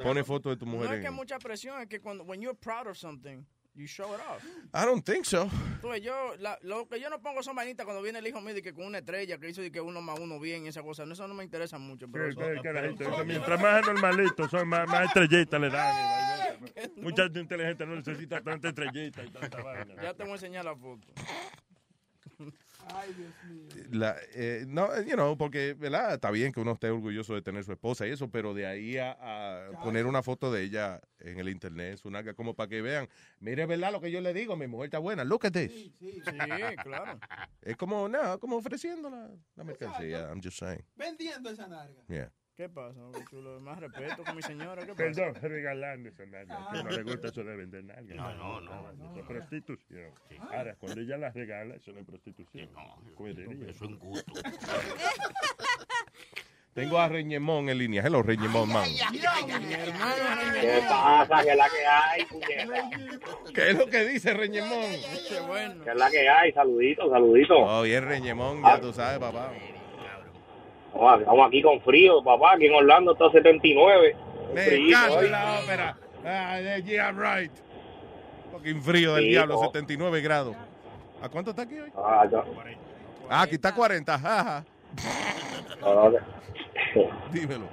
pone foto de tu No mujer es que en... mucha presión, es que cuando, when you're proud of something, you show it off. I don't think so. Tú ves, yo, la- lo que yo no pongo son vainitas cuando viene el hijo mío de que con una estrella que hizo de que uno más uno bien y esa cosa. No, Eso no me interesa mucho. Pero Que- eso- que- que la gente- que Mientras más anormalitos son, más, más estrellitas le dan. Muchacho inteligente no necesita tanta estrellita y tanta vaina. Ya te voy a enseñar la foto. Ay, Dios mío. La, eh, no, eh, you know, porque, ¿verdad? Está bien que uno esté orgulloso de tener su esposa y eso, pero de ahí a, a poner una foto de ella en el internet, su nalga, como para que vean, mire, ¿verdad? Lo que yo le digo, mi mujer está buena, look at this. Sí, claro. Es como, nada, como ofreciendo la, la mercancía, I'm just saying. Vendiendo esa narga. Yeah. ¿Qué pasa, hombre chulo? Más respeto con mi señora. ¿Qué pasa? Perdón, regalando esa nalga. que No le gusta eso de vender nalga. No, no, Eso no. es prostitución. Ahora, cuando ella las regala, eso no es prostitución. Cuerería. Eso es un gusto. Tengo a Reñemón en línea. Hello, Reñemón, man. ¿Qué pasa? ¿Qué es la que hay, puñeta? ¿Qué es lo que dice Reñemón? ¿Qué es la que hay? Saluditos, saluditos. Oh, bien, Reñemón, ya tú sabes, papá. Vamos estamos aquí con frío, papá. Aquí en Orlando está 79. Un Me frillito encanta hoy. la ópera. Ah, yeah, right. Fucking frío del Sí, diablo, no. 79 grados. ¿A cuánto está aquí hoy? Ah, ya. Ah, aquí está 40, jaja. No, no. Dímelo.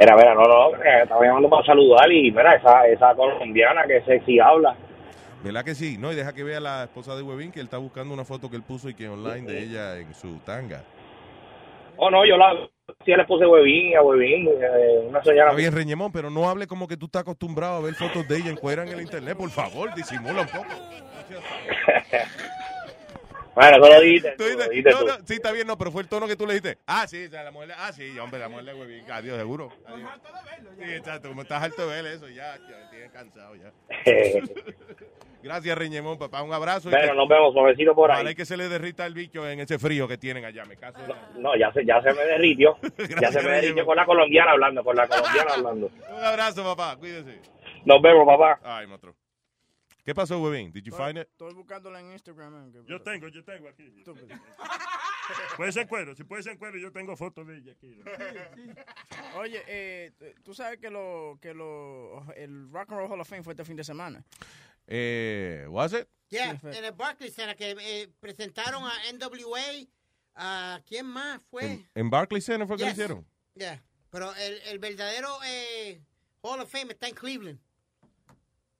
Mira, mira, no, no. eh, Estaba llamando para saludar y, mira, esa, esa colombiana que sexy habla. ¿Verdad que sí? No, y deja que vea la esposa de Webin que él está buscando una foto que él puso y que online de ella en su tanga. Oh, no, yo la, sí le puse huevín a huevín. eh, una señora. Está bien, Reñemón, pero no hable como que tú estás acostumbrado a ver fotos de ella en cuera en el internet. Por favor, disimula un poco. Bueno, eso lo dijiste Tú tú, dices, lo dijiste no, tú. no, sí, está bien, no, pero fue el tono que tú le dijiste. Ah, sí, o sea, la mujer, ah, sí, hombre, la mujer le huevín. Adiós, seguro. Adiós. Sí, exacto, como estás harto de ver eso, ya, ya tienes cansado ya. Gracias, Reñemón, papá, un abrazo. y Eh. Bueno, que- nos vemos, suavecito por Ojalá ahí. y que se le derrita el bicho en ese frío que tienen allá, me caso. en la- No, ya se, ya se me derritió. ya se me derritió con la colombiana hablando, con la colombiana hablando. Un abrazo, papá, cuídese. Nos vemos, papá. Ay, maestro. ¿Qué pasó, huevín? Did you Estoy- find it? Estoy buscándola en Instagram. ¿eh? Yo tengo, yo tengo aquí. Puede ser en cuero, si puede ser en cuero, yo tengo fotos de ella aquí. Oye, eh, tú sabes que lo que lo el Rock and Roll Hall of Fame fue este fin de semana. Eh, was it? Yeah, en el Barclays Center Ah, que eh, presentaron a NWA, a quién más fue. ¿En Barclays Center fue que lo Yes. hicieron? Yeah. Pero el, el verdadero eh, Hall of Fame está en Cleveland.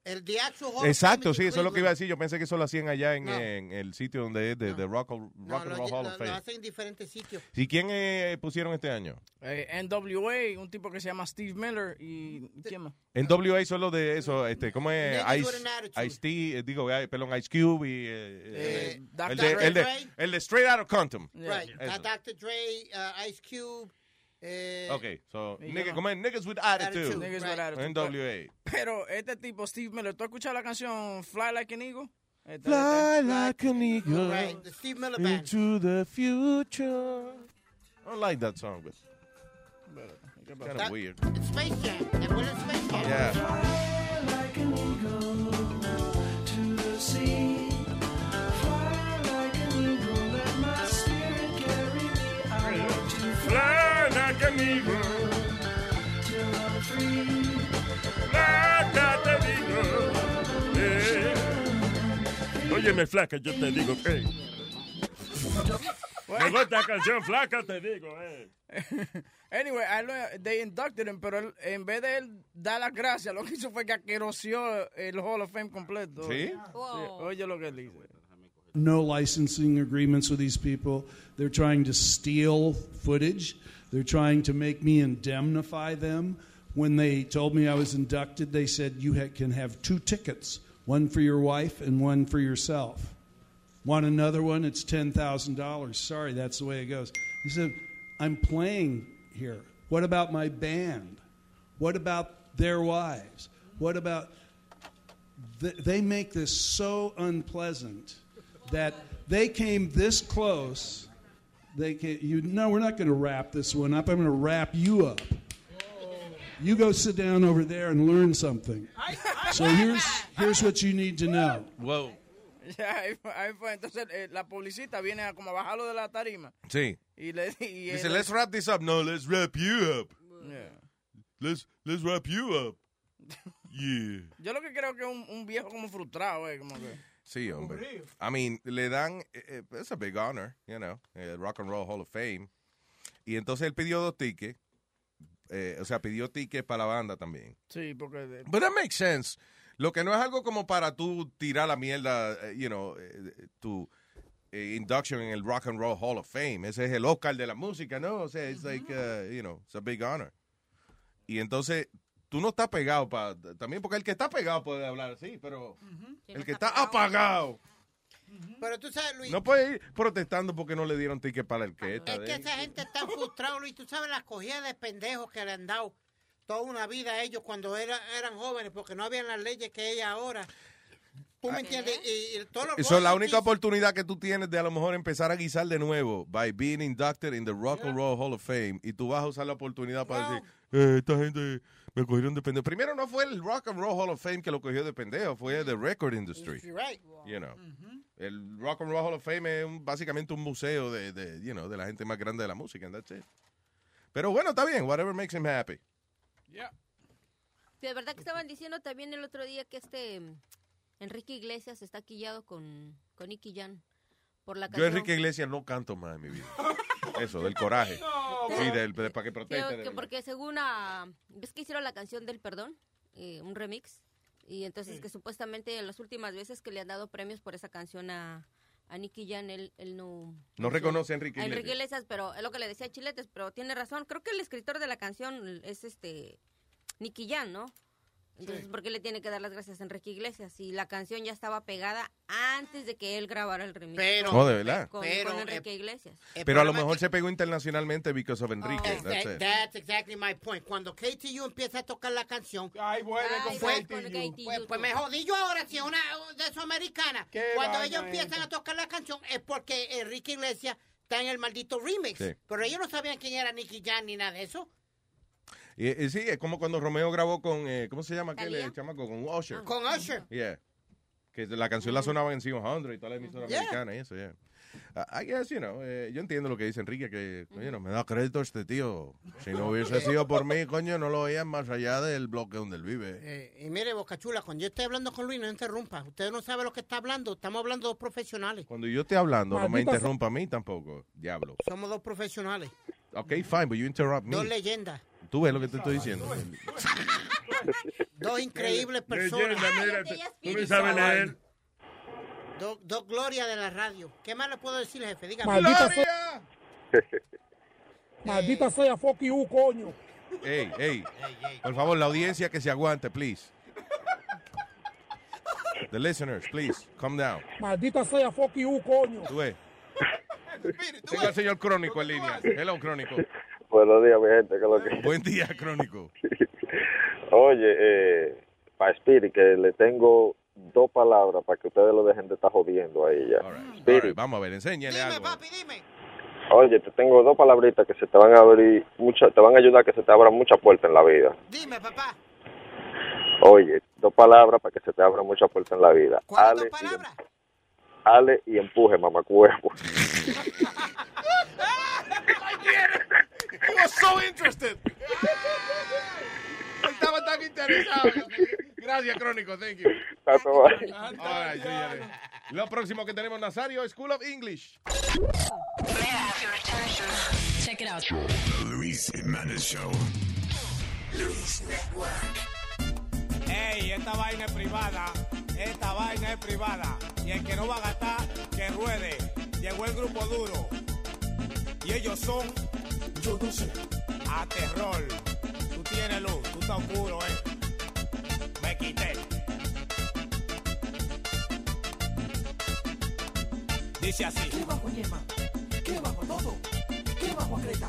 El The Actual Hall Exacto, of sí, Fame. is in eso es lo que iba a Cleveland. decir. Yo pensé que eso lo hacían allá en, No. en el sitio donde es de, de Rock, Rock No, and lo, Roll Hall lo- of lo Fame. hacen en diferentes sitios. ¿Y quién eh, pusieron este año? Eh, NWA, un tipo que se llama Steve Miller y ¿quién más? En WA solo de eso, este, ¿cómo es? Negative Ice, with an attitude. Ice T, eh, digo, eh, perdón, Ice Cube y... eh, Eh, el de- Dr. el, de, el, de, Dre. el de Straight Out of Compton. Right. Eso. Está Dr. Dre, uh, Ice Cube. Eh, Ok, so, Y nigga, yo no. ¿cómo es? Niggas with attitude. Attitude, niggas with attitude. NWA. Pero este tipo Steve Miller, ¿tú has escuchado la canción Fly Like an Eagle? Esta- Fly esta- like an eagle Right, the Steve Miller Band. into the future. I don't like that song, but it's kind of That- weird. Space Jam. ¿Te acuerdas de Space Jam? Yeah. Fly like an eagle. Fly like an eagle. eh. Yeah. Óyeme, flaca, yo te digo que. Me gusta la canción, flaca, te digo, eh. Anyway, I lo- they inducted him, pero él- en vez de él dar las gracias, lo que hizo fue que aqueroseó el Hall of Fame completo. ¿Sí? Oye lo que él dice. no licensing agreements with these people. They're trying to steal footage. They're trying to make me indemnify them. When they told me I was inducted, they said, You ha- can have two tickets one for your wife and one for yourself. Want another one? It's $10,000. Sorry, that's the way it goes. I said, I'm playing here. What about my band? What about their wives? What about. Th- they make this so unpleasant that they came this close. They can you no, we're not going to wrap this one up. I'm going to wrap you up. You go sit down over there and learn something. So here's here's what you need to know. Wow. Ya, ahí fue- ahí fue. Entonces eh, la publicista viene a como a bajarlo de la tarima. Sí. Y le y Dice, él- let's wrap this up. No, let's wrap you up. Yeah. Let's, let's wrap you up. Yeah. Yo lo que creo que es un, un viejo como frustrado, eh, como que. Sí, hombre. I mean, le dan, eh, eh, it's a big honor, you know, eh, Rock and Roll Hall of Fame. Y entonces él pidió dos tickets, eh, o sea, pidió tickets para la banda también. Sí, porque de- But that makes sense. Lo que no es algo como para tú tirar la mierda, eh, you know, eh, tu eh, induction en el Rock and Roll Hall of Fame. Ese es el Oscar de la música, ¿no? O sea, it's like, uh, you know, it's a big honor. Y entonces, tú no estás pegado para... También porque el que está pegado puede hablar así, pero el que está apagado Pero tú sabes, Luis, no puede ir protestando porque no le dieron ticket para el que está es que de- esa gente está frustrada, Luis. Tú sabes las cogidas de pendejos que le han dado toda una vida a ellos cuando era- eran jóvenes, porque no habían las leyes que hay ahora. ¿Tú me entiendes? Y, y todos los Eso es la royalties- única oportunidad que tú tienes de a lo mejor empezar a guisar de nuevo by being inducted in the Rock and Roll Hall of Fame y tú vas a usar la oportunidad para decir, "Eh, esta gente me cogieron de pendejo. Primero no fue el Rock and Roll Hall of Fame que lo cogió de pendejo, fue the record industry. You're right. You know. El Rock and Roll Hall of Fame es un- básicamente un museo de, de, you know, de la gente más grande de la música, and that's it. Pero bueno, está bien, whatever makes him happy. De verdad que estaban diciendo también el otro día que este mm, Enrique Iglesias está quillado con, con Nicky Jan por la Yo canción. Enrique Iglesias no canto más en mi vida. Eso, del coraje. Oh, Sí, del, de- para que Que- proteste. de que verdad. porque según a... ¿Ves que hicieron la canción del perdón? Eh, un remix. Y entonces que supuestamente las últimas veces que le han dado premios por esa canción a, a Nicky Jan, él, él no... No reconoce a Enrique a Enrique Iglesias. Iglesias, pero es lo que le decía a Chiletes, pero tiene razón. Creo que el escritor de la canción es este Nicky Jan, ¿no? Entonces, Sí. ¿por qué le tiene que dar las gracias a Enrique Iglesias? Y la canción ya estaba pegada antes de que él grabara el remix. Pero, con- Oh, ¿de verdad? Con, pero, con eh, Enrique Iglesias. Pero a lo mejor se pegó internacionalmente because of Enrique. Oh, That's Oh, That- it. that's exactly my point. Cuando KTU empieza a tocar la canción, con fue- KTU. pues- Pues, pues me jodí yo ahora si es una de esos americanas. Qué Cuando vaina ellos empiezan esa. a tocar la canción es porque Enrique Iglesias está en el maldito remix. Sí. Pero ellos no sabían quién era Nicky Jam ni nada de eso. Y, y sí, es como cuando Romeo grabó con, eh, ¿cómo se llama aquel Thalía. eh, chamaco? Con Ah. Usher. Con Usher. Yeah. Que la canción Mm. la sonaba en C100 y toda la emisora Yeah. americana y eso, yeah. I I guess, you know, eh, yo entiendo lo que dice Enrique, que, coño, no me da crédito este tío. Si no hubiese sido por mí, coño, no lo veían más allá del bloque donde él vive. Eh, y mire, Bocachula, cuando yo estoy hablando con Luis, no interrumpa. Usted no sabe lo que está hablando. Estamos hablando de dos profesionales. Cuando yo esté hablando, no me Maldita sea. interrumpa a mí tampoco, diablo. Somos dos profesionales. Ok, fine, but you interrupt me. Dos leyendas. Tú ves lo que te estoy diciendo. Dos increíbles personas. Leyenda, mira, tú- tú no sabes leer. Dos dos glorias de la radio. ¿Qué más le puedo decir, jefe? Dígame. Maldita sea. Maldita sea, fuck you, coño. Ey, ey. Por favor, la audiencia que se aguante, please. The listeners, please, calm down. Maldita sea, fuck you, coño. Tú ves. Tengo al señor Crónico en línea. Hello, Crónico. Buenos días, mi gente. ¿qué es lo que- Buen día, Crónico. Oye, eh, para Spirit, que le tengo dos palabras para que ustedes lo dejen de estar jodiendo a ella. All right, vamos a ver, enséñale algo. Oye, te tengo dos palabritas que se te van a abrir, mucha, te van a ayudar a que se te abran muchas puertas en la vida. Dime, papá. Oye, dos palabras para que se te abran muchas puertas en la vida. Ale, y, em- ale y empuje, mamacuevo. He was so interested. Estaba tan interesado. Gracias, Crónico. Thank you. All right, señores. Lo próximo que tenemos, Nazario, School of English. Check it out. Luis Jiménez Show. Luis Network. Ey, esta vaina es privada. Esta vaina es privada. Y el que no va a gastar, que ruede. Llegó el grupo duro. Y ellos son. Yo no sé. A terror. Tú tienes luz, tú estás oscuro, eh. Me quité. Dice así. ¿Qué bajo ñema? ¿Qué bajo todo? ¿Qué bajo creta?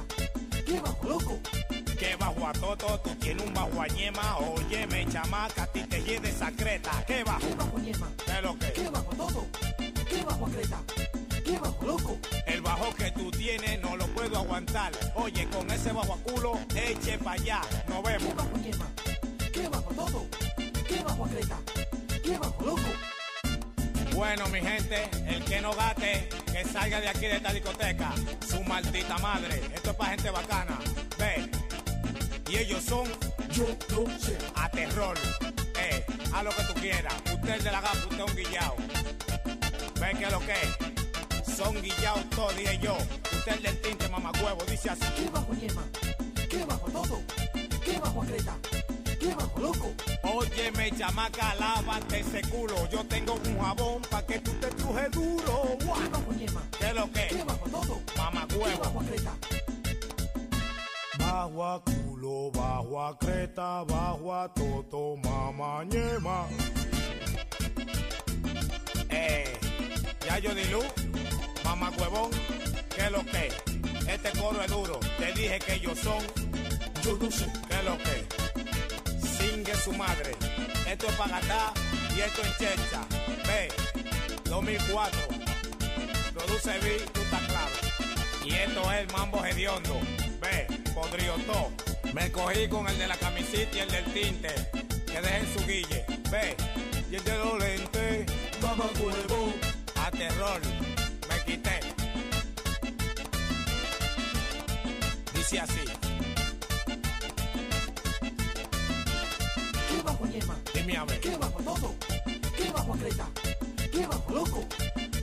¿Qué bajo loco? Que bajo a Toto, tú tienes un bajo a ñema. Óyeme, chamaca, a ti te lleve esa creta. ¿Qué bajo? ¿Qué bajo ñema? ¿Qué es lo que? ¿Qué bajo Toto? ¿Qué bajo creta? El bajo que tú tienes no lo puedo aguantar. Oye, con ese bajo a culo, eche para allá. Nos vemos. todo. Bueno, mi gente, el que no gate, que salga de aquí de esta discoteca. Su maldita madre. Esto es para gente bacana. Ve. Y ellos son. Yo A terror. Eh, a lo que tú quieras. Usted es de la gafa, usted es un guillao. Ve que lo que es. Son guillao todo, dije yo. Usted es del tinte, mamacuevo. Dice así. ¿Qué bajo yema? ¿Qué bajo todo? ¿Qué bajo creta? ¿Qué bajo loco? Óyeme, chamaca, lávate ese culo. Yo tengo un jabón pa' que tú te truje duro. Guau. ¿Qué lo que? ¿Qué bajo todo? Mamacuevo. Bajo a culo, bajo a creta, bajo a toto, mamá ñema. Eh, ya yo di luz, mamá huevón, que lo que, este coro es duro, te dije que ellos son, yo no sé, que lo que, singue su madre, esto es Pagatá y esto es Checha, ve, 2004, produce B, tú estás claro, y esto es el mambo hediondo, ve, podrido todo, me cogí con el de la camisita y el del tinte, que dejen su guille, ve, y el de los lentes, mamá huevón, a terror, me quité, dice así. ¿Qué bajo yema? Dime a ver. ¿Qué bajo todo? ¿Qué bajo creta? ¿Qué bajo loco?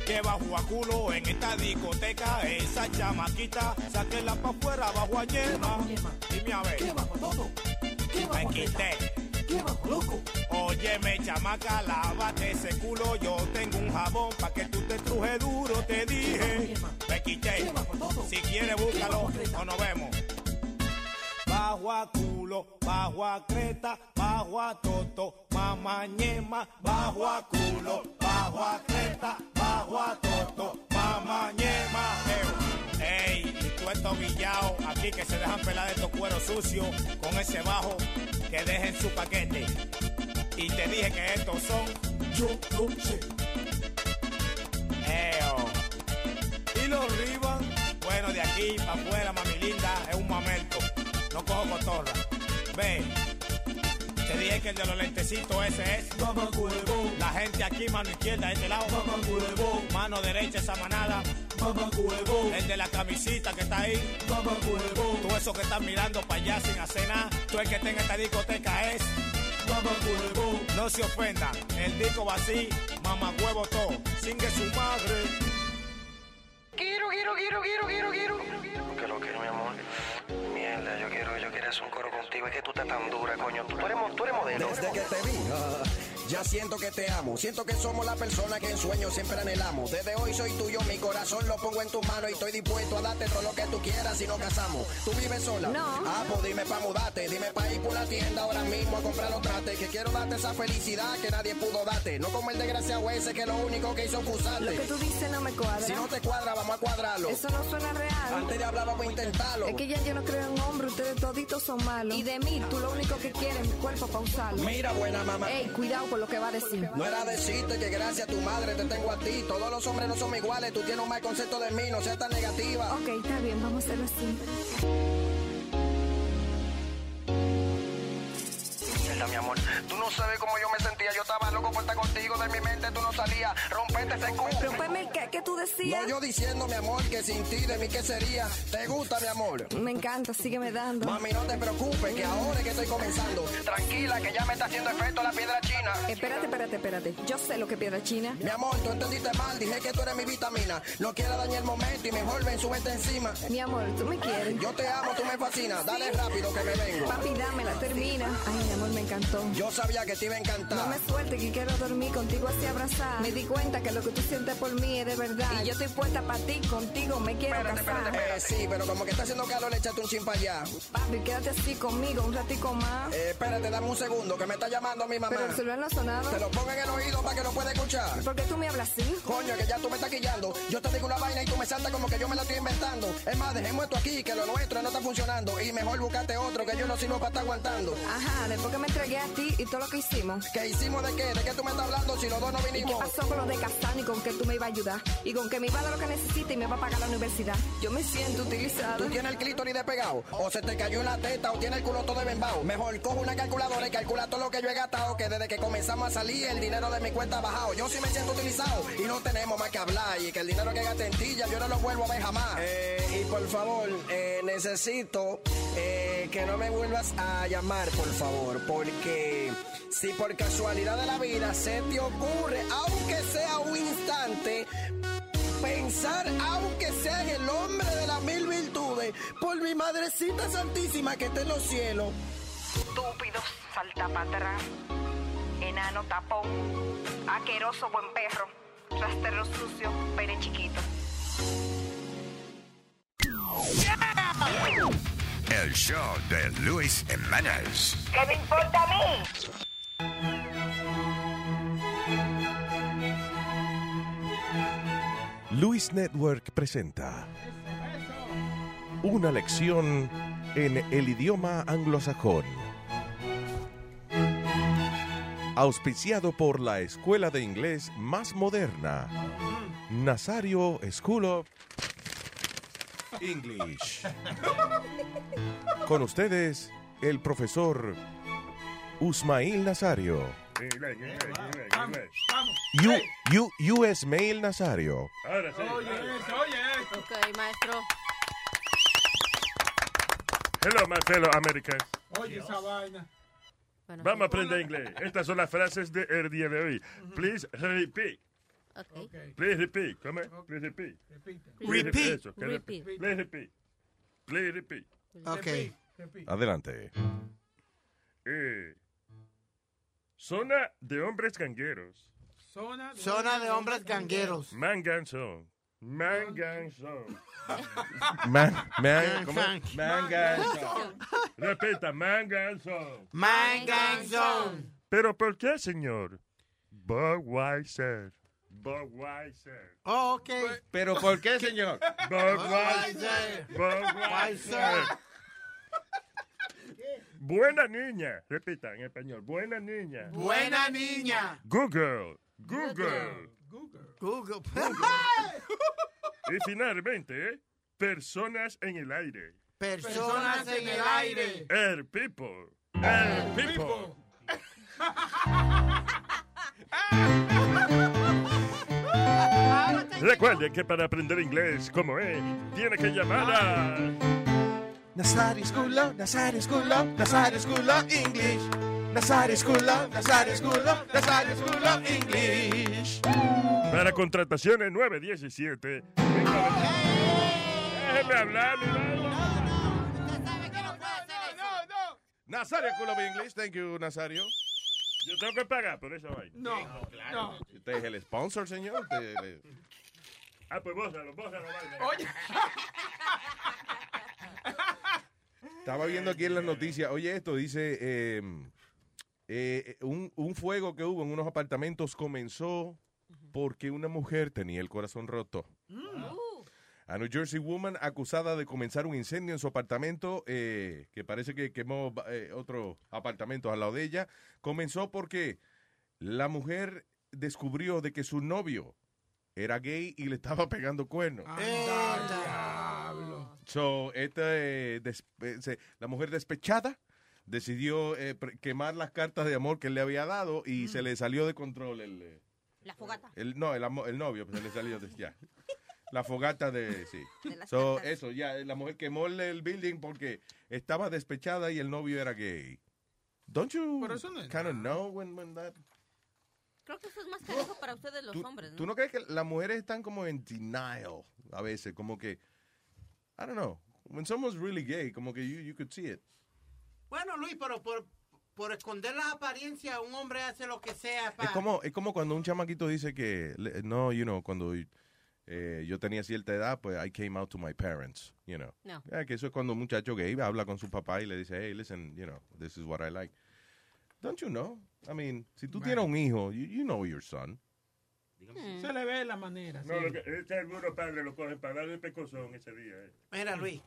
Que bajo a culo en esta discoteca, esa chamaquita, sáquela pa' afuera bajo a yema. Dime a ver. ¿Qué bajo todo? ¿Qué bajo Me quité. ¿Qué bajo loco? Óyeme, chamaca, lávate ese culo. Yo tengo un jabón pa' que tú te truje duro, te dije. Me quité. Si quieres, búscalo o nos vemos. Bajo a culo, bajo a creta, bajo a toto, mamá ñema, bajo a culo, bajo a creta, bajo a toto, mamá ñema. Eo. Ey, y tú estos guillaos aquí que se dejan pelar estos cueros sucios con ese bajo que dejen su paquete. Y te dije que estos son yo no sé. Y los Rivan, bueno, de aquí para afuera, mami linda, es un momento. No cojo cotorra. Ve. Te dije que el de los lentecitos ese es. La gente aquí, mano izquierda, de este lado. Mano derecha, esa manada. El de la camisita que está ahí. Tú eso que estás mirando para allá sin hacer nada. Tú el que tenga esta discoteca es. No se ofendan, el disco va así, mamá huevo todo, sin que su madre. Quiero, quiero, quiero, quiero, quiero, quiero. Que lo quiero, mi amor. Mierda, yo quiero, yo quiero hacer un coro contigo. Es que tú estás tan dura, coño. Tú eres, mo- tú eres modelo. Desde que te vi, ah, ya siento que te amo. Siento que somos la persona que en sueños siempre anhelamos. Desde hoy soy tuyo, mi corazón lo pongo en tus manos y estoy dispuesto a darte todo lo que tú quieras si nos casamos. ¿Tú vives sola? No. Ah, pues dime pa' mudarte. Dime pa' ir por la tienda ahora mismo a comprar los trates. Que quiero darte esa felicidad que nadie pudo darte. No como el desgraciado ese que lo único que hizo acusarte. Lo que tú dices no me cuadra. Si no te cuadra, vamos a cuadrarlo. Eso no suena real. Antes de hablar, vamos a intentarlo. Es que ya yo no creo en hombre, ustedes toditos son malos. Y de mí, tú lo único que quieres es mi cuerpo pa' usarlo. Mira, buena mamá. Ey, cuidado con lo que va a decir. No era decirte que gracias a tu madre te tengo a ti. Todos los hombres no somos iguales. Tú tienes un mal concepto de mí, no seas tan negativa. Ok, está bien, vamos a hacerlo así. Mierda, mi amor. Tú no sabes cómo yo me sentía. Yo estaba loco por estar contigo. De mi mente tú no salías. Rompete ese culo. Rompeme el que, que tú decías. No, yo diciendo, mi amor, que sin ti, de mí, ¿qué sería? ¿Te gusta, mi amor? Me encanta, sígueme dando. Mami, no te preocupes, Pues que ahora es que estoy comenzando. Tranquila, que ya me está haciendo efecto la piedra china. Espérate, espérate, espérate. Yo sé lo que piedra china. Mi amor, tú entendiste mal, dije que tú eres mi vitamina. No quiero dañar el momento y mejor ven, súbete encima. Mi amor, tú me quieres. Yo te amo, tú me fascinas. Dale rápido que me vengo. Papi, dámela, termina. Ay, mi amor, me encantó. Yo sabía que te iba a encantar. No me suelte que quiero dormir contigo así abrazada. Me di cuenta que lo que tú sientes por mí es de verdad. Y yo estoy puesta para ti, contigo me quiero casar. Eh, sí, pero como que está haciendo calor, échate un chin para allá. Papi, quédate así conmigo un ratico más. Eh, espérate, dame un segundo, que me está llamando mi mamá. Pero el celular no ha sonado. Te lo pongo en el oído para que lo pueda escuchar. ¿Por qué tú me hablas así? Coño, que ya tú me estás quillando. Yo te digo una vaina y tú me saltas como que yo me la estoy inventando. Es más, dejemos esto aquí, que lo nuestro no está funcionando. Y mejor buscarte otro, que yo no sirvo para estar aguantando. Ajá, después que me entregué a ti y todo lo que hicimos. ¿Qué hicimos de qué? ¿De qué tú me estás hablando si los dos no vinimos? ¿Y qué pasó con lo de Castán y con que tú me ibas a ayudar? Y con que me iba a dar lo que necesita y me va a pagar la universidad. Yo me siento utilizada. ¿Tú tienes el clítoris despegado? ¿O se te cayó en la teta? ¿O tienes el culo todo embembado? Mejor cojo una calculadora y calcula todo lo que yo he gastado. Que desde que comenzamos a salir, el dinero de mi cuenta ha bajado. Yo sí me siento utilizado y no tenemos más que hablar. Y que el dinero que gasté en ti ya yo no lo vuelvo a ver jamás. Eh, y por favor, eh, necesito eh, que no me vuelvas a llamar, por favor. Porque si por casualidad de la vida se te ocurre, aunque sea un instante, pensar, aunque sea en el hombre de las mil virtudes, por mi madrecita santísima que está en los cielos. Estúpidos, salta para atrás. Enano tapón. Aqueroso buen perro. Rastero sucio, pene chiquito. El show de Luis Jiménez. ¿Qué me importa a mí? Luis Network presenta una lección en el idioma anglosajón. Auspiciado por la escuela de inglés más moderna, Nazario School of English. Con ustedes, el profesor Usmail Nazario. Inglés, inglés, inglés, inglés. U, U, Usmail Nazario. Ahora sí. Ok, maestro. Hello, my fellow Americans. Oye, esa vaina. Vamos a aprender inglés. Estas son las frases del el día de hoy. Please repeat. Please repeat. ¿Cómo es? Please repeat. Repeat. Eso, que rep- Repeat. Please repeat. Please repeat. Okay. Adelante. Eh, zona de hombres gangueros. Zona de, Zona de hombres gangueros. Mangan Zone. Mangan Zone. Man, man, ¿cómo es? Mangan Zone. Repita, Mangan Zone. Mangan Zone. Pero ¿por qué, señor? Budweiser. Budweiser. Oh, ok. Pero ¿por qué, señor? Budweiser. Budweiser. Buena niña. Repita en español. Buena niña. Buena niña. Google. Google. Google. Y finalmente, personas en el aire. Personas en el aire. Air people. Air people. Recuerde que para aprender inglés como es, tiene que llamar a... Nazario School of, Nazario School of, Nazario School of English. Nazario School of, Nazario School of, Nazario School of English. Para contrataciones 917. Déjeme hablar, mi Nazario School of English. Thank you, Nazario. Yo tengo que pagar por esa vaina. No, no. Usted es el sponsor, señor. Te- le- Ah, pues bózalo, bózalo, vaina. Oye. Estaba viendo aquí en las noticias. Oye, esto dice: eh, eh, un, un fuego que hubo en unos apartamentos comenzó porque una mujer tenía el corazón roto. A New Jersey woman acusada de comenzar un incendio en su apartamento, eh, que parece que quemó eh, otros apartamentos al lado de ella, comenzó porque la mujer descubrió de que su novio era gay y le estaba pegando cuernos. So, esta, eh, des- eh, se- la mujer despechada decidió eh, pre- quemar las cartas de amor que él le había dado y se le salió de control el, eh, La fogata. el- no, el, amo- el novio, pues, se le salió de- ya. La fogata de, sí. De las So, eso, ya, eh, la mujer quemó el, el building porque estaba despechada y el novio era gay. Don't you kind of know when, when that... Creo que eso es más carajo para ustedes los hombres, ¿no? ¿Tú no crees que las mujeres están como en denial a veces? Como que, I don't know, when someone's really gay, como que you, you could see it. Bueno, Luis, pero por, por esconder las apariencias, un hombre hace lo que sea Es para... como, es como cuando un chamaquito dice que, le- no, you know, cuando eh, yo tenía cierta edad, pues I came out to my parents, you know. No. Yeah, que eso es cuando un muchacho gay habla con su papá y le dice, hey, listen, you know, this is what I like. Don't you know? I mean, si tú tienes un hijo, you, you know your son. Se le ve la manera. No, sí. lo que, este es que algunos padres lo cogen para darle pecozón ese día. eh. Mira, Luis,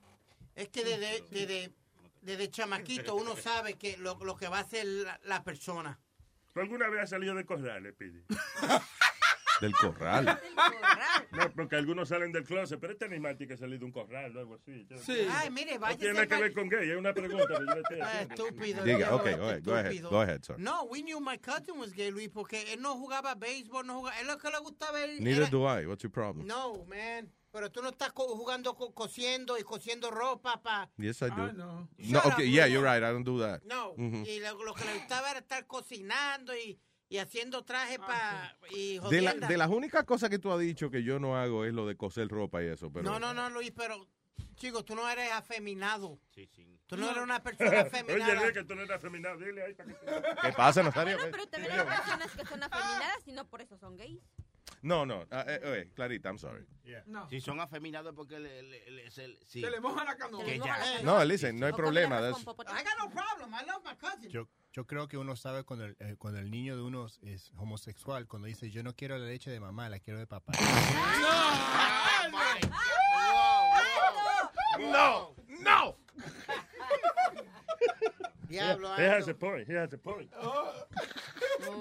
es que desde, desde, desde chamaquito uno sabe que lo, lo que va a hacer la, la persona. ¿Tú alguna vez has salido de corrales, Pidi? Del corral. No, porque algunos salen del closet, pero este animal tiene que salir de un corral o algo así. Yo- Sí. Ay, mire, No váyase tiene que pa'l- ver con gay, es una pregunta que yo le estoy Ah, haciendo. estúpido. Diga, no, ok, este all right, go ahead, estúpido. go ahead, sir. No, we knew my cousin was gay, Luis, porque él no jugaba béisbol, no jugaba. Él lo que le gustaba era- Neither era- do I. What's your problem? No, man. Pero tú no estás co- jugando, co- cosiendo y cosiendo ropa pa. Yes, I do. Ah, no. No, Shut up, okay, yeah, Luis. you're right. I don't do that. No. Mhm. Y lo, lo que le gustaba era estar cocinando y, y haciendo Ah, trajes pa. Y De, la- jodienda. de las únicas cosas que tú has dicho que yo no hago es lo de coser ropa y eso, pero... No, no, no, Luis, pero. Chico, tú no eres afeminado. Sí, sí. Tú no eres una persona afeminada. Oye, dile que tú no eres afeminado, dile ahí para que te... ¿Qué pasa, Nazario? pues. Pero también hay personas que son afeminadas y no por eso son gays. No, no. ah, eh, eh, Clarita, I'm sorry. Si son afeminados porque le, le- le- se, sí. Se le moja la canoa. Se le moja la ya. No, listen, no hay problema. that's- I got no problem. I love my cousin. Yo, yo creo que uno sabe cuando el, eh, cuando el niño de uno es homosexual, cuando dice yo no quiero la leche de mamá, la quiero de papá. No, no. Diablo, He has a point, he has a point. Oh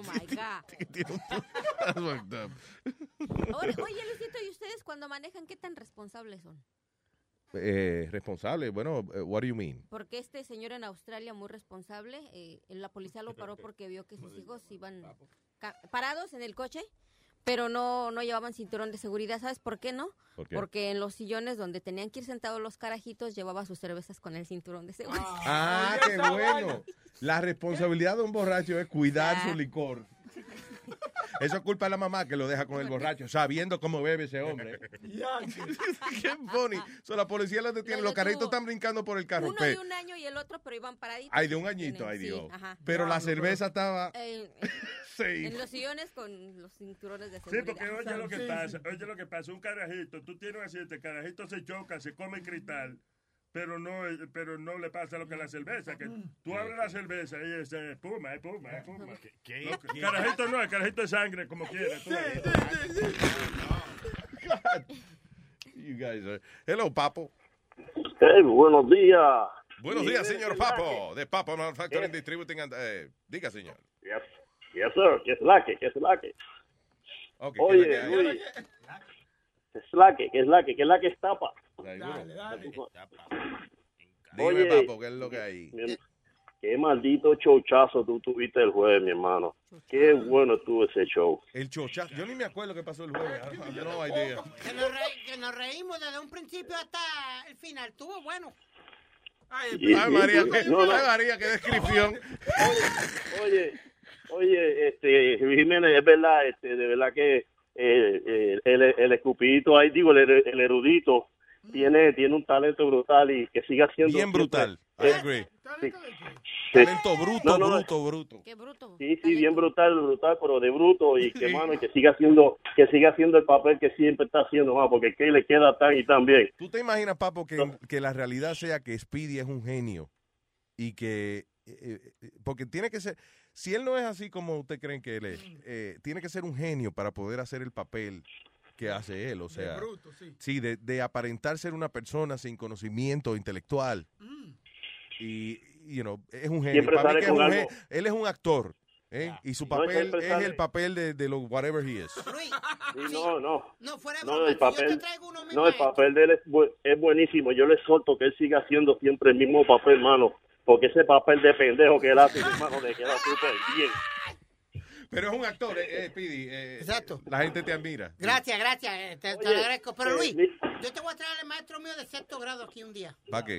my God. That's fucked up. Ahora, oye, Luisito, ¿y ustedes cuando manejan qué tan responsables son? Eh, responsable, bueno, eh, what do you mean? Porque este señor en Australia, muy responsable, eh, la policía lo paró porque vio que sus hijos iban ca- parados en el coche, pero no, no llevaban cinturón de seguridad. ¿Sabes por qué no? ¿Por qué? Porque en los sillones donde tenían que ir sentados los carajitos, llevaba sus cervezas con el cinturón de seguridad. Ah, qué bueno. La responsabilidad de un borracho es cuidar su licor. Eso es culpa de la mamá que lo deja con el borracho, sabiendo cómo bebe ese hombre. qué funny. So, la policía los detiene, los carritos están brincando por el carro. Uno pe- de un año y el otro, pero iban paraditos. Ay, de un añito, ay Sí, Dios. ajá. Pero la cerveza estaba... Eh, Sí. En los sillones con los cinturones de Sí, seguridad. porque oye lo que pasa, oye lo que pasa, un carajito, tú tienes un accidente, el carajito se choca, se come cristal, pero no, eh, pero no le pasa lo que a la cerveza, que tú abres la cerveza y es eh, espuma, espuma, espuma. Lo que- ¿Qué? Carajito no, el carajito es sangre, como quiera. tú ves. You guys are- Hello, Papo. Hey, buenos días. Buenos días, señor Papo. De Papo Manufacturing Eh. Distributing. and- eh, diga, señor. Yes, yes sir. Que es la que, que es la que. Ok, ¿qué es la que Oye, hay? Luis. Que es la que, que es la que, que es la que estapa. Dale, dale. Dime, Oye. Papo, ¿qué es lo que hay? Mi- Qué maldito chochazo tú tuviste el jueves, mi hermano. Qué bueno estuvo ese show. El chochazo. Yo ni me acuerdo qué pasó el jueves. I have No idea. Que nos, re- que nos reímos desde un principio hasta el final. Estuvo bueno. Y- Ay, y- María, y- qué, no, no. ay, María, qué descripción. Oye, oye, este, Jiménez, es verdad, este, de verdad que eh, eh, el, el escupidito ahí, digo, el, el erudito, tiene, tiene un talento brutal y que siga siendo. Bien brutal. I Eh, agree. sí. Talento bruto, No, no, no. bruto, bruto. Sí, sí, bien brutal, brutal, pero de bruto y que, mano, y que siga haciendo, que siga haciendo el papel que siempre está haciendo, mano, porque que le queda tan y tan bien. ¿Tú te imaginas, Papo, que, que la realidad sea que Speedy es un genio y que... eh, eh, porque tiene que ser... Si él no es así como usted creen que él es, Mm. eh, tiene que ser un genio para poder hacer el papel Mm. que hace él, o sea... bruto, sí. de, de aparentar ser una persona sin conocimiento intelectual. Mm. Y, you know, es un genio. Siempre Para mí sale que es con un algo. gen- Él es un actor. ¿eh? Y su No, papel siempre es sale. el papel de, de lo whatever he is. Sí, Ah, no, no. No, fuera no, el papel, no, el papel de él es, bu- es buenísimo. Yo le solto que él siga haciendo siempre el mismo papel, hermano. Porque ese papel de pendejo que él hace, hermano, le queda súper bien. Pero es un actor, eh, eh, Speedy, eh, La gente te admira. Gracias, gracias. eh, Te, te Oye, lo agradezco. Pero eh, Luis, Luis. yo te voy a traer al maestro mío de sexto grado aquí un día. ¿Para qué?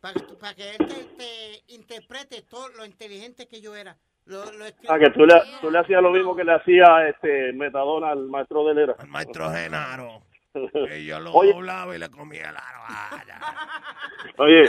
Para que, tú- para que él te, te interprete todo lo inteligente que yo era. Lo, lo escri- Ah, que tú le, tú le hacías lo mismo que le hacía este Metadona al maestro de Lera. Al maestro Genaro. Que yo lo Oye, doblaba y le comía el aro. Oye,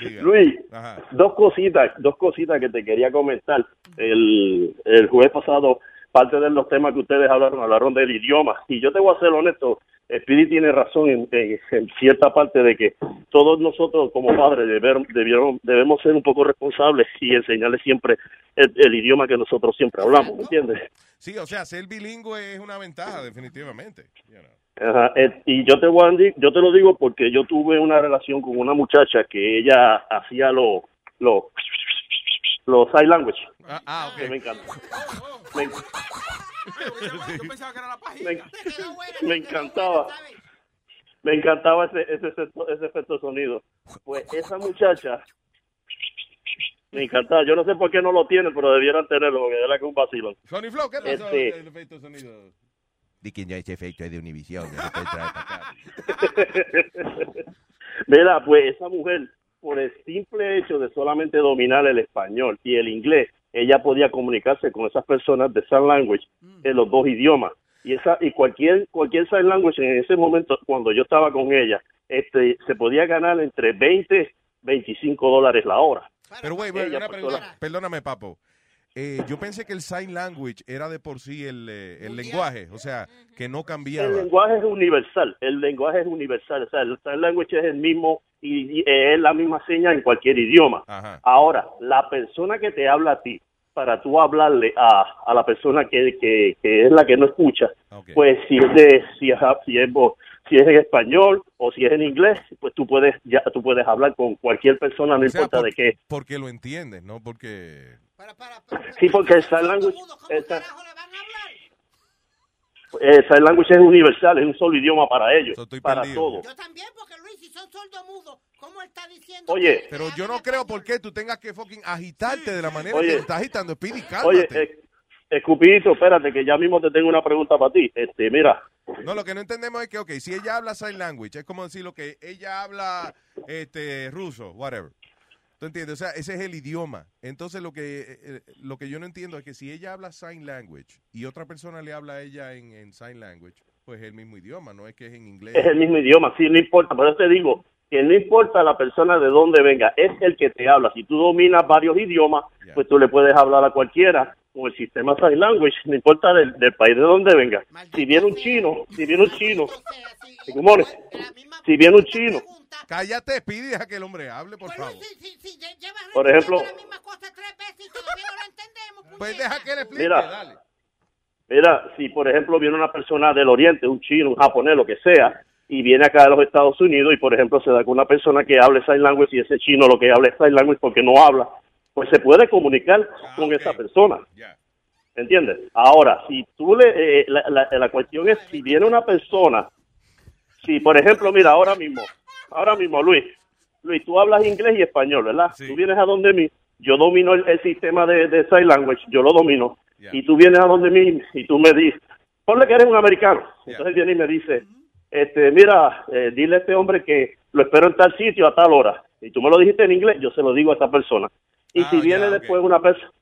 Diga. Luis, Ajá. dos cositas, dos cositas que te quería comentar. El, el jueves pasado, parte de los temas que ustedes hablaron, hablaron del idioma. Y yo te voy a ser honesto, Speedy tiene razón en, en- en cierta parte de que todos nosotros como padres deber- debieron- debemos ser un poco responsables y enseñarles siempre el, el idioma que nosotros siempre hablamos, ¿entiendes? Sí, o sea, ser bilingüe es una ventaja, definitivamente. you know. Ajá, eh, y yo te, voy a di- yo te lo digo porque yo tuve una relación con una muchacha que ella hacía los los los sign language. Ah, ah, ok. Me encanta. Me, Yo pensaba que era la página. me encantaba. Me encantaba ese, ese, efecto- ese efecto de sonido. Pues esa muchacha me encantaba. Yo no sé por qué no lo tienen, pero debieran tenerlo porque era que es un vacilón. Sony Flow, ¿qué pasó Este, el efecto de sonido? Di que ya ese efecto es de Univision. que se puede traer para acá. Mira, pues esa mujer, por el simple hecho de solamente dominar el español y el inglés, ella podía comunicarse con esas personas de sign language en los dos idiomas. Y esa y cualquier cualquier sign language en ese momento cuando yo estaba con ella, este se podía ganar entre 20 25 dólares la hora. Pero, güey, güey, Ella, una pues, pregunta. sola. Perdóname, papo. Eh, yo pensé que el sign language era de por sí el, eh, el lenguaje, o sea, que no cambiaba. El lenguaje es universal, el lenguaje es universal, o sea, el sign language es el mismo y, y es la misma seña en cualquier idioma. Ajá. Ahora, la persona que te habla a ti, para tú hablarle a, a la persona que, que, que es la que no escucha, pues si es, de, si, es, si, es, vo- si es en español o si es en inglés, pues tú puedes ya tú puedes hablar con cualquier persona, no O sea, importa por- de qué. Porque lo entiendes, ¿no? Porque... Sí, porque el sign language, el sign- el sign language es universal, es un solo idioma para ellos, para todos. Oye. Pero yo no creo por qué tú tengas que fucking agitarte de la manera Oye. que te estás agitando. Pidi, Oye, cálmate. eh, Escupidito, espérate, que ya mismo te tengo una pregunta para ti. Este, mira, No, lo que no entendemos es que, ok, si ella habla sign language, es como decir lo que ella habla este, ruso, whatever. ¿Tú entiendes? O sea, ese es el idioma. Entonces, lo que, eh, eh, lo que yo no entiendo es que si ella habla sign language y otra persona le habla a ella en, en sign language, pues es el mismo idioma, no es que es en inglés. es el mismo idioma, sí, no importa, pero te digo que no importa la persona de dónde venga, es el que te habla. Si tú dominas varios idiomas, pues tú le puedes hablar a cualquiera con el sistema Sign Language, no importa del, del país de dónde venga. Si viene un chino, si viene un chino, Good morning. si viene un chino, Cállate, pide deja que el hombre hable, por favor. por ejemplo, Pues deja que le explique, Mira. dale. Mira, si por ejemplo viene una persona del Oriente, un chino, un japonés, lo que sea, y viene acá a los Estados Unidos y por ejemplo se da con una persona que hable sign language y ese chino lo que habla es sign language porque no habla, pues se puede comunicar Ah, con esa persona. ¿Entiendes? Ahora, si tú le, eh, la, la- la cuestión es si viene una persona, si por ejemplo, mira, ahora mismo, ahora mismo, Luis, Luis, tú hablas inglés y español, ¿verdad? Tú vienes a donde mí, yo domino el, el sistema de, de sign language, yo lo domino, y tú vienes a donde mí y tú me dices, ponle que eres un americano, entonces viene y me dice, este, mira, eh, dile a este hombre que lo espero en tal sitio a tal hora, y tú me lo dijiste en inglés, yo se lo digo a esa persona. Y si viene después una persona,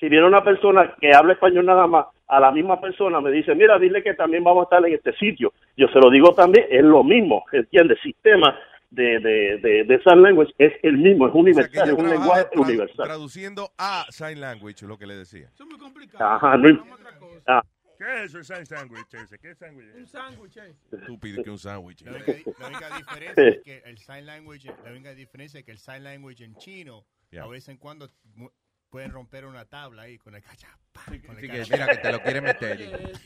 si viene una persona que habla español nada más, a la misma persona me dice, mira, dile que también vamos a estar en este sitio. Yo se lo digo también, es lo mismo, ¿entiendes? El sistema de, de, de, de sign language es el mismo, es universal, es un lenguaje universal. Traduciendo a sign language, lo que le decía. Ajá, no im- Ah, ¿Qué es eso, el sándwich ese? ¿Qué sándwich es? Un sándwich eh. Tú pides que un sándwich. La única, di- la única diferencia es que el sign language, la única diferencia es que el sign language en chino, Yeah. a veces en cuando mu- pueden romper una tabla ahí con el cachapa. con el Así que cachapa. mira que te lo quiere meter.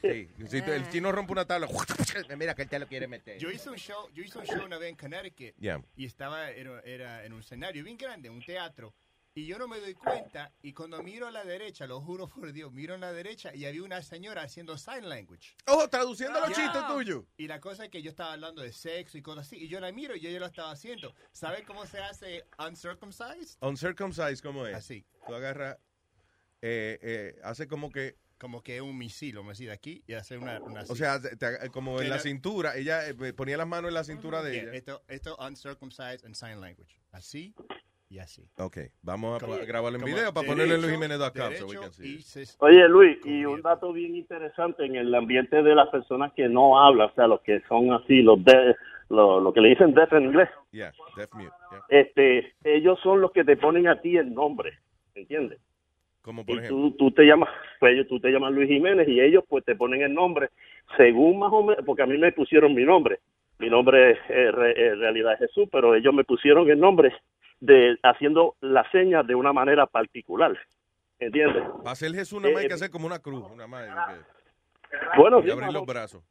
Sí, si te- el chino rompe una tabla, mira que él te lo quiere meter. Yo hice un show, yo hice un show una vez en Connecticut Yeah. y estaba era, era en un escenario bien grande, un teatro. Y yo no me doy cuenta y cuando miro a la derecha, lo juro por Dios, miro a la derecha y había una señora haciendo sign language. Ojo, traduciendo los chistes tuyos. Y la cosa es que yo estaba hablando de sexo y cosas así y yo la miro y ella lo estaba haciendo. ¿Sabes cómo se hace uncircumcised? Uncircumcised, ¿cómo es? Así. Tú agarras, eh, eh, hace como que... Como que un misil, vamos a decir, aquí y hacer una... una O así. sea, te- te- eh, como en Que la no- cintura, ella eh, ponía las manos en la cintura de Bien, ella. Esto, esto uncircumcised and sign language. Así y así. Ok, vamos a Como- pa- grabarlo en como video para derecho, ponerlo en luisjiménez.com. derecho so we can see. y se- Oye, Luis, y un dato bien interesante en el ambiente de las personas que no hablan, o sea, los que son así, los de, lo, lo que le dicen deaf en inglés, Yeah, deaf mute. yeah. este, ellos son los que te ponen a ti el nombre, ¿entiendes? Como por y ejemplo. tú, tú te llamas, pues ellos- tú te llamas Luis Jiménez y ellos pues te ponen el nombre según más o menos, porque a mí me pusieron mi nombre. Mi nombre es, eh, re- en realidad es Jesús, pero ellos me pusieron el nombre de haciendo la seña de una manera particular. ¿Entiendes? Para hacer Jesús, nada más hay Eh, que hacer como una cruz, una más. lo que- Bueno, y sí, abrir más o- los brazos.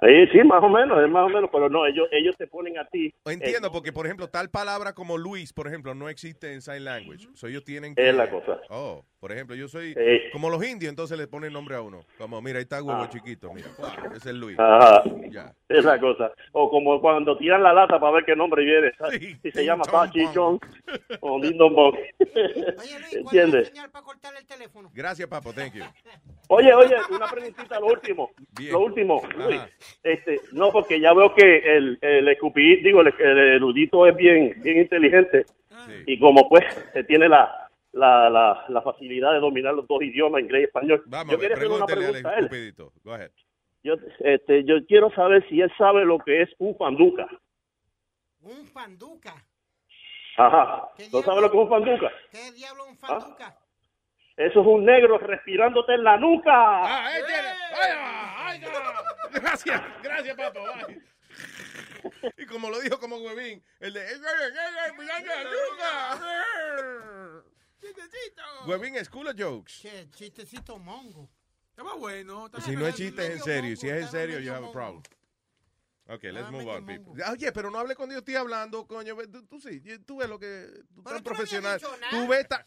Sí, sí, más o menos, es más o menos, pero no, ellos, ellos te ponen a ti. eh, Entiendo, porque por ejemplo, tal palabra como Luis, por ejemplo, no existe en Sign Language. So, ellos tienen que. Es la cosa. Oh, por ejemplo, yo soy Sí. Ah. como los indios, entonces le ponen nombre a uno. Como, mira, ahí está huevo chiquito, mira, ¡pua! ese es Luis. Ajá. Ya. Es la cosa. O como cuando tiran la lata para ver qué nombre viene. ¿sabes? Si se llama Pachi Chong o Dindon Bong. ¿Entiendes? Gracias, papo, thank you. Oye, oye, una preguntita, lo último. Bien. Lo último, Luis. Ajá. Este, no, porque ya veo que el, el escupí, digo, el, el erudito es bien, bien inteligente. Ah. Y como pues se tiene la, la, la, la facilidad de dominar los dos idiomas, inglés y español. Vamos, yo a ver, quería hacer una pregúntele al pregunta a él. escupidito. Go ahead. Yo, este, yo quiero saber si él sabe lo que es un panduca. Un fanduca. Ajá. ¿No sabe lo que es un panduca? ¿Qué diablo es un Ah. fanduca? Eso es un negro respirándote en la nuca. ahí tiene. ¡Ay, Gracias, gracias, papo. bye. Y como lo dijo como huevín, el de... Huevín es culo jokes. Che, chistecito mongo. Estaba bueno. estaba Si no es chiste, es en serio. medio Si es en mongo, serio, estaba you have a medio problem. mongo. Ok, let's Ah, move medio on, people. Oye, pero no hable cuando yo estoy hablando, coño. ve, Tú, tú sí, tú ves lo que... Tú tan profesional. dicho nada. Tú ves... ta-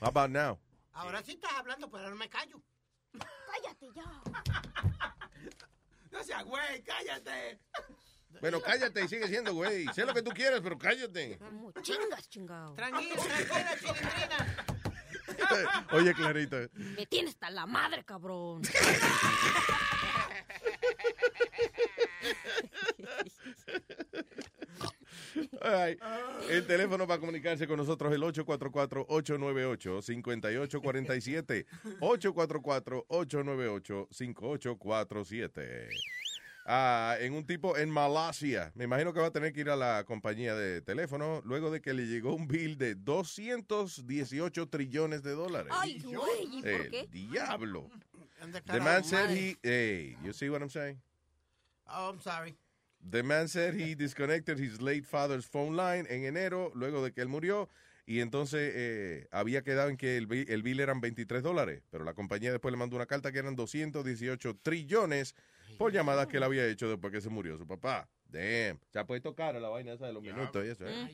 How about now? Ahora sí estás hablando, pero ahora me callo. Cállate ya. No seas güey, cállate. Bueno, cállate y sigue siendo, güey. Sé lo que tú quieres, pero cállate. Chingas, chingado. Tranquila, tranquila, chilindrina. Oye, Clarito. Me tienes hasta la madre, cabrón. All right. El teléfono para comunicarse con nosotros el 844-898-5847. 844-898-5847. Ah, en un tipo en Malasia. Me imagino que va a tener que ir a la compañía de teléfono luego de que le llegó un bill de 218 trillones de dólares. Ay, güey, ¿y por El qué? diablo. Anda, The carajo, Eh, man said madre. he, hey, you see what I'm saying? Oh, I'm sorry. The man said he disconnected his late father's phone line en enero, luego de que él murió, y entonces eh, había quedado en que el, bi- el bill eran 23 dólares, pero la compañía después le mandó una carta que eran 218 trillones por llamadas que él había hecho después que se murió su papá. Damn. Se ha puesto cara la vaina esa de los minutos y eso. ¿eh?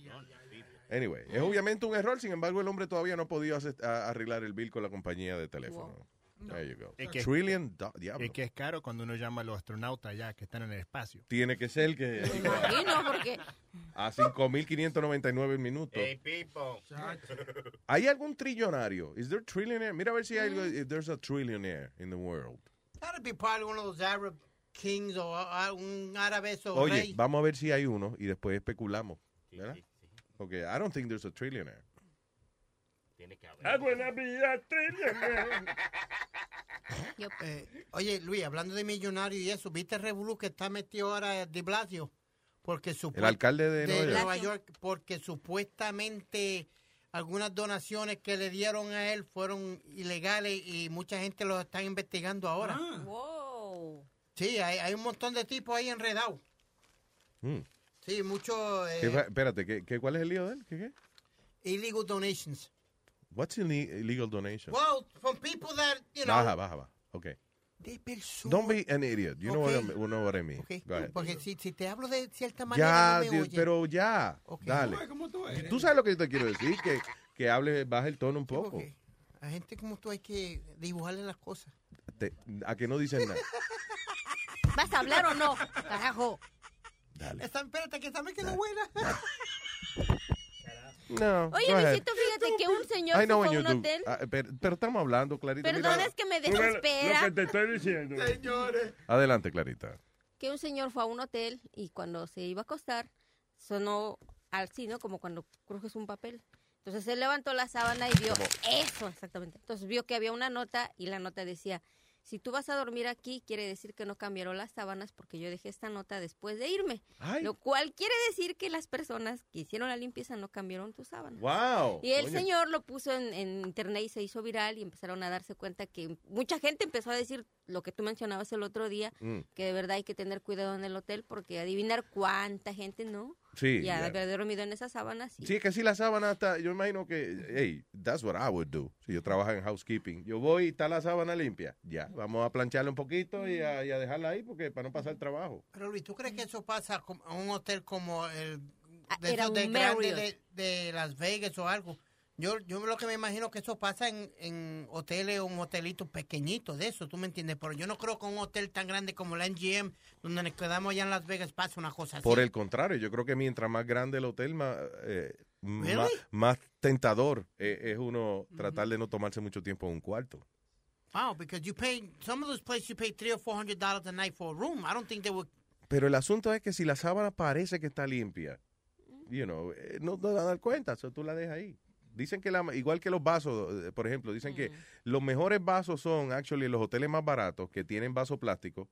Anyway, es obviamente un error, sin embargo el hombre todavía no ha podido hacer- a- arreglar el bill con la compañía de teléfono. There you go. Es que- Trillion do- diablo. Es que es caro cuando uno llama a los astronautas ya que están en el espacio. Tiene que ser que Y no, porque a 5.599 minutos. Pipo. ¿Hay algún trillonario? Is there trillionaire? Mira a ver si hay algo. Mm. If there's a trillionaire in the world. That'd be probably one of those Arab kings o a- a- un árabe eso, Oye, rey. vamos a ver si hay uno y después especulamos. ¿Verdad? Okay, I don't think there's a trillionaire. I wanna be a trillionaire. Eh, oye, Luis, hablando de millonario y eso, ¿viste el revolú que está metido ahora de Blasio? Porque El supuestamente... alcalde de Nueva York. porque supuestamente algunas donaciones que le dieron a él fueron ilegales y mucha gente los está investigando ahora. Ah. Sí, hay, hay un montón de tipos ahí enredados. Mm. Sí, eh, muchos ¿Qué fa- espérate, ¿qué, qué, cuál es el lío de él? ¿Qué, qué? illegal donations. What's an i- illegal donation? Well, from people that, you know, Baja, baja, baja. Okay. de personas. Don't be an idiot. You know, what I, Okay. you know what I mean. Go ahead. Porque si, si te hablo de cierta manera, Ya, no me di- oyes. pero ya. Dale. ¿Cómo tú Y Tú sabes lo que yo te quiero decir, que, que hable, baja el tono un poco. A gente como tú hay que dibujarle las cosas. Te- a que no dicen nada. ¿vas a hablar o no? Carajo. Esta- espérate, que esta me quedó buena. No. Oye, go ahead. Luisito, fíjate que un señor I se know fue when a you un do. hotel. Ah, pero, pero estamos hablando, Clarita. Perdón, mira. es que me Mira lo desespera que te estoy diciendo. Señores. Adelante, Clarita. que un señor fue a un hotel y cuando se iba a acostar sonó al sino como cuando crujes un papel. Entonces él levantó la sábana y vio Como- eso exactamente. Entonces vio que había una nota y la nota decía, si tú vas a dormir aquí, quiere decir que no cambiaron las sábanas porque yo dejé esta nota después de irme. Ay. Lo cual quiere decir que las personas que hicieron la limpieza no cambiaron tus sábanas. Wow. Y el Oh, Oye, señor lo puso en, en internet y se hizo viral y empezaron a darse cuenta que mucha gente empezó a decir lo que tú mencionabas el otro día, Mm. que de verdad hay que tener cuidado en el hotel porque adivinar cuánta gente no Sí, Y ya. al haber dormido en esas sábanas. Sí, es que si la sábana está, yo imagino que, hey, that's what I would do. Si yo trabajo en housekeeping, yo voy y está la sábana limpia. Ya, vamos a plancharla un poquito y a, y a dejarla ahí porque para no pasar el trabajo. Pero Luis, ¿tú crees que eso pasa como- a un hotel como el de, Ah, era esos de un grande Marriott. de, de Las Vegas o algo? Yo, yo lo que me imagino que eso pasa en, en hoteles, un hotelito pequeñito de eso, ¿tú me entiendes? Pero yo no creo que un hotel tan grande como la MGM, donde nos quedamos allá en Las Vegas, pase una cosa así. Por el contrario, yo creo que mientras más grande el hotel, más, eh, más, más tentador eh, es uno tratar de no tomarse mucho tiempo en un cuarto. Wow, because you pay, some of those places you pay three or four hundred dollars a night for a room. I don't think they would, Pero el asunto es que si la sábana parece que está limpia, you know, eh, no te vas a dar cuenta, so tú la dejas ahí. Dicen que la, igual que los vasos, eh, por ejemplo, dicen que los mejores vasos son, actually, los hoteles más baratos que tienen vaso plástico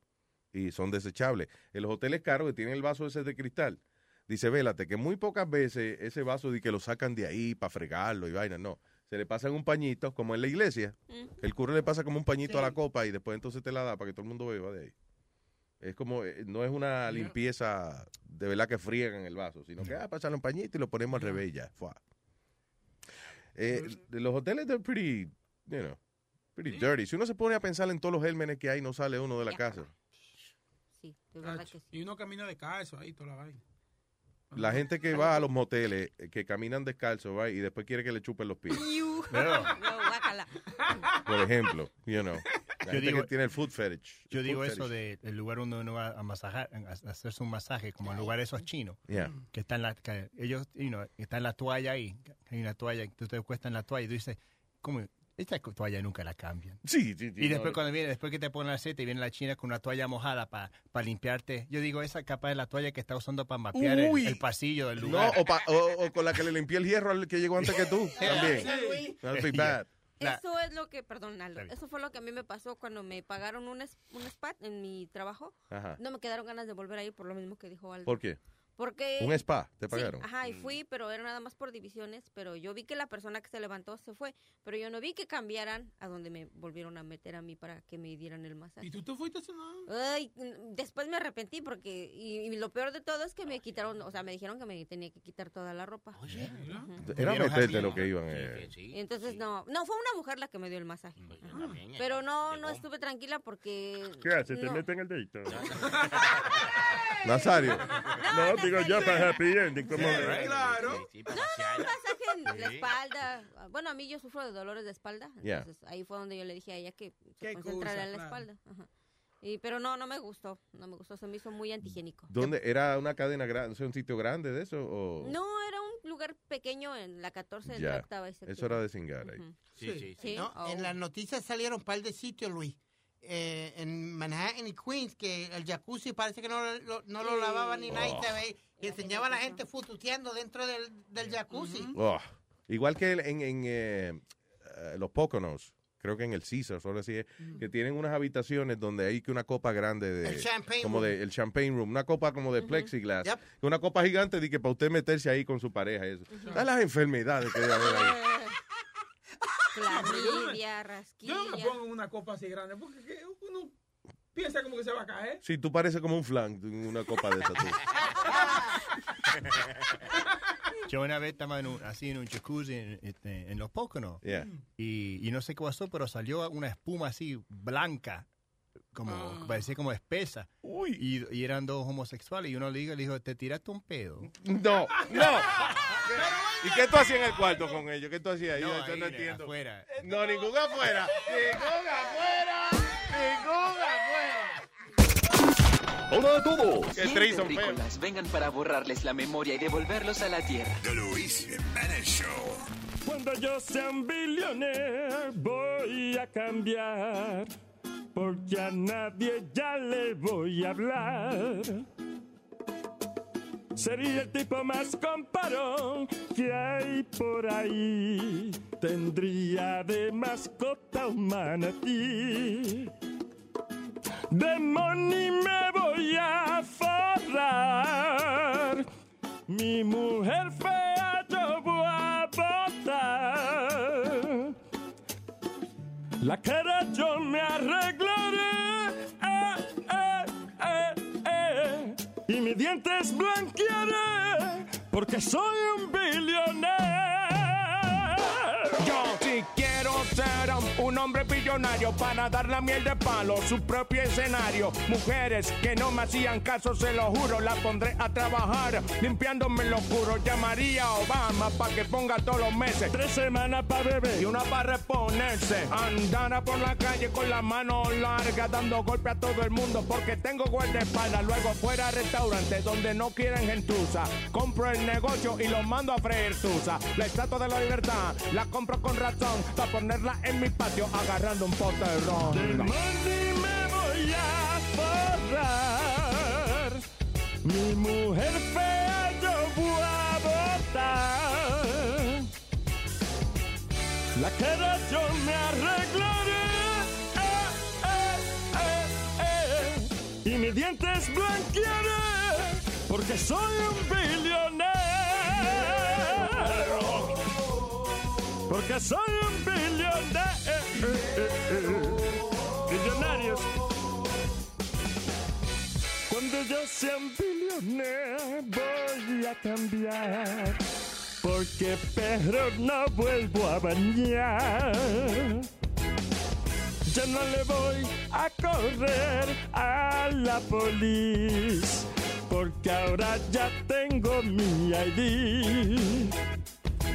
y son desechables. En los hoteles caros que tienen el vaso ese de cristal, dice, vélate, que muy pocas veces ese vaso de que lo sacan de ahí para fregarlo y vaina, no. Se le pasan un pañito, como en la iglesia. Mm. El cura le pasa como un pañito a la copa y después entonces te la da para que todo el mundo beba de ahí. Es como, eh, no es una limpieza de verdad que friegan el vaso, sino que, ah, pasarle un pañito y lo ponemos al revés ya. fuá. Eh, de los hoteles they're pretty, you know, pretty dirty. Si uno se pone a pensar en todos los gérmenes que hay, no sale uno de la casa. Sí, Y uno camina descalzo ahí toda la vaina. La gente que va a los moteles, eh, que caminan descalzo, va, y después quiere que le chupen los pies. No, Por ejemplo, you know. La Yo gente digo- que tiene el food fetish. Yo el digo food eso fetish. de- del lugar donde uno va a, masajar, a hacerse un masaje, como el lugar esos chinos. Yeah. Que están la, que ellos, you know, está la toalla ahí. que Hay una toalla, tú te cuestas en la toalla y tú dices, ¿cómo? Esta toalla nunca la cambian. Sí, sí, sí, Y después no. cuando viene, después que te ponen aceite y viene la china con una toalla mojada para limpiarte. Yo digo, esa capa de la toalla que está usando para mapear el- Uy. el, pasillo del No, lugar. o, pa- o- o con la que le limpié el hierro al que llegó antes que tú. También. Sí. That'd be bad. Eso es lo que, perdón, Naldo, Está bien. eso fue lo que a mí me pasó cuando me pagaron un, es- un spa en mi trabajo. Ajá. No me quedaron ganas de volver a ir por lo mismo que dijo Aldo. ¿Por qué? Porque... Un spa, te Sí, pagaron. ajá, y Mm. fui, pero era nada más por divisiones, pero yo vi que la persona que se levantó se fue, pero yo no vi que cambiaran a donde me volvieron a meter a mí para que me dieran el masaje. ¿Y tú te fuiste a cenar? Ay, mm, después me arrepentí porque, y, y lo peor de todo es que me quitaron, o sea, me dijeron que me tenía que quitar toda la ropa. Ujú. Era Vieron meterte así, lo ¿no? que iban. Sí, eh. Y entonces no, no, fue una mujer la que me dio el masaje. Ajá. Pero no, no estuve tranquila porque... ¿Qué haces? ¿Te no. meten el dedito? Nazario. No, digo yo para happy ending. Como, claro. No, no, un masaje en la espalda. Bueno, a mí yo sufro de dolores de espalda. Yeah. Entonces ahí fue donde yo le dije a ella que se Qué concentrara cosa, en la claro. espalda. Ajá. Y, pero no, no me gustó. No me gustó. Se me hizo muy antigénico. ¿Dónde? ¿Era una cadena grande? ¿Un sitio grande de eso? O... No, era un lugar pequeño en la 14 de la Ya. octava y séptima. Eso era de cingar ahí. Sí, No, oh. En las noticias salieron un par de sitios, Luis. Eh, en Manhattan y Queens, que el jacuzzi parece que no lo, no lo lavaba ni nadie. Oh. se ve, Y enseñaba a la gente fututeando dentro del, del jacuzzi. Oh, Igual que el- en, en, eh, eh, los Poconos, creo que en el Caesar, solo así es, que tienen unas habitaciones donde hay que una copa grande de... El champagne como room. de El champagne room, una copa como de plexiglass. Una copa gigante de que para usted meterse ahí con su pareja. Eso. Da las enfermedades que debe haber ahí. Clamidia, Eh. Yo rasquilla. no me pongo en una copa así grande porque que uno piensa como que se va a caer. Sí, tú pareces como un flan, en una copa de esas. tú. Yo una vez estaba en un- así en un jacuzzi en, este, en los Póconos. Yeah. Y, y no sé qué pasó, pero salió una espuma así blanca, como parecía como espesa. Y, y eran dos homosexuales. Y uno le dijo, le dijo te tiraste un pedo. No, no. ¿Y qué tú hacías en el cuarto con ellos? ¿Qué tú hacías? No, Yo- yo ahí, no entiendo. afuera. No, ningún afuera. Ningún afuera. Ningún afuera. ¡Hola a todos! ¡Qué trison, feo! películas vengan para borrarles la memoria y devolverlos a la tierra. The Luis Jiménez Show. Cuando yo sea un billionaire voy a cambiar, porque a nadie ya le voy a hablar. Sería el tipo más comparón que hay por ahí. Tendría de mascota un manatí. De money me voy a forrar. Mi mujer fea yo voy a botar. La cara yo me arreglaré. eh, eh, eh, eh. Y mis dientes blanquearé. porque soy un billonero. Yo sí quiero ser un hombre billonario para dar la miel de palo, su propio escenario. Mujeres que no me hacían caso, se lo juro, la pondré a trabajar, limpiándome lo oscuro. Llamaría a Obama para que ponga todos los meses. Tres semanas para beber y una para reponerse. Andara por la calle con la mano larga, dando golpe a todo el mundo porque tengo guardaespaldas. Luego fuera a restaurantes donde no quieren gentuza. Compro el negocio y lo mando a freír tusa. La estatua de la libertad la compro con razón para ponerla en mi patio agarrando un pote de ron. Del money me voy a forrar. Mi mujer fea yo voy a botar. La cara yo me arreglaré. eh, eh, eh, eh. Y mis dientes blanquearé. Porque soy un billonero. Porque soy un billonero. Billonarios. Cuando yo sea un billonero voy a cambiar. Porque perro no vuelvo a bañar. Ya no le voy a correr a la polis. Porque ahora ya tengo mi ID.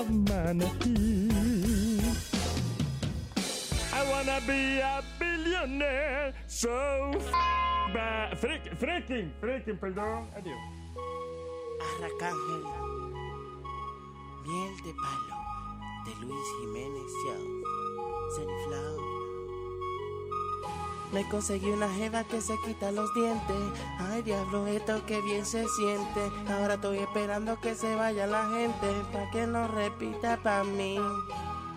un manatí. I wanna be a billionaire, so f- ba- freak- freaking, freaking, perdón, adiós. Arracángel. Miel de palo de Luis Jiménez Show. Sunflower. Me conseguí una jeva que se quita los dientes. Ay, diablo, esto que bien se siente. Ahora estoy esperando que se vaya la gente. Pa' que no repita pa' mí.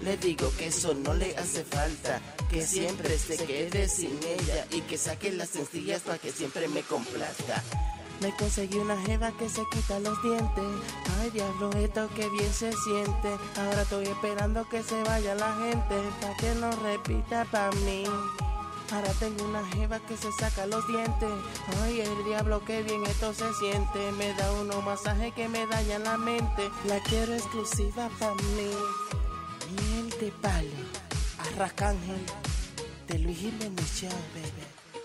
Le digo que eso no le hace falta, que siempre se quede sin ella y que saque las sencillas para que siempre me complazca. Me conseguí una jeva que se quita los dientes. Ay, diablo, esto que bien se siente. Ahora estoy esperando que se vaya la gente, pa' que no repita pa' mí. Ahora tengo una jeva que se saca los dientes. Ay, el diablo, qué bien esto se siente. Me da uno masaje que me daña la mente. La quiero exclusiva para mí. Miel de palo, arracángel, de Luis Jiménez Show, baby.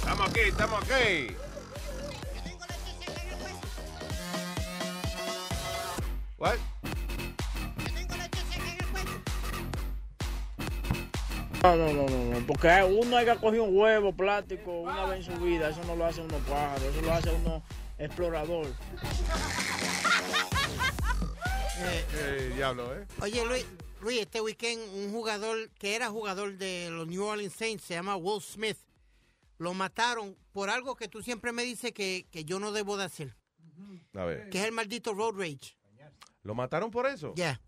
Estamos aquí, estamos aquí. What? No, no, no, no, no, porque uno haya cogido un huevo plástico una vez en su vida, eso no lo hace uno pájaro, eso lo hace uno explorador. Eh, diablo, ¿eh? Oye, Luis, Luis, este weekend un jugador que era jugador de los New Orleans Saints, se llama Will Smith, lo mataron por algo que tú siempre me dices que, que yo no debo de hacer, A ver, que es el maldito road rage. ¿lo mataron por eso? Ya.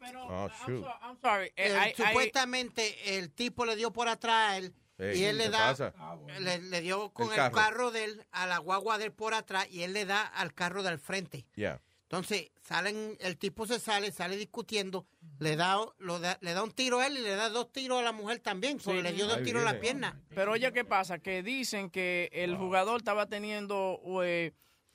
pero Oh, shoot. I'm sorry. Eh, I- I- supuestamente el tipo le dio por atrás a él Ey, y él ¿qué le da pasa? le, le dio con El el carro. carro. de él a la guagua de él por atrás y él le da al carro del frente. Yeah. Entonces, salen el tipo se sale, sale discutiendo, le da lo da- le da un tiro a él y le da dos tiros a la mujer también, porque le dio dos Ahí tiros a la viene. pierna. Pero oye, ¿qué pasa? Que dicen que el jugador estaba teniendo eh,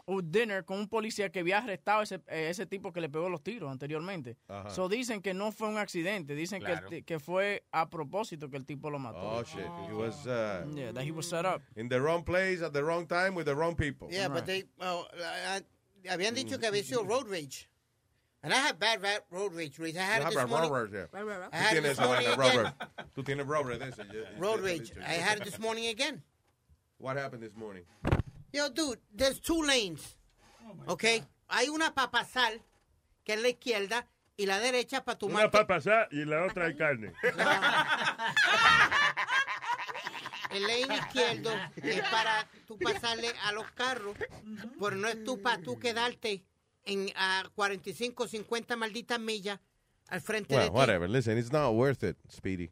un dinner con un policía que había arrestado ese, eh, ese tipo que le pegó los tiros anteriormente. Ajá. So dicen que no fue un accidente, dicen que el Claro. ti- que, fue a propósito que el tipo lo mató. Oh, shit. He was, uh, Yeah, that he was set up. In the wrong place, at the wrong time, with the wrong people. Yeah, but they well, la- la- habían dicho que había sido Mm. road rage. And I have bad ra- road rage, Luis. I had it Ah, this pero morning. Robert, yeah. I Tú had it tienes this esa morning vaina, again. Robert. Tú tienes Robert de ese. yo- Road yo te he rage. dicho. I had it this morning again. What happened this morning? Yo, dude, there's two lanes. okay? Hay una para pasar, que es la izquierda, y la derecha para tu Una para pasar y la otra hay carne. El lane izquierdo es para tú pasarle a los carros, pero no es tú para tú quedarte en a 45, 50 malditas millas al frente de Well, ti. whatever. Listen, it's not worth it, Speedy.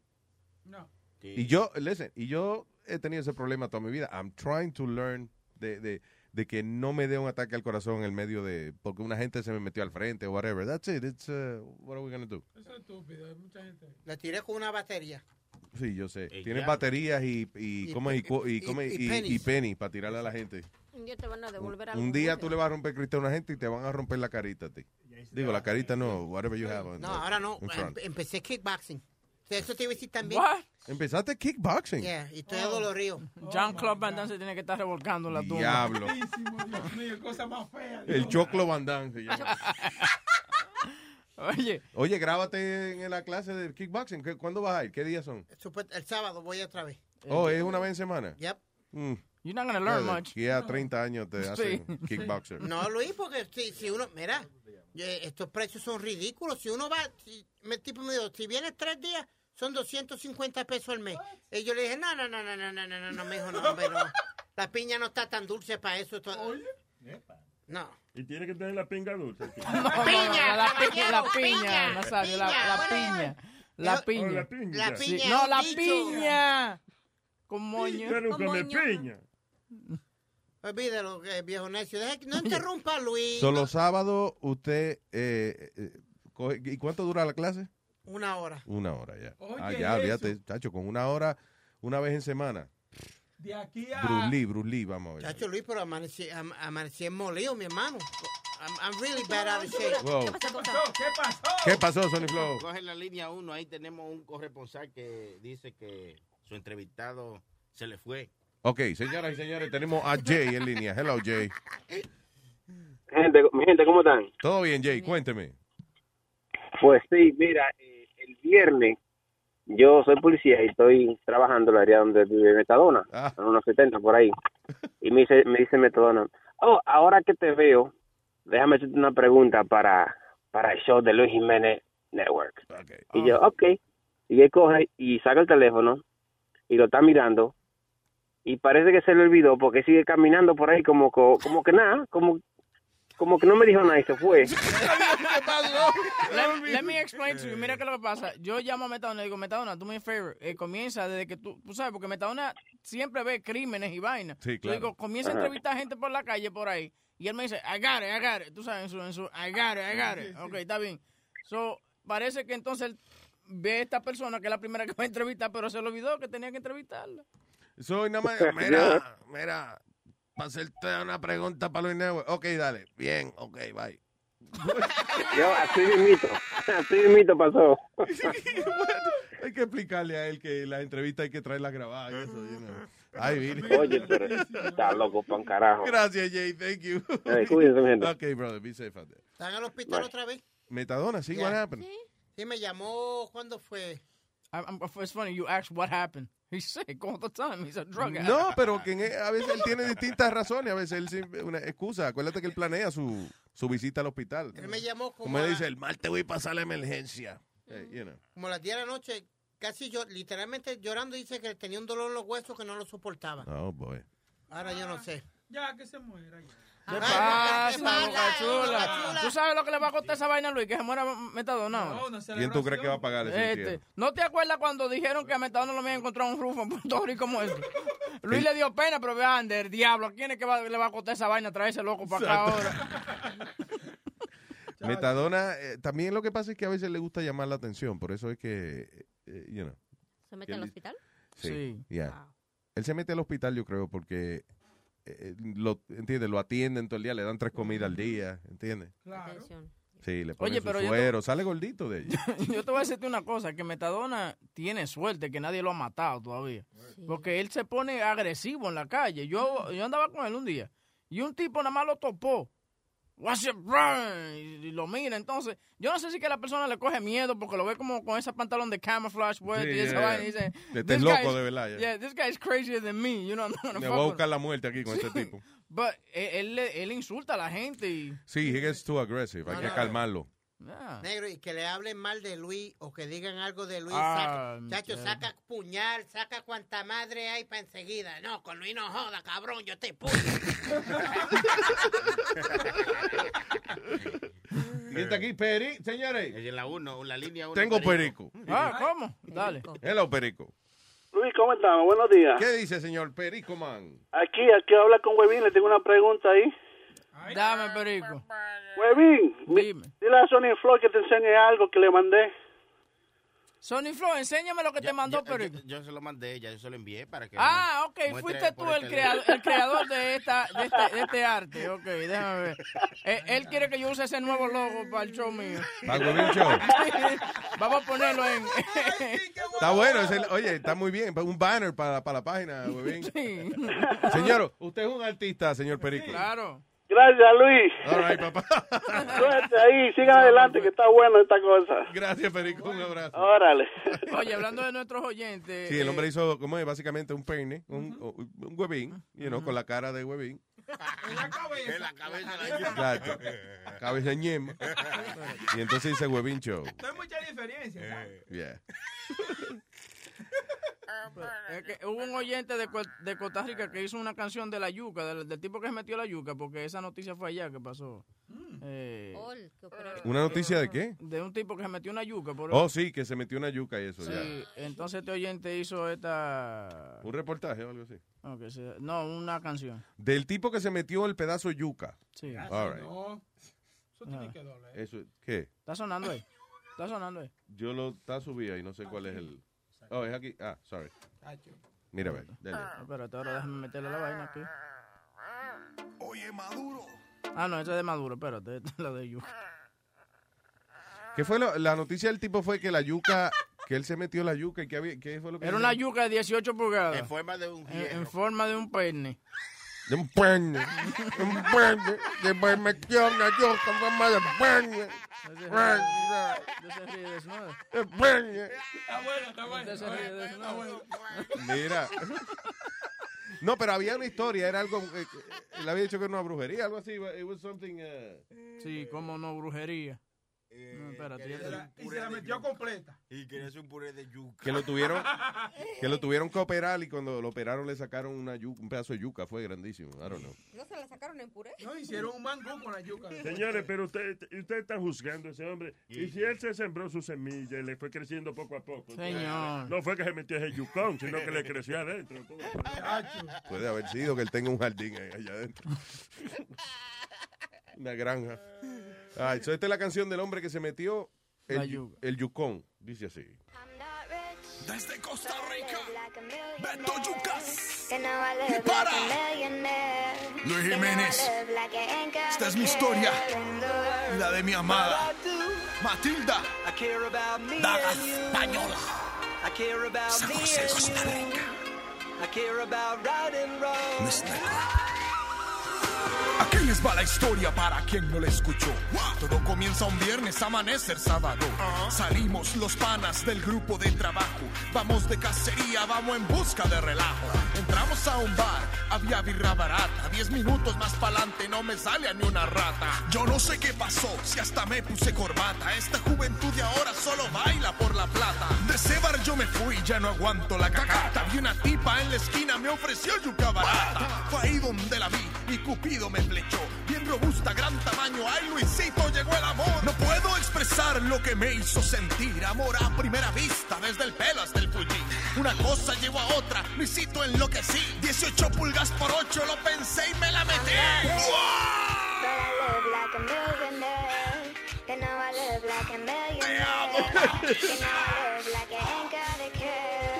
No. Y yo, listen, y yo he tenido ese problema toda mi vida. I'm trying to learn de, de, de que no me dé un ataque al corazón en el medio de, porque una gente se me metió al frente, whatever. That's it. It's, uh, what are we gonna do? Eso es estúpido, hay mucha gente. La tiré con una batería. Sí, yo sé. Tienen ya. baterías y, y, Y ¿cómo es? y, pe- cu- y, y- ¿cómo es? y y, pennies. y penny para tirarle a la gente. Un día te van a devolver algo. Un día tú le vas a romper el cristal a una gente y te van a romper la carita a ti. Digo, la carita no, whatever you have. on No, the- ahora no. in front. Em- Empecé kickboxing. O sea, Eso te iba a decir también. Empezaste kickboxing. Yeah, y estoy Oh. adolorido. Jean Claude Van Damme se tiene que estar revolcando en la tumba. Diablo. Dios mío, cosa más fea. El choclo bandán se llama. Oye. Oye, grábate en la clase de kickboxing. ¿Qué- ¿Cuándo vas a ir? ¿Qué días son? Supuest- El sábado voy otra vez. Oh, ¿es una vez en semana? Eh, Yep. Mm. You're not gonna learn Ya de much. aquí a 30 años te hacen kickboxer. No, Luis, porque si, si uno, mira, eh, estos precios son ridículos. Si uno va, si, me, tipo me dijo, si vienes tres días, son 250 pesos al mes. Y yo le dije, no, no, no, no, no, no, no, no, no, mijo, no, pero la piña no está tan dulce para eso. to- No. Y tiene que tener la pinga dulce. tío. No, la piña, la caballero, piña, piña, Nazario, la, la piña. La Oh, piña. la piña. La Sí, piña, No, un la bicho. piña. Con moño. Yo nunca me piña. Olvídalo, eh, viejo necio. Deja que- no interrumpa, Luis. Solo sábado usted... eh, eh, coge- ¿Y cuánto dura la clase? Una hora. Una hora ya. Oye, ah, ya, eso. fíjate, chacho, con una hora, una vez en semana. De aquí Bruce Lee, Bruce Lee, vamos a ver. Chacho Luis, pero amanecí, am- amanecí en molido, mi hermano. I'm, I'm really bad out of shape. Wow. ¿Qué pasó? ¿Qué pasó? ¿Qué pasó, Sonny Flow? Coge la línea 1, ahí tenemos un corresponsal que dice que su entrevistado se le fue. Ok, señoras y señores, tenemos a Jay en línea. Hello, Jay. Gente, mi gente, ¿cómo están? Todo bien, Jay, cuénteme. Pues sí, mira, eh, el viernes yo soy policía y estoy trabajando en el área donde vive Metadona, en unos 70 por ahí. Y me dice, me dice Metadona, oh, ahora que te veo, déjame hacerte una pregunta para, para el show de Luis Jiménez Network. Y yo, ok. Y él coge y saca el teléfono y lo está mirando y parece que se le olvidó porque sigue caminando por ahí como, co- como que nada, como, como que no me dijo nada y se fue. Let, let me explain to you. Mira qué es lo que pasa. Yo llamo a Metadona y digo, Metadona, do me a favor. Eh, comienza desde que tú, tú sabes, porque Metadona siempre ve crímenes y vainas. Sí, Yo claro. digo, comienza a Ajá. entrevistar gente por la calle, por ahí. Y él me dice, agarre, agarre. Tú sabes, en su, en su, agarre, agarre. Sí, sí. Ok, está bien. So, parece que entonces él ve a esta persona que es la primera que va a entrevistar, pero se le olvidó que tenía que entrevistarla. Soy nada más. Mira, mira, para hacerte una pregunta para Luis Network. Ok, dale. Bien, ok, bye. Yo, así mismito, así mismito pasó. Hay que explicarle a él que la entrevista hay que traerla grabada y eso. you know. Ay, mire. Oye, pero está loco, pan carajo. Gracias, Jay. Thank you. Eh, cuídense, mi gente. Ok, brother. Be safe out there. ¿Están en el hospital Bye. otra vez? Metadona, sí, what Yeah. happened? Sí, me llamó, ¿cuándo fue? I- I'm- it's funny, you asked what happened. He's sick all the time. He's a drug addict. No, pero que en- e, a veces él tiene distintas razones, a veces él sin- una excusa. Acuérdate que él planea su, su visita al hospital. Él me llamó como Como a- él dice, el martes voy a pasar la emergencia. Eh, you know. Como a las 10 de la noche, casi yo, literalmente llorando, dice que tenía un dolor en los huesos que no lo soportaba. Oh, boy. Ahora yo no sé. Ya, que se muera. Ya. ¿Qué Ah. pasa, Boca Chula? ¿Tú sabes lo que le va a costar esa vaina, Luis? Que se muera Metadona. ahora. ¿Quién tú crees que va a pagar ese Este, entierro? ¿No te acuerdas cuando dijeron que a Metadona lo habían encontrado un rufo en Puerto Rico muerto? Luis le dio pena, pero vea, ande, el diablo, ¿a quién es que va- le va a costar esa vaina traerse loco para acá ahora? Metadona, eh, también lo que pasa es que a veces le gusta llamar la atención, por eso es que, eh, you know. ¿Se mete al hospital? Sí. yeah. Él se mete al hospital, yo creo, porque, eh, lo, ¿entiendes? Lo atienden todo el día, le dan tres comidas al día, ¿entiendes? Atención. Sí, le ponen Oye, su pero yo suero, sale gordito de ella. Yo te voy a decirte una cosa, que Metadona tiene suerte que nadie lo ha matado todavía. Porque él se pone agresivo en la calle. Yo, yo andaba con él un día y un tipo nada más lo topó. What's your brand? Y lo mira, entonces, yo no sé si que la persona le coge miedo porque lo ve como con ese pantalón de camouflage puesto y Sí, esa yeah, vaina y yeah. dice, Está "This loco guy is- de verdad, ya." Yeah, this guy is crazier than me, you know, I'm not gonna Me fuck voy a with buscar la muerte aquí con este tipo. him. But eh, él, le- él insulta a la gente y... Sí, he gets too aggressive, hay No, que no. calmarlo. Negro, y que le hablen mal de Luis o que digan algo de Luis. Ah, saca, chacho, Michelle. saca puñal, saca cuanta madre hay para enseguida. No, con Luis no joda, cabrón, yo te puño. ¿Y está aquí Peri? Señores. En la 1, en la línea 1. Tengo perico. Ah, ¿cómo? Dale. Hello, perico. Luis, ¿cómo estamos? Buenos días. ¿Qué dice, señor Perico Man? Aquí, aquí habla con Huevín, le tengo una pregunta ahí. Dame, perico. Huevín, mi- dile a Sony Floyd que te enseñe algo que le mandé. Sony Flow, enséñame lo que te mandó, perico. Yo se lo mandé, ya yo se lo envié para que. Ah, ok, muestre fuiste tú por este el, teléfono. creado- el creador de, esta, de, este, de este arte. Ok, déjame ver. Eh, él quiere que yo use ese nuevo logo para el show mío. Para el huevín show. Vamos a ponerlo en... Está bueno, es el- oye, está muy bien. Un banner para, para la página, Huevín. Sí. Señor, usted es un artista, señor Perico. Claro. Gracias, Luis. All right, papá. Suerte ahí, sigan adelante, que está bueno esta cosa. Gracias, Perico. Un abrazo. Órale. Oye, hablando de nuestros oyentes... Sí, el hombre eh, hizo, ¿cómo es? Básicamente un peine, un, o- un huevín, you know, con la cara de huevín. En la cabeza de la Exacto. Cabeza de ñema. Y entonces dice huevín show. eh, No hay mucha diferencia, Eh. ¿sabes? Yeah. Es eh, que hubo un oyente de, Cue- de Costa Rica que hizo una canción de la yuca, del, del tipo que se metió la yuca, porque esa noticia fue allá que pasó. Mm. Eh, ¿Una noticia de qué? de un tipo que se metió una yuca. Por Oh, sí, que se metió una yuca y eso. Sí, ya. entonces este oyente hizo esta... Un reportaje o algo así. Ok, sí. No, una canción. Del tipo que se metió el pedazo de yuca. Sí. All right. Eso tiene que doler. Eso, ¿Qué? Está sonando ahí. Está sonando ahí. Yo lo está subido y no sé cuál es el. Oh, es aquí. Ah, sorry. Mira, a ver. dale. Ah, Espérate, ahora déjame meterle la vaina aquí. Oye, Maduro. Ah, no, esa es de Maduro, espérate, esta es la de yuca. ¿Qué fue lo- la noticia del tipo fue que la yuca, que él se metió la yuca y que había, ¿qué fue lo que Era una yuca de 18 pulgadas. En forma de un en, forma de un pene. De un perne, un perne, que me metió una yuca, mamá de perne, de perne. Está bueno, está bueno. Usted se ríe de eso, ¿no? Mira. No, pero había una historia, era algo, eh, que- él había dicho que era una brujería, algo así, but it was something, eh, Sí, cómo no, brujería. Eh, No, espérate. ya te- Y se la metió completa. Y quería hacer un puré de yuca. que lo tuvieron, que lo tuvieron que operar y cuando lo operaron le sacaron una yuca, un pedazo de yuca, fue grandísimo, I don't know. ¿No se la sacaron en puré? No, hicieron un mangú con la yuca. Señores, pero usted, usted está juzgando a ese hombre. Y si él se sembró su semilla y le fue creciendo poco a poco. Señor. No fue que se metió ese yucón, sino que le creció adentro. Puede haber sido que él tenga un jardín ahí- allá adentro. Una granja. Ay, so esta es la canción del hombre que se metió La el, yu- el yucón. Dice así. Desde Costa Rica, Beto Yucas. Y para. Luis Jiménez. Esta es mi historia. y La de mi amada. Matilda. Daga española. San José, Costa Rica. Nuestra Aquí les va la historia para quien no la escuchó. Todo comienza un viernes, amanece el sábado. Salimos los panas del grupo de trabajo. Vamos de cacería, vamos en busca de relajo. Entramos a un bar, había birra barata. Diez minutos más pa'lante no me sale a ni una rata. Yo no sé qué pasó, si hasta me puse corbata. Esta juventud de ahora solo baila por la plata. De ese bar yo me fui, ya no aguanto la cagata. Vi una tipa en la esquina, me ofreció yuca barata. Fue ahí donde la vi. y Cupido me flechó. Bien robusta, gran tamaño, ay Luisito llegó el amor. No puedo expresar lo que me hizo sentir amor a primera vista desde el pelo hasta el puñí. Una cosa llevó a otra, Luisito enloquecí. 18 pulgas por 8, lo pensé y me la metí.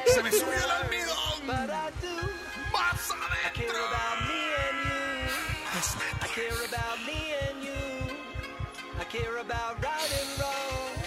Se me subió el almidón. Más adentro. I care about me and you. I care about right and wrong.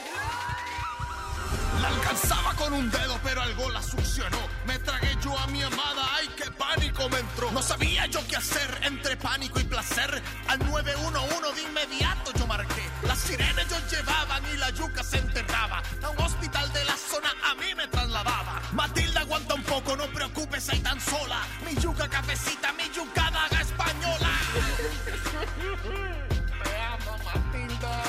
La alcanzaba con un dedo, pero algo la succionó. Me tragué yo a mi amada, ay, qué pánico me entró. No sabía yo qué hacer entre pánico y placer. Al 911 de inmediato yo marqué. Las sirenas yo llevaban y la yuca se enterraba. A un hospital de la zona a mí me trasladaba. Matilda, aguanta un poco, no preocupes, ahí tan sola. Mi yuca cafecita, mi yuca daga española. Te amo, Matilda.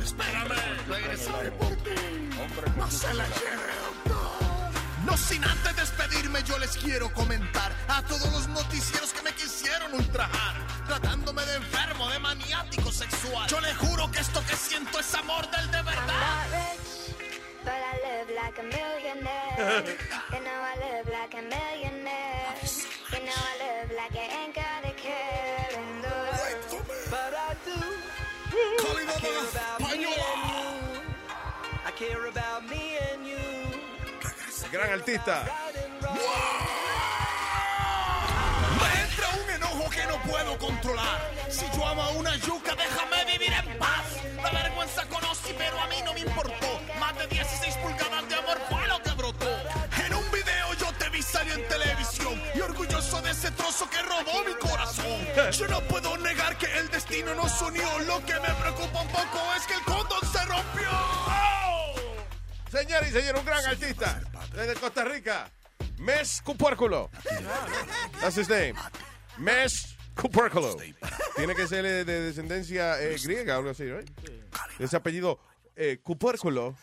Espérame, regresaré por ti. No se la lleve, doctor. No sin antes despedirme, yo les quiero comentar a todos los noticieros que me quisieron ultrajar, tratándome de enfermo, de maniático sexual. Yo les juro que esto que siento es amor del de verdad. But I live like a millionaire. you know I live like a millionaire. You know I live like I ain't got a care in the world. But I do. I care about me and you. I care about me and you. Gran artista. Me entra un enojo que no puedo controlar. Si yo amo a una yuca, déjame vivir en paz. La vergüenza conocí, pero a mí no me importó. Más de 16 pulgadas de amor fue lo que brotó. En un video yo te vi salir en televisión y orgulloso de ese trozo que robó mi corazón. Yo no puedo negar que el destino nos unió. Lo que me preocupa un poco es que el condón se rompió. ¡Oh! Señores y señores, un gran artista desde Costa Rica. Mes Cupúrculo. That's his name. Mes Cupúrculo. Tiene que ser eh, de descendencia eh, griega o algo así, ¿right? Ese apellido eh, Cupúrculo.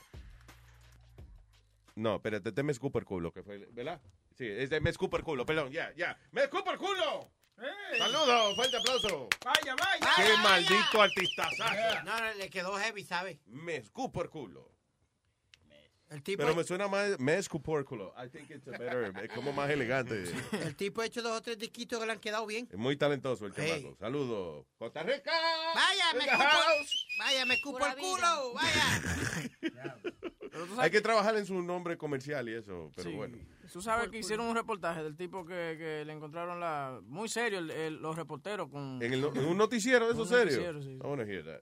No, espérate, este Mes Cupúrculo, que fue, ¿verdad? Sí, es de Mes Cupúrculo, perdón, ya, ya. ¡Mes Cupúrculo! Saludos, fuerte aplauso. Vaya, vaya. ¡Qué maldito artista! No, no, le quedó heavy, ¿sabe? Mes Cupúrculo. El tipo, pues. Pero me suena más Mes Cupúrculo. I think it's a better, es como más elegante. el tipo ha hecho dos o tres disquitos que le han quedado bien. Es muy talentoso el chamaco. Saludos. Costa Rica. Vaya, me In the escupo, house. vaya, me escupo el culo. Vaya. Hay que trabajar en su nombre comercial y eso, pero Sí. bueno. Tú sabes que hicieron un reportaje del tipo que, que le encontraron la... Muy serio, el- el- los reporteros con... En, el no- en un noticiero, eso Un es serio. Ah, noticiero, sí. I wanna hear that.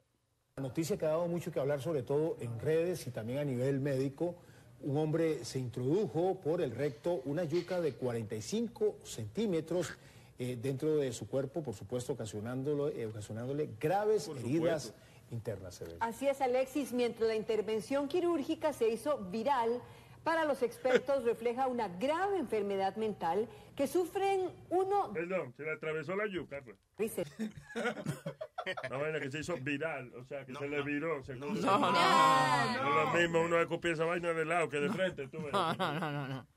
La noticia que ha dado mucho que hablar, sobre todo en redes y también a nivel médico, un hombre se introdujo por el recto una yuca de 45 centímetros eh, dentro de su cuerpo, por supuesto ocasionándolo, eh, ocasionándole graves heridas internas. severas. Así es, Alexis, mientras la intervención quirúrgica se hizo viral, para los expertos refleja una grave enfermedad mental que sufren uno... Perdón, se le atravesó la yuca. pues. Dice, Una vaina que se hizo viral, o sea, que se le viró. se- no, no, no, no. es lo mismo uno escupir esa vaina de lado que de frente, tú ves. No, no, no, no, no.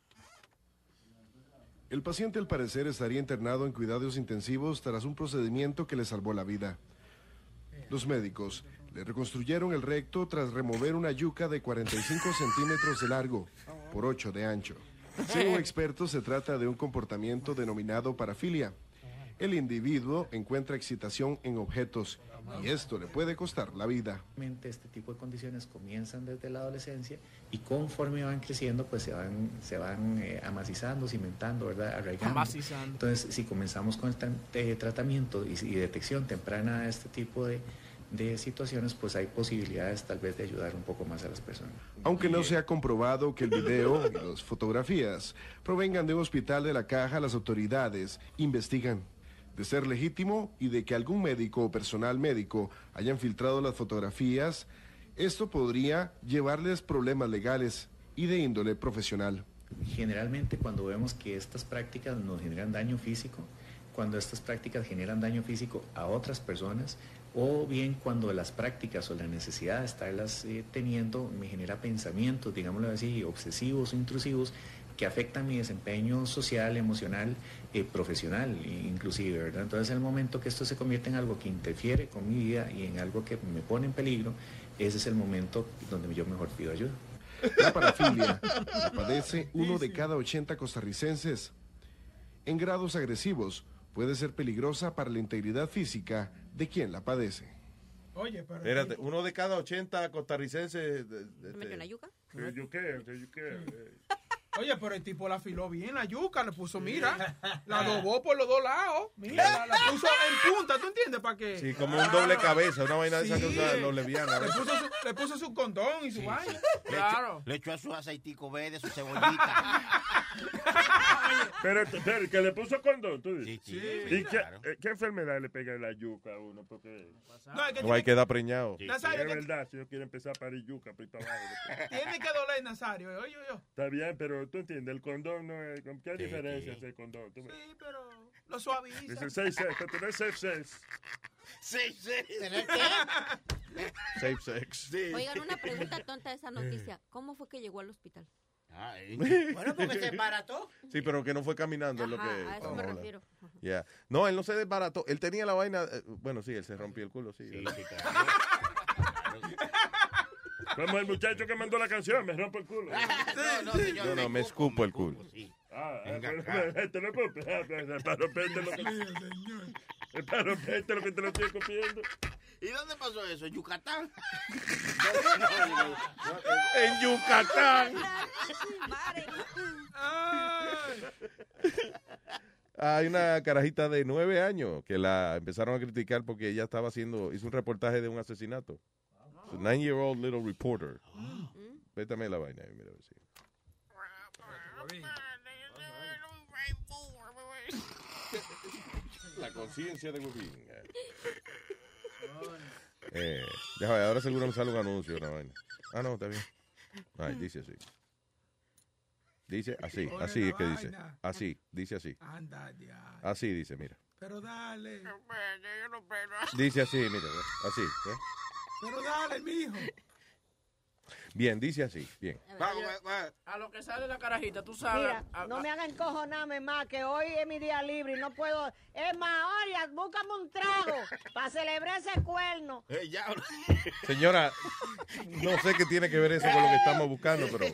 El paciente al parecer estaría internado en cuidados intensivos tras un procedimiento que le salvó la vida. Los médicos le reconstruyeron el recto tras remover una yuca de 45 centímetros de largo por 8 de ancho. Según expertos, se trata de un comportamiento denominado parafilia. El individuo encuentra excitación en objetos y esto le puede costar la vida. Normalmente este tipo de condiciones comienzan desde la adolescencia y conforme van creciendo pues se van, se van eh, amacizando, cimentando, ¿verdad? Arraigando. Amacizando. Entonces si comenzamos con este eh, tratamiento y, y detección temprana de este tipo de, de situaciones pues hay posibilidades tal vez de ayudar un poco más a las personas. Aunque no se ha comprobado que el video y las fotografías provengan de un hospital de la caja, las autoridades investigan. De ser legítimo y de que algún médico o personal médico hayan filtrado las fotografías, esto podría llevarles problemas legales y de índole profesional. Generalmente cuando vemos que estas prácticas nos generan daño físico, cuando estas prácticas generan daño físico a otras personas, o bien cuando las prácticas o la necesidad de estarlas eh, teniendo me genera pensamientos, digámoslo así, obsesivos o intrusivos, que afectan mi desempeño social, emocional, eh, profesional, inclusive, ¿verdad? Entonces, el momento que esto se convierte en algo que interfiere con mi vida y en algo que me pone en peligro, ese es el momento donde yo mejor pido ayuda. La parafilia la padece uno de cada 80 costarricenses. En grados agresivos, puede ser peligrosa para la integridad física de quien la padece. Oye, pero. Espérate, uno de cada 80 costarricenses. de- este. de- ¿Me de- la yuca? Sí, you care, sí, you care. Oye, pero el tipo la afiló bien, la yuca le puso, mira, la adobó por los dos lados, mira, la, la puso en punta, ¿tú entiendes? ¿Para qué? Sí, como un doble cabeza, una vaina de esa Sí. que usan los levianos. a Le veces. puso su, le puso su condón y su vaina. Le Claro. echó- Le echó a su aceitico verde, su cebollita. Pero, pero, que le puso condón, tú dices. Sí, ¿Y qué, claro. eh, qué enfermedad le pega en la yuca a uno? Porque... No, es que No hay que dar preñado. Sí, Nazario, sí, es que- verdad, si yo quiero empezar a parir yuca, pues, para abajo. Tiene que doler, Nazario, oye, oye. Está bien, pero tú entiendes, el condón no es... ¿con ¿Qué diferencia es el condón? Tú me- Sí, pero lo suaviza. pues, Dice 6 seis, que tener safe sex. Sí, sí. Safe sex. Oigan, una pregunta tonta de esa noticia. ¿Cómo fue que llegó al hospital? Bueno, porque se embarató. Sí, pero que no fue caminando, es lo que. Ajá, a eso estamos me hablando. refiero. Ajá. Yeah. No, él no se desbarató. Él tenía la vaina. eh, bueno, sí, él se rompió el culo, sí. ¿verdad? Como el muchacho que mandó la canción, me rompo el culo. No, no, señor. No, no, me escupo el culo. Ah, eh, Venga pero- acá. pero te lo escupes. Ah, pero es Para romperte lo que... es Para romperte lo que te lo estoy escupiendo. ¿Y dónde pasó eso? ¿En Yucatán? En Yucatán. Hay una carajita de nueve años que la empezaron a criticar porque ella estaba haciendo, hizo un reportaje de un asesinato. It's a Ah. Nine-year-old little reporter. Mm. Vétame la vaina. ahí, Mira, a ver si- La conciencia de Gubín. Eh, deja ver, ahora seguro me sale un anuncio. una vaina. Ah, no, está bien. Ay, dice así. Dice así, Pone así la es que dice. vaina. Ah, Así, dice así. Anda, ya. Así dice, mira. Pero dale. Dice así, mira, ve, así. ¿eh? ¿ve? Pero dale, mijo. Bien, dice así, bien. A lo que sale la carajita, tú sabes. Ah, Mira, a- no a- me hagan cojonarme más, que hoy es mi día libre y no puedo. Es más, Orias, búscame un trago para celebrar ese cuerno. Señora, no sé qué tiene que ver eso con lo que estamos buscando, pero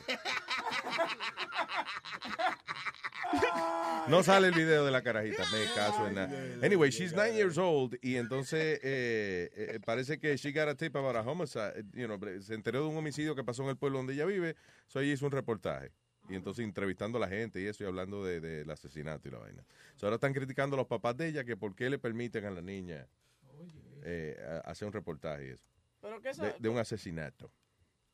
no sale el video de la carajita, me caso en nada. Anyway, she's nine years old y entonces eh, eh, parece que she got a tip about a homicide, eh, you know, se enteró de un homicidio que pasó en el pueblo donde ella vive, so ella hizo un reportaje. Y entonces entrevistando a la gente y eso y hablando de- del asesinato y la vaina. So, ahora están criticando a los papás de ella que por qué le permiten a la niña eh, a- hacer un reportaje y eso. Pero que eso- De, de un asesinato.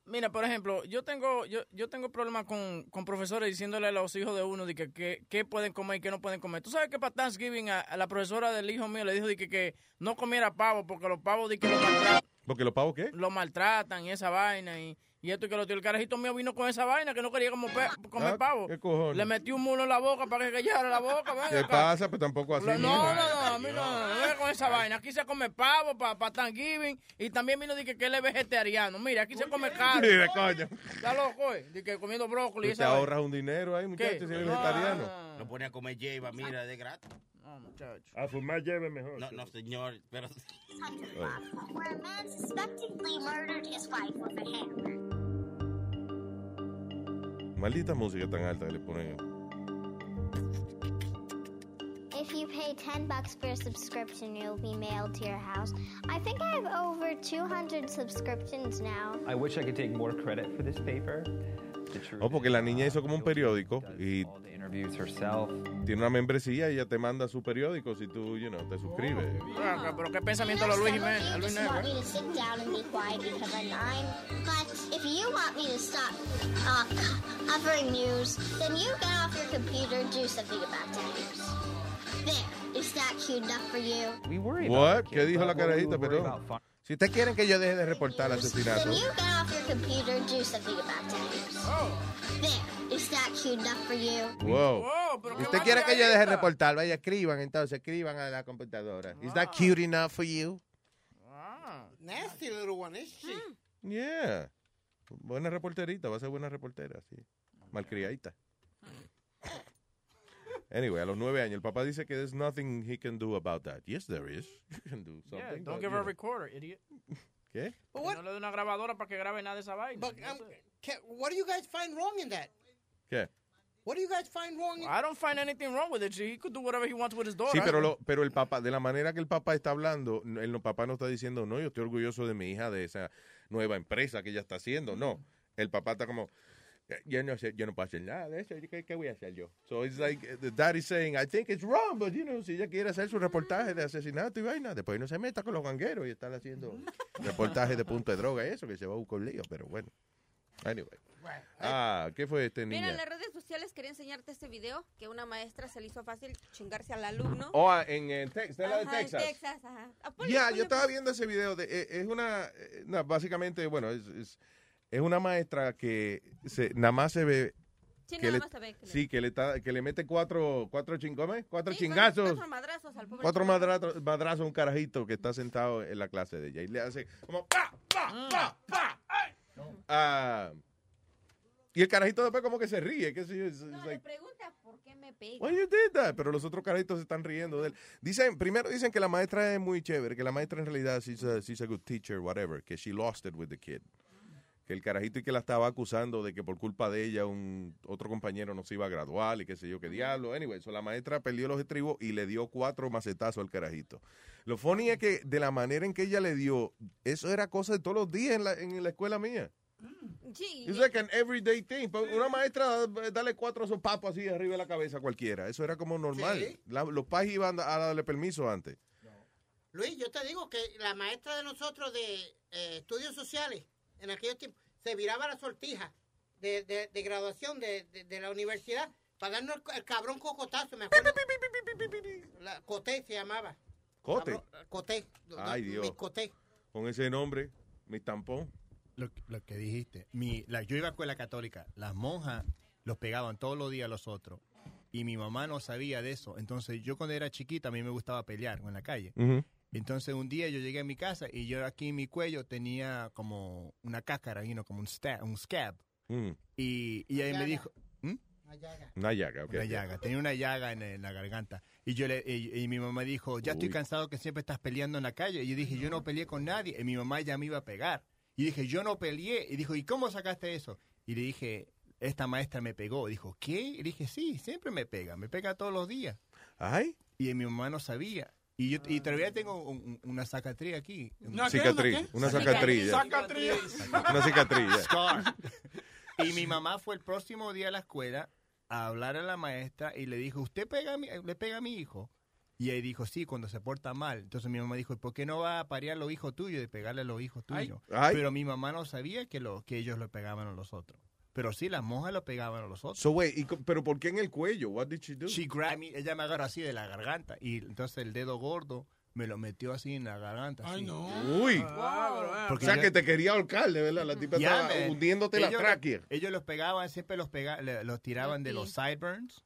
Mira, por ejemplo, yo tengo yo, yo tengo problemas con, con profesores diciéndole a los hijos de uno de que, que, que pueden comer y qué no pueden comer. Tú sabes que para Thanksgiving a, a la profesora del hijo mío le dijo de que, que no comiera pavo porque los pavos de que lo, maltra- Porque los pavos qué? lo maltratan y esa vaina y, y esto y que lo tío. El carajito mío vino con esa vaina que no quería como pe- comer Ah, pavo. ¿Qué cojones? Le metí un mulo en la boca para que callara la boca. venga ¿Qué acá. pasa? Pues tampoco así. eh. No, no, mija. no, a mí no, no venga con esa vaina. Aquí se come pavo para pa Thanksgiving y también vino de que, que él es vegetariano. Mira, aquí se come carne. Mira, coño. Está loco, eh. De que comiendo brócoli y Tú te esa vaina. ahorras un dinero ahí, muchachos, si eres Este vegetariano. Lo pone a comer lleva, mira, de gratis. No, muchacho. A Ah, fumar lleve mejor. No, no, señor. Pero... Where a man suspectedly murdered his wife with a hammer. Maldita música tan alta que le ponen. If you pay 10 bucks for a subscription, you'll be mailed to your house. I think I have over 200 subscriptions now. I wish I could take more credit for this paper. The truth No, porque la niña hizo como un periódico y tiene una membresía y ella te manda su periódico si tú, you know, te suscribes. Venga, Pero qué pensamiento lo Luis Jiménez. a Luis just want Negro. me to sit down and be quiet because I'm nine. But if you want me to stop uh, co- covering news, then you get off your computer and do something about the news. There, is that cute enough for you? We worry What? about the ¿Qué kids, dijo but la what we carajita? would worry Pero about fun- si ustedes quieren que yo deje de reportar el Then asesinato, you get off your computer and do something about the news. There, is that cute enough for you? wow. pero Si usted quiere que yo deje de reportar, vaya, escriban entonces, escriban a la computadora. Is Ah. that cute enough for you? Ah. Nasty little one, is she? Yeah. Buena reporterita, va a ser buena reportera, sí. Malcriadita. Anyway, a los nueve años, el papá dice que there's nothing he can do about that. Yes, there is. You can do something. Yeah, but, don't give you her a know. recorder, idiot. ¿Qué? Que No le dé una grabadora para que grabe nada de esa vaina. But um, ca- what do you guys find wrong in that? ¿Qué? What do you guys find wrong? In I don't find anything wrong with it. He could do whatever he wants with his daughter. Sí, pero, lo- pero el papá, de la manera que el papá está hablando, no- el no- papá no está diciendo, no, yo estoy orgulloso de mi hija, de esa nueva empresa que ella está haciendo. No, el papá está como, "Eh, yo no sé, yo no puedo hacer nada de eso, ¿qué, qué voy a hacer yo? So it's like, eh, the dad is saying, I think it's wrong, but you know, si ella quiere hacer su reportaje de asesinato y vaina, después no se meta con los gangueros y estar haciendo reportajes de punto de droga y eso, que se va a buscar un lío, pero bueno. Anyway. Ah, ¿qué fue este Eh, Mira, niño? en las redes sociales quería enseñarte este video que una maestra se le hizo fácil chingarse al alumno. Oh, ah, en, en Tex- de la de Ajá, en Texas. Texas, ajá. Ah, Ya, ponle, yo ponle, estaba viendo ese video. De, eh, es una, eh, no, básicamente, bueno, es, es, es una maestra que se, nada más se ve. que Sí, nada le- más se ve que le- sí, que le, está- que le mete cuatro, cuatro, chin- ¿cómo es? cuatro chingazos. Cuatro madrazos al pobre. Cuatro madrazos madrazos a un carajito que está sentado en la clase de ella. Y le hace como pa, Ah. pa, pa, pa. Ay. Ah, y el carajito después como que se ríe. qué sé yo, es- es No, like- le pregunta por qué me pega. Why you did that? Pero los otros caritos se están riendo de él. Dicen, primero dicen que la maestra es muy chévere, que la maestra en realidad she's a, she's a good teacher, whatever, que she lost it with the kid. Que el carajito y que la estaba acusando de que por culpa de ella un otro compañero no se iba a graduar y qué sé yo, qué diablo. Anyway, so la maestra perdió los estribos y le dio cuatro macetazos al carajito. Lo funny es que de la manera en que ella le dio, eso era cosa de todos los días en la, en la escuela mía. Sí, It's like an everyday thing. Pero Una maestra da- dale cuatro sopapos así arriba de la cabeza a cualquiera. Eso era como normal. Sí. La- los pais iban a darle permiso antes. Luis, yo te digo que la maestra de nosotros de eh, estudios sociales en aquellos tiempos se viraba la sortija de, de- de graduación de, de- de la universidad para darnos el, el cabrón cocotazo, me acuerdo. La, Coté se llamaba. Cote. Coté. Ay, Dios. Mi Coté. Con ese nombre, mi tampón. Lo, lo que dijiste. Mi, la, yo iba a escuela católica. Las monjas los pegaban todos los días a los otros. Y mi mamá no sabía de eso. Entonces, yo cuando era chiquita, a mí me gustaba pelear en la calle. Mm. Entonces un día yo llegué a mi casa y yo aquí en mi cuello tenía como una cáscara, you know, como un, sta- un scab. Mm, Y, y ella Llaga. me dijo, ¿Mm? una llaga, ok. una llaga, tenía una llaga en, en la garganta. Y yo le, y, y mi mamá dijo, ya estoy Uy. cansado que siempre estás peleando en la calle. Y yo dije, yo no peleé con nadie. Y mi mamá ya me iba a pegar. Y dije, yo no peleé. Y dijo, ¿y cómo sacaste eso? Y le dije, esta maestra me pegó. Dijo, ¿qué? Y le dije, sí, siempre me pega, me pega todos los días. Ay. Y mi mamá no sabía. Y, yo, y todavía tengo un- un- una sacatría aquí. ¿Una qué? Cicatriz, ¿Una qué? una cicatriz, ya. Cicatriz. Una cicatriz, ya. Scar. Y mi mamá fue el próximo día a la escuela a hablar a la maestra y le dijo, ¿usted pega a mi- le pega a mi hijo? Y ella dijo, sí, cuando se porta mal. Entonces mi mamá dijo, "¿Y ¿por qué no va a parear los hijos tuyos y pegarle a los hijos Ay. tuyos? Ay. Pero mi mamá no sabía que, lo, que ellos lo pegaban a los otros. Pero sí, las monjas lo pegaban a los otros. So, wait, ¿y co- ¿pero por qué en el cuello? What did she do? She grabbed me, ella me agarró así de la garganta y entonces el dedo gordo me lo metió así en la garganta. Ay, no. Uy. o sea, que te quería ahorcar, de verdad. La tipa Ya, estaba me- hundiéndote la ellos- tráquea. Ellos los pegaban, siempre los pega- le- los tiraban de los sideburns.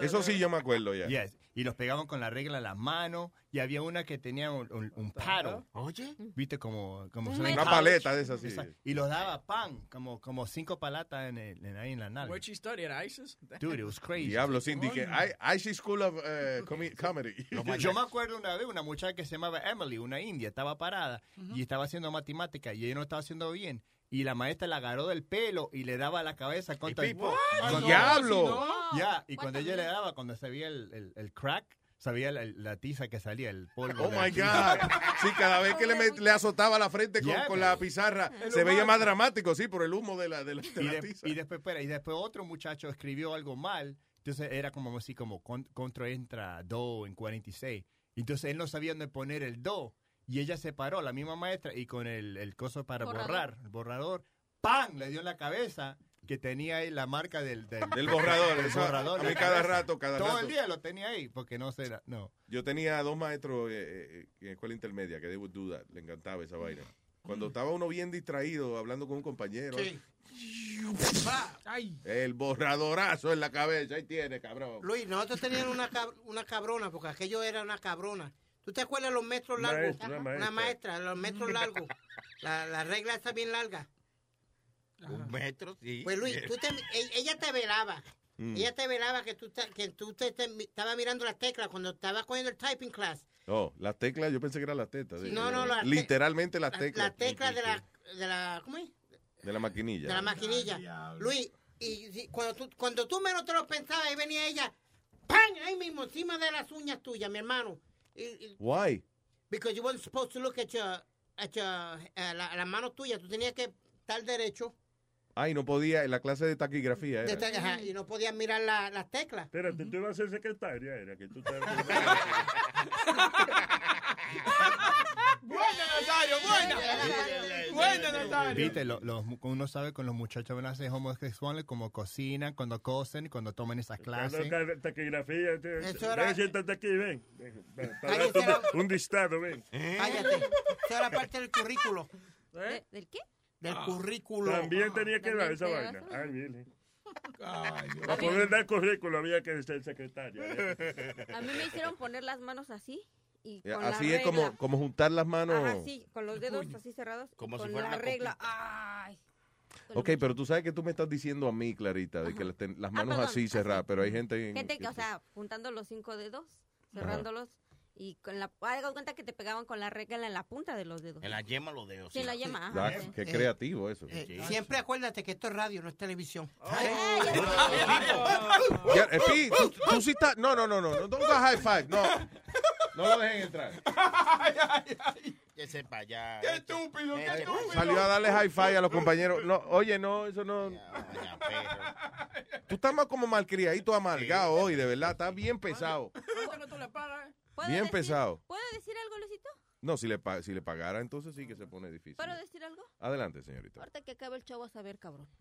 Eso sí yo me acuerdo ya. Yes. Y los pegaban con la regla en las manos. Y había una que tenía un, un, un paddle. Oye. ¿Viste como, como Un son en Una college? paleta de esas, sí. Esa- Y los daba pan, como, como cinco palatas en el- en- ahí en la nalga. Where'd she study? At ISIS? Dude, it was crazy. Diablo, Cindy, que I, I see School of eh, Comi- Comedy. Yo me acuerdo una vez una muchacha que se llamaba Emily, una india, estaba parada y estaba haciendo matemática y ella no estaba haciendo bien. Y la maestra la agarró del pelo y le daba a la cabeza contra el Pipo, Ay, ¡al no, diablo! si no. Ya, y cuando ella le daba, cuando se veía el, el- el crack, sabía la, la tiza que salía, el polvo. Oh de la my tiza. God. Sí, cada vez que le, met- le azotaba la frente con, Yeah, con man. la pizarra, El se veía humano. más dramático, sí, por el humo de la, de la, de y, la de- tiza. y después espera, y después otro muchacho escribió algo mal entonces era como así como con- contra entra do en 46 entonces él no sabía dónde poner el do y ella se paró la misma maestra y con el, el coso para Borrador. borrar el borrador ¡pam! le dio en la cabeza que tenía ahí la marca del, del, Del borrador, del eso, borrador a en la mí cada cabeza. rato, cada todo rato. el día lo tenía ahí porque no se la- no Yo tenía dos maestros eh, eh, en escuela intermedia que debo duda, le encantaba esa vaina. Cuando estaba uno bien distraído hablando con un compañero, Ay. el borradorazo en la cabeza, ahí tiene, cabrón. Luis, nosotros teníamos una, cab- una cabrona, porque aquello era una cabrona. ¿Tú te acuerdas los metros largos? Maestra, Una maestra. maestra, los metros largos. La, la regla está bien larga. Un metro, sí. Pues Luis, tú te- e- ella te velaba. Mm. Ella te velaba que tú, ta- que tú te, te- estabas mirando las teclas cuando estabas cogiendo el typing class. No, las teclas, yo pensé que era las tetas. Sí, eh, no, no, eh, las te- Literalmente las La- teclas. Las teclas de la, de la, ¿cómo es? De la maquinilla. De la maquinilla. Luis, y, si- cuando, tú, cuando tú menos te lo pensabas, ahí venía ella, ¡pam! Ahí mismo, encima de las uñas tuyas, mi hermano. Y, y- Why? because you weren't supposed to look at your, at your, eh, la- las manos tuyas, tú tenías que estar derecho. Ay, no podía, en la clase de taquigrafía de era. esta- ajá, y no podías mirar la- las teclas. Espérate, tú ibas a ser secretaria, era que tú estabas... Eh, Buena, Nazario, buena. Buena, Nazario. Viste, lo- los, uno sabe con los muchachos van a ser homosexuales como cocinan, cuando cosen, cuando toman esas clases. Cuando ca- taquigrafía, te- Eso era- ven, siéntate aquí, ven. Ven, ven, para Cállate darte la- un- Un listado, ven. ¿Eh? Cállate. Eso era parte del currículo. ¿De- ¿Del qué? Del Ah. currículo. También tenía que dar esa También te vaina. Ay, bien. Para poder dar currículo había que ser ¿eh? secretaria. A mí me hicieron poner las manos así y Eh, con Así la es como, regla. como juntar las manos. Ajá, sí, con los dedos así cerrados y Como si con fuera la una regla. Ay. Con Ok, pero tú sabes que tú me estás diciendo a mí, Clarita, de que las, ten- las manos Ah, perdón, así cerradas, pero hay gente... en- Gente que, o sea, juntando los cinco dedos, Ajá. cerrándolos y con la. Hago cuenta que te pegaban con la regla en la punta de los dedos. En la yema los dedos. Sí, en la yema. ajá. Ah, qué creativo eso. Siempre acuérdate que esto es radio, no es televisión. Oh. Ya, eh, Pi, tú, tú sí estás... No, no, no, no, no, don't go high five, no. No lo dejen entrar. Que sepa ya. Qué estúpido, qué estúpido. Salió a darle high five a los compañeros. No, oye, no, eso no... Tú estás más como malcriadito, amargado hoy, de verdad, estás bien pesado. Ah, ¿Cuánto que tú le pagas? eh? ¿Puedo Bien decir- pesado. ¿Puedo decir algo, Luisito? No, si le, pa- si le pagara, entonces sí que se pone difícil. ¿Puedo decir algo? Adelante, señorita. Ahorita que acabe el chavo a saber, cabrón.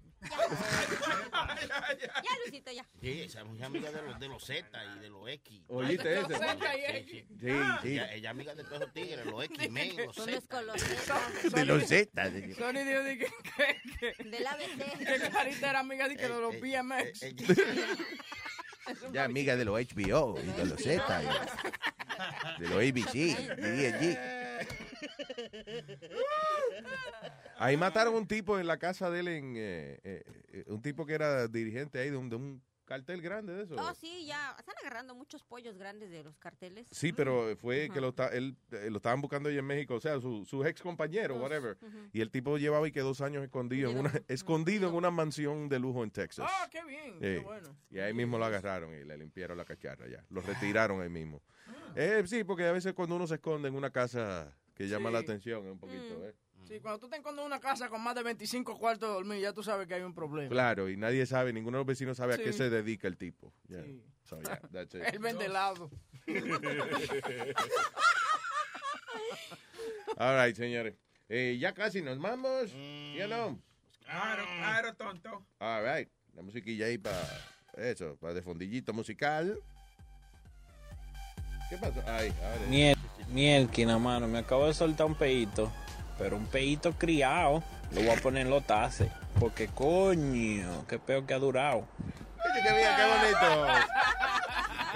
Ya, ya Luisito, ya. Sí, esa es muy amiga de los, de los Z y de los X. Oíste ese. Sí, sí. Ah. Sí, sí. Ella, ella es amiga de todos esos tigres, los X-Men, los Son Z. los colores. De los Z. Sony dijo de que, que, que- Del ABC. que Clarita era amiga de que de Eh, los BMX. Ya amiga de los HBO y de los Z. y De los ABC y Ahí mataron un tipo en la casa de él, en, eh, eh, eh, un tipo que era dirigente ahí de un, de un cartel grande de eso. Oh, sí, ya. Están agarrando muchos pollos grandes de los carteles. Sí, pero eh, fue Ajá. que lo, esta- él, eh, lo estaban buscando allá en México, o sea, su, sus ex compañeros, Sus, whatever. ujú. Y el tipo llevaba y que dos años escondido, en una, escondido en una mansión de lujo en Texas. Eh, Ah, qué bien, qué bueno. Ah. Y ahí mismo lo agarraron y le limpiaron la cacharra ya. Lo retiraron ahí mismo. Eh, sí, porque a veces cuando uno se esconde en una casa que llama la atención es un poquito, Mm. ¿eh? Sí, cuando tú te encuentras en una casa con más de 25 cuartos de dormir, ya tú sabes que hay un problema. Claro, y nadie sabe, ninguno de los vecinos sabe a qué Sí. se dedica el tipo. Yeah. Sí. So, yeah, that's it. Él vende helado. All right, señores. Eh, ya casi nos vamos. ¿Sí o no? Claro, claro, tonto. All right. La musiquilla ahí para eso, para de fondillito musical. ¿Qué pasó? Ay, ahora. Miel, mielquina, mano, me acabo de soltar un peito, pero un peito criado, lo voy a poner en los tases, porque coño, qué peo que ha durado. Oye, qué bien, qué bonito.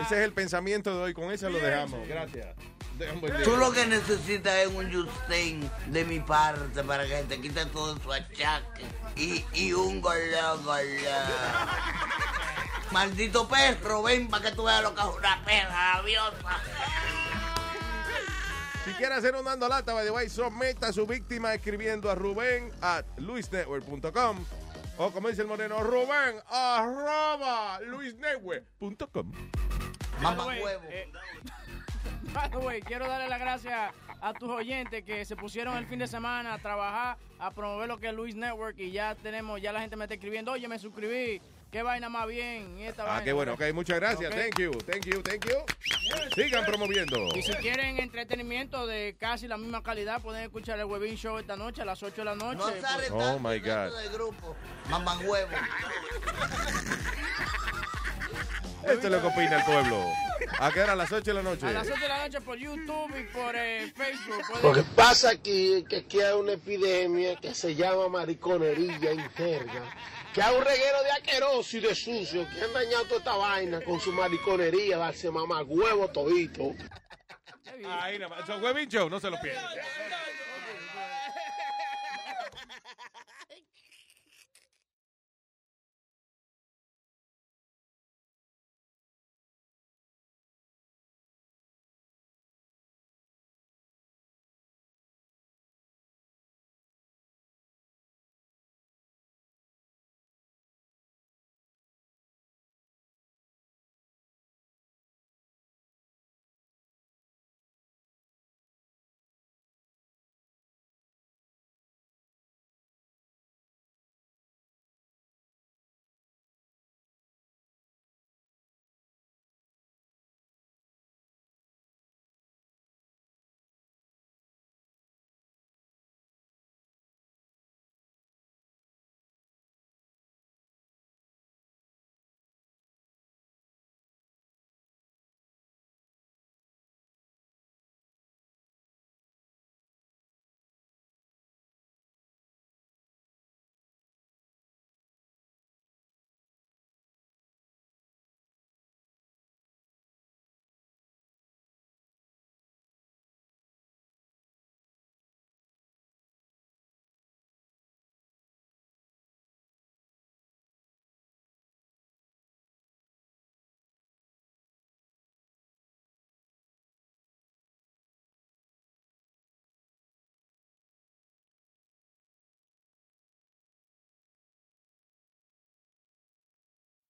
Ese es el pensamiento de hoy. Con eso lo Bien, dejamos. sí. Gracias. Dejan buen día. Tú lo que necesitas es un Justin de mi parte para que te quite todo su achaque y, y un goleo, goleo. Maldito perro, ven para que tú veas lo que es una perra rabiosa. Si quieres hacer un dando lata, by the way, someta a su víctima escribiendo a Rubén at luisnetwork.com o como dice el moreno, Rubén arroba luisnetwork.com. Mamá By the way, huevo. eh, by the way, quiero darle las gracias a tus oyentes que se pusieron el fin de semana a trabajar, a promover lo que es Luis Network y ya tenemos, ya la gente me está escribiendo, oye, me suscribí, qué vaina más bien. y esta Ah, vaina". qué bueno. Ok, muchas gracias. Ok. Thank you, thank you, thank you. Sigan promoviendo. Y si quieren entretenimiento de casi la misma calidad, pueden escuchar el Webin Show esta noche a las 8 de la noche. No se arre Oh, tanto my dentro God. del grupo. Mamá huevo. Esto es lo que opina el pueblo. ¿A qué hora? A las 8 de la noche. A las 8 de la noche por YouTube y por eh, Facebook. pueden- Lo que pasa aquí es que aquí hay una epidemia que se llama mariconería interna. Que hay un reguero de asqueroso y de sucio que han dañado toda esta vaina con su mariconería, darse mamá huevo todito. Ahí nada más. Eso fue bicho, no se lo pierdan.